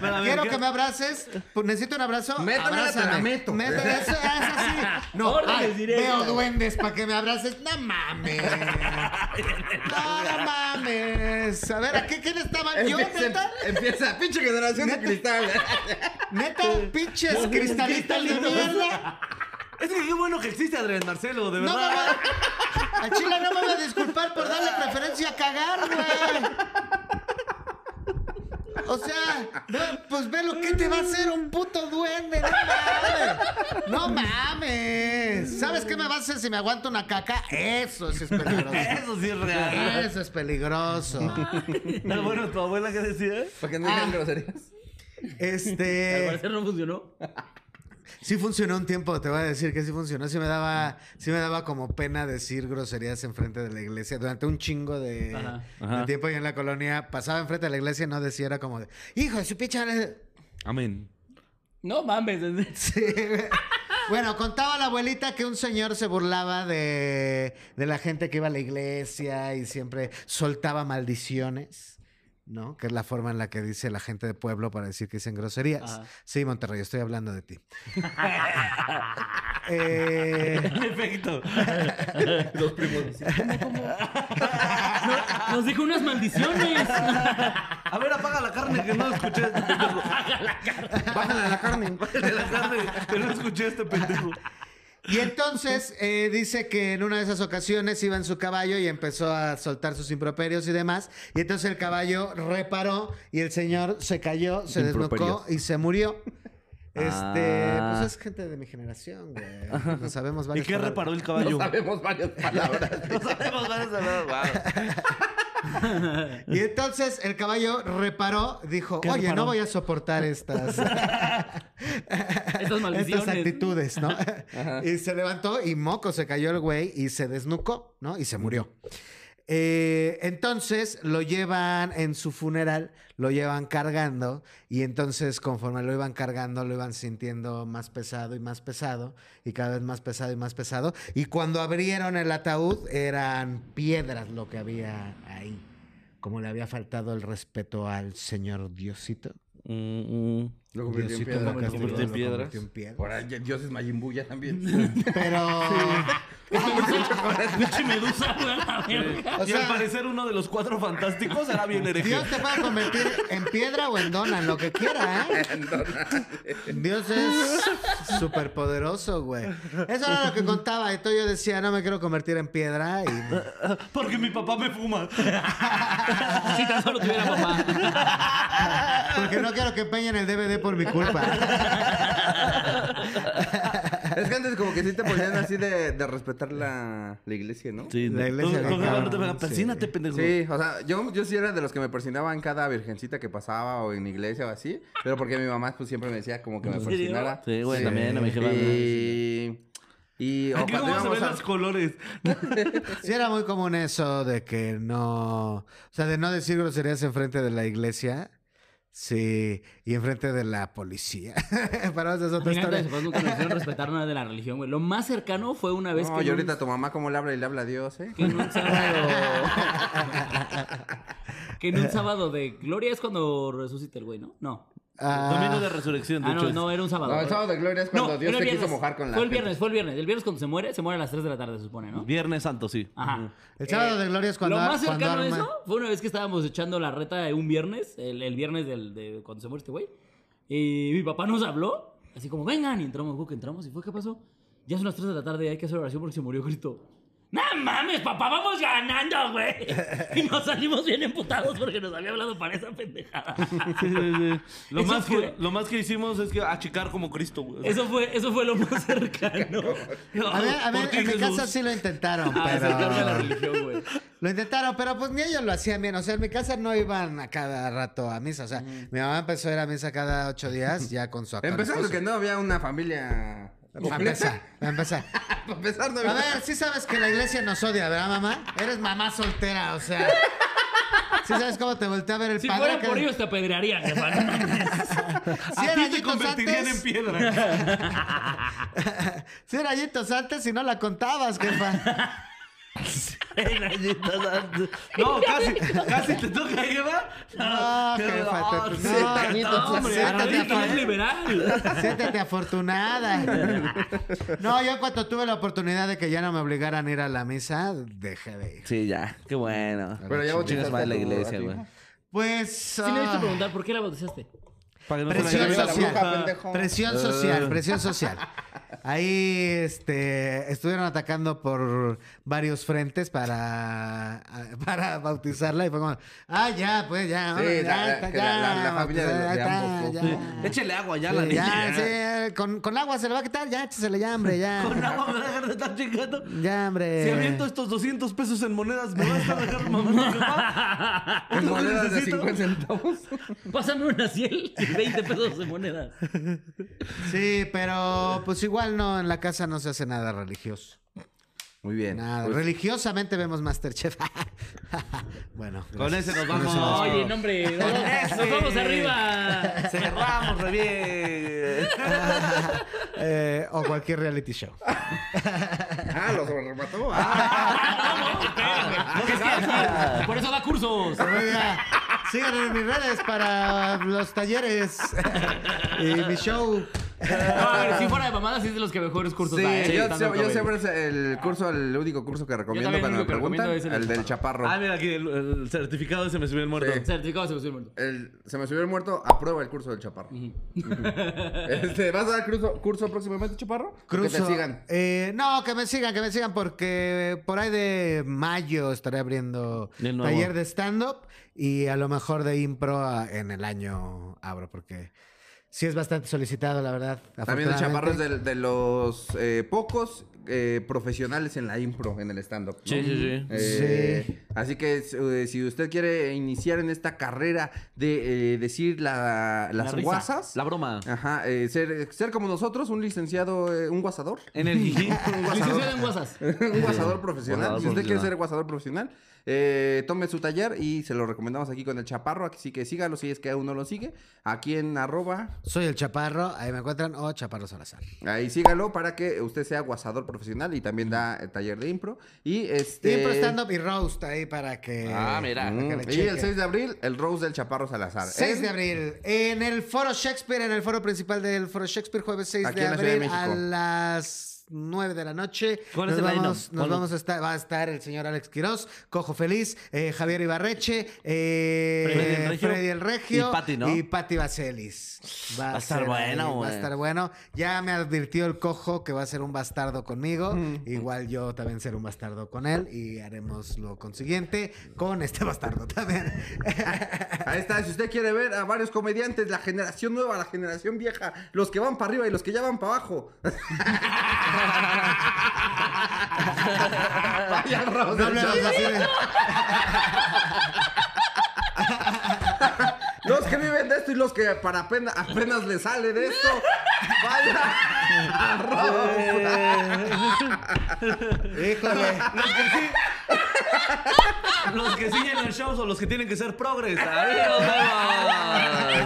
Speaker 3: Pero, a ver,
Speaker 4: Quiero
Speaker 3: ¿qué-
Speaker 4: que me abraces. Pues necesito un abrazo.
Speaker 1: Métamela, te la
Speaker 4: abrázame.
Speaker 1: meto.
Speaker 4: Métela, eso, eso sí. No,
Speaker 2: Órdenes
Speaker 4: ay,
Speaker 2: directas.
Speaker 4: veo duendes para que me abraces. No mames. No, no mames. A ver, ¿a qué, quién estaba? Yo,
Speaker 1: Empieza,
Speaker 4: neta,
Speaker 1: empieza, pinche generación de cristal.
Speaker 4: neta, pinches cristalitos de mierda.
Speaker 3: Es que qué bueno que existe Adrián Marcelo, de
Speaker 4: No me
Speaker 3: verdad.
Speaker 4: va- Al chile no me voy a disculpar por darle preferencia a cagar, güey. O sea, ve- pues ve lo que te va a hacer un puto duende, no mames. No mames. ¿Sabes qué me va a hacer si me aguanto una caca? Eso sí es peligroso.
Speaker 3: Eso sí es real.
Speaker 4: Eso es peligroso.
Speaker 3: Pero bueno, tu abuela, ¿qué decía?
Speaker 1: Para que no digan
Speaker 4: Ah.
Speaker 1: groserías.
Speaker 2: Al
Speaker 4: Este,
Speaker 2: parecer no funcionó.
Speaker 4: sí funcionó un tiempo, te voy a decir que sí funcionó, sí me daba, sí me daba como pena decir groserías enfrente de la iglesia durante un chingo de,
Speaker 2: Ajá.
Speaker 4: de
Speaker 3: Ajá.
Speaker 4: tiempo ahí en la colonia, pasaba enfrente de la iglesia y no decía era como de, hijo de su pinche madre".
Speaker 3: Amén.
Speaker 2: No mames.
Speaker 4: Sí. Bueno, contaba la abuelita que un señor se burlaba de, de la gente que iba a la iglesia y siempre soltaba maldiciones. ¿no? Que es la forma en la que dice la gente de pueblo para decir que dicen groserías.
Speaker 2: Ajá.
Speaker 4: Sí, Monterrey, estoy hablando de ti. Eh,
Speaker 3: En efecto.
Speaker 1: Los primos.
Speaker 2: No, nos dijo unas maldiciones.
Speaker 3: A ver, apaga la carne que no escuché este pendejo.
Speaker 1: Bájale la carne.
Speaker 3: Apaga la carne que no escuché este pendejo.
Speaker 4: y entonces eh, dice que en una de esas ocasiones iba en su caballo y empezó a soltar sus improperios y demás. Y entonces el caballo reparó y el señor se cayó, se desnucó
Speaker 5: Improperios.
Speaker 4: y se murió. Este,
Speaker 3: Ah.
Speaker 4: pues es gente de mi generación, güey. No sabemos
Speaker 3: ¿Y
Speaker 4: varias
Speaker 3: qué
Speaker 4: palabras.
Speaker 3: reparó el
Speaker 1: No
Speaker 3: caballo?
Speaker 1: sabemos varias palabras.
Speaker 3: No sabemos, vamos a hablar, wow.
Speaker 4: Y entonces el caballo reparó, dijo,
Speaker 3: ¿Qué
Speaker 4: oye,
Speaker 3: reparó?
Speaker 4: no voy a soportar estas,
Speaker 2: Estas maldiciones.
Speaker 4: estas actitudes, ¿no? Y se levantó y moco, se cayó el güey y se desnucó, ¿no? Y se murió. Eh, entonces lo llevan en su funeral, lo llevan cargando y entonces conforme lo iban cargando lo iban sintiendo más pesado y más pesado y cada vez más pesado y más pesado y cuando abrieron el ataúd eran piedras lo que había ahí, como le había faltado el respeto al señor Diosito.
Speaker 3: Mm, mm.
Speaker 1: Lo convirtió en
Speaker 4: Diosito
Speaker 1: piedra.
Speaker 4: lo
Speaker 3: convirtió en
Speaker 4: castigó, lo
Speaker 3: piedra.
Speaker 4: convirtió en piedra.
Speaker 1: Por ahí, Dios es Mayimbuya también.
Speaker 4: Pero...
Speaker 2: Pinche medusa, güey, a la verga.
Speaker 4: O
Speaker 3: y al
Speaker 4: sea-
Speaker 3: parecer uno de los cuatro fantásticos era bien hereje.
Speaker 4: Dios te puede convertir en piedra o en dona, en lo que quiera, ¿eh? Dios es súper poderoso, güey. Eso era lo que contaba. Y todo yo decía, no me quiero convertir en piedra. Y...
Speaker 3: Porque mi papá me fuma.
Speaker 2: Si tan solo tuviera mamá.
Speaker 4: Porque no quiero que empeñen el DVD por mi culpa.
Speaker 1: Es que antes como que sí te ponían así de, de respetar la, la iglesia, ¿no?
Speaker 3: Sí,
Speaker 4: La iglesia de
Speaker 3: tú- tú-
Speaker 4: cabrón,
Speaker 3: no te pegas,
Speaker 4: sí.
Speaker 3: persínate, pendejo.
Speaker 1: Sí, o sea, yo, yo sí era de los que me persinaban cada virgencita que pasaba o en iglesia o así, pero porque mi mamá pues siempre me decía como que me
Speaker 2: ¿En serio?
Speaker 1: persinara.
Speaker 3: Sí, güey, también, a mi jefa.
Speaker 1: Y... Y o
Speaker 3: Aquí
Speaker 1: cuando
Speaker 3: cómo se
Speaker 1: íbamos
Speaker 3: ven
Speaker 1: a...
Speaker 3: los colores.
Speaker 4: Sí era muy común eso de que no... O sea, de no decir groserías enfrente de la iglesia. Sí. Y enfrente de la policía. Pero esa es otra
Speaker 2: Mira,
Speaker 4: historia.
Speaker 2: mis papás pues, nunca me hicieron respetar nada de la religión, güey. Lo más cercano fue una vez
Speaker 1: No,
Speaker 2: que.
Speaker 1: y
Speaker 2: en un-
Speaker 1: ahorita tu mamá como le habla y le habla a Dios, ¿eh?
Speaker 2: Que en un sábado. que en un sábado de gloria es cuando resucita el güey, ¿no? No.
Speaker 3: Domingo
Speaker 4: Ah,
Speaker 3: de resurrección, de
Speaker 2: Ah,
Speaker 3: hecho.
Speaker 2: no,
Speaker 3: es-
Speaker 2: no, era un sábado.
Speaker 1: No, el sábado de gloria es cuando
Speaker 2: No,
Speaker 1: Dios
Speaker 2: era
Speaker 1: te quiso
Speaker 2: viernes.
Speaker 1: mojar con la...
Speaker 2: Fue el
Speaker 1: gente.
Speaker 2: viernes, fue el viernes. El viernes cuando se muere, se muere a las 3 de la tarde, se supone, ¿no? Ah.
Speaker 3: Viernes Santo, sí.
Speaker 2: Ajá.
Speaker 4: el sábado de gloria es cuando...
Speaker 2: Eh, Lo más
Speaker 4: cuando
Speaker 2: cercano a
Speaker 4: arma-
Speaker 2: eso fue una vez que estábamos echando la reta de un viernes, el, el viernes del, de cuando se muere este güey. Y mi papá nos habló, así como, vengan, y entramos, güey, que entramos, y fue, ¿qué pasó? Ya son las 3 de la tarde, hay que hacer oración porque se murió Cristo. ¡No mames, papá! ¡Vamos ganando, güey! Y nos salimos bien emputados porque nos había hablado para esa pendejada.
Speaker 3: Lo
Speaker 2: Eso
Speaker 3: más, que,
Speaker 2: fue-
Speaker 3: lo más que hicimos es que achicar como Cristo, güey.
Speaker 2: Eso fue, eso fue lo más cercano.
Speaker 4: A ver, a ver,
Speaker 3: ¿Por qué
Speaker 4: en mi
Speaker 3: Jesús?
Speaker 4: casa sí lo intentaron,
Speaker 2: Ah, acercarme a la
Speaker 4: pero...
Speaker 2: religión, güey.
Speaker 4: Lo intentaron, pero pues ni ellos lo hacían bien. O sea, en mi casa no iban a cada rato a misa. O sea, mi mamá empezó a ir a misa cada ocho días ya con su actual
Speaker 1: Empezando
Speaker 4: esposo.
Speaker 1: que no había una familia...
Speaker 4: Para empezar, para empezar.
Speaker 1: Para empezar, no
Speaker 4: A
Speaker 1: había-
Speaker 4: ver, sí sabes que la iglesia nos odia, ¿verdad, mamá? Eres mamá soltera, o sea... Sí sabes cómo te volteé a ver el
Speaker 2: Si
Speaker 4: padre.
Speaker 2: fuera por ellos, te apedrearían, jefa, no mames.
Speaker 4: Si
Speaker 3: a
Speaker 4: era
Speaker 3: ti te
Speaker 4: Yitos
Speaker 3: convertirían
Speaker 4: antes,
Speaker 3: en piedra.
Speaker 4: si era Yitos antes y no la contabas, jefa.
Speaker 3: no, casi, casi te toca, ¿eh, Eva.
Speaker 4: No, jefa, te-
Speaker 3: sí,
Speaker 4: no,
Speaker 3: te-
Speaker 4: Yitos,
Speaker 2: No, hombre,
Speaker 4: siéntate
Speaker 2: Arabia
Speaker 4: a favor.
Speaker 2: también liberal.
Speaker 4: Siéntete afortunada. No, yo en cuanto tuve la oportunidad de que ya no me obligaran a ir a la misa, dejé de ir.
Speaker 3: Sí, ya, qué bueno.
Speaker 1: Pero ya
Speaker 3: Chingas
Speaker 1: bautizaste
Speaker 3: madre la
Speaker 1: a tu-
Speaker 3: iglesia,
Speaker 1: a tu
Speaker 3: güey.
Speaker 1: hija.
Speaker 4: Pues.
Speaker 2: Sí me
Speaker 4: ah,
Speaker 2: viste preguntar, ¿por qué la bautizaste?
Speaker 3: Para que no
Speaker 1: Pero
Speaker 4: presión
Speaker 1: ya
Speaker 3: lleve la
Speaker 1: bruja,
Speaker 4: social.
Speaker 1: pendejo.
Speaker 4: Presión
Speaker 1: Ah.
Speaker 4: social, presión social. Ahí este, estuvieron atacando por varios frentes para, para bautizarla y fue como, ah, ya, pues ya,
Speaker 1: Sí,
Speaker 4: ahora,
Speaker 1: la-
Speaker 4: ya,
Speaker 1: la-
Speaker 4: está,
Speaker 1: que la- la- la familia de-
Speaker 4: bautizada,
Speaker 1: de
Speaker 4: ya
Speaker 1: ambos,
Speaker 4: está,
Speaker 1: ¿no?
Speaker 4: ya.
Speaker 3: bruja. Échale agua ya a la
Speaker 4: Sí, ya,
Speaker 3: niña.
Speaker 4: sí, con, con agua se le va a quitar, ya, échasele ya, hombre, ya.
Speaker 3: Con agua me va a dejar de estar chingando.
Speaker 4: Ya, hombre.
Speaker 3: Si aviento estos 200 pesos en monedas, ¿me vas a dejar mamando mi papá?
Speaker 1: En monedas de
Speaker 3: necesito.
Speaker 1: 50 centavos.
Speaker 2: Pásame una ciel y 20 pesos de monedas.
Speaker 4: Sí, pero pues igual no, en la casa no se hace nada religioso.
Speaker 1: Muy bien.
Speaker 4: Nada.
Speaker 1: Pues,
Speaker 4: Religiosamente vemos Masterchef. bueno.
Speaker 3: Con
Speaker 4: gracias.
Speaker 3: ese nos vamos.
Speaker 2: Oye, no, hombre, no, nos vamos arriba.
Speaker 3: Cerramos re bien.
Speaker 4: Eh, o cualquier reality show.
Speaker 1: Ah, los remató. Ah,
Speaker 2: Ah, no, espérame, no se cansa. Por eso da cursos.
Speaker 4: Oiga, Síganme en mis redes para los talleres y mi show.
Speaker 2: No, a ver, si fuera de mamadas, sí es de los que mejores cursos
Speaker 1: Sí,
Speaker 2: da, ¿eh?
Speaker 1: yo,
Speaker 2: Stand-up
Speaker 1: se- yo
Speaker 2: comedy.
Speaker 1: siempre sé el curso, el único curso que recomiendo
Speaker 2: también
Speaker 1: cuando
Speaker 2: el
Speaker 1: me
Speaker 2: único que
Speaker 1: preguntan,
Speaker 2: recomiendo es
Speaker 1: el,
Speaker 2: el de
Speaker 1: del chaparro.
Speaker 3: Ah, mira, aquí el, el certificado se me subió el muerto.
Speaker 1: Sí.
Speaker 2: Certificado de seguridad muerto.
Speaker 1: El- se me subió el muerto, aprueba el curso del chaparro. Este, ¿Vas a dar curso, curso próximamente, chaparro? O Que te
Speaker 4: Cruzo.
Speaker 1: sigan.
Speaker 4: Eh, no, que me sigan, que me sigan, porque por ahí de mayo estaré abriendo
Speaker 3: De nuevo.
Speaker 4: taller de stand-up y a lo mejor de impro a- en el año abro, porque sí es bastante solicitado, la verdad.
Speaker 1: También el chaparro es
Speaker 4: afortunadamente.
Speaker 1: del- de, los eh, pocos eh, profesionales en la impro, en el stand-up. ¿no?
Speaker 3: Sí, sí, sí.
Speaker 1: Eh,
Speaker 4: Sí.
Speaker 1: Así que eh, si usted quiere iniciar en esta carrera de eh, decir la- las
Speaker 2: La risa.
Speaker 1: guasas,
Speaker 3: La broma.
Speaker 1: ajá, eh, ser, ser como nosotros, un licenciado, eh, un guasador.
Speaker 3: En el Jijí.
Speaker 2: Licenciado en guasas.
Speaker 1: un guasador profesional.
Speaker 3: Guasador
Speaker 1: si usted quiere
Speaker 3: profesional.
Speaker 1: ser guasador profesional, eh, tome su taller y se lo recomendamos aquí con el chaparro. Así que sígalo si es que aún no lo sigue. Aquí en arroba,
Speaker 4: Soy el chaparro, ahí me encuentran, o chaparro Salazar.
Speaker 1: ahí sígalo para que usted sea guasador profesional y también da el taller de impro. Y este.
Speaker 4: Impro, stand-up y roast ahí para que...
Speaker 3: Ah, mira.
Speaker 4: para que
Speaker 1: Mm,
Speaker 4: le
Speaker 1: Y el
Speaker 4: chequen.
Speaker 1: 6 de abril, el Rose del Chaparro Salazar.
Speaker 4: 6 de
Speaker 1: En-
Speaker 4: abril. En el Foro Shakespeare, en el foro principal del Foro Shakespeare, jueves 6
Speaker 1: Aquí
Speaker 4: de
Speaker 1: en la Ciudad de
Speaker 4: abril a
Speaker 1: México.
Speaker 4: las 9 de la noche.
Speaker 3: ¿Cuál
Speaker 4: nos
Speaker 3: es el line-up?
Speaker 4: vamos, nos
Speaker 3: Ponlo.
Speaker 4: vamos a estar, va a estar el señor Alex Quirós, Cojo Feliz, eh, Javier Ibarreche, eh,
Speaker 3: Freddy el Regio.
Speaker 4: Freddy el Regio
Speaker 3: Y Pati, ¿no?
Speaker 4: y Pati Vaselis.
Speaker 3: Va a estar
Speaker 4: ser
Speaker 3: bueno,
Speaker 4: ahí, Va a
Speaker 3: güey.
Speaker 4: estar bueno. Ya me advirtió el Cojo que va a ser un bastardo conmigo. Igual yo también seré un bastardo con él y haremos lo consiguiente con este bastardo también.
Speaker 1: Ahí está, si usted quiere ver a varios comediantes, la generación nueva, la generación vieja, los que van para arriba y los que ya van para abajo. Vaya al Rose
Speaker 4: No
Speaker 1: del
Speaker 4: hablemos
Speaker 1: Chaparro.
Speaker 4: así de-
Speaker 1: Los que viven de esto y los que para apenas, apenas les sale de esto. Vaya. Arroz.
Speaker 4: Híjole.
Speaker 3: Los que siguen los shows o los que tienen que ser progres. Adiós, bye,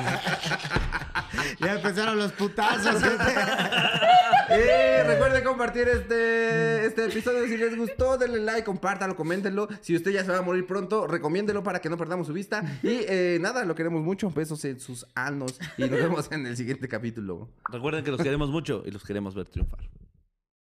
Speaker 3: bye.
Speaker 4: Ya empezaron los putazos. gente.
Speaker 1: Eh, recuerden compartir este, este episodio si les gustó. Denle like, compártalo, coméntenlo. Si usted ya se va a morir pronto, recomiéndelo para que no perdamos su vista. Y eh, nada, lo queremos mucho. Besos en sus anos. Y nos vemos en el siguiente capítulo.
Speaker 3: Recuerden que los queremos mucho y los queremos ver triunfar.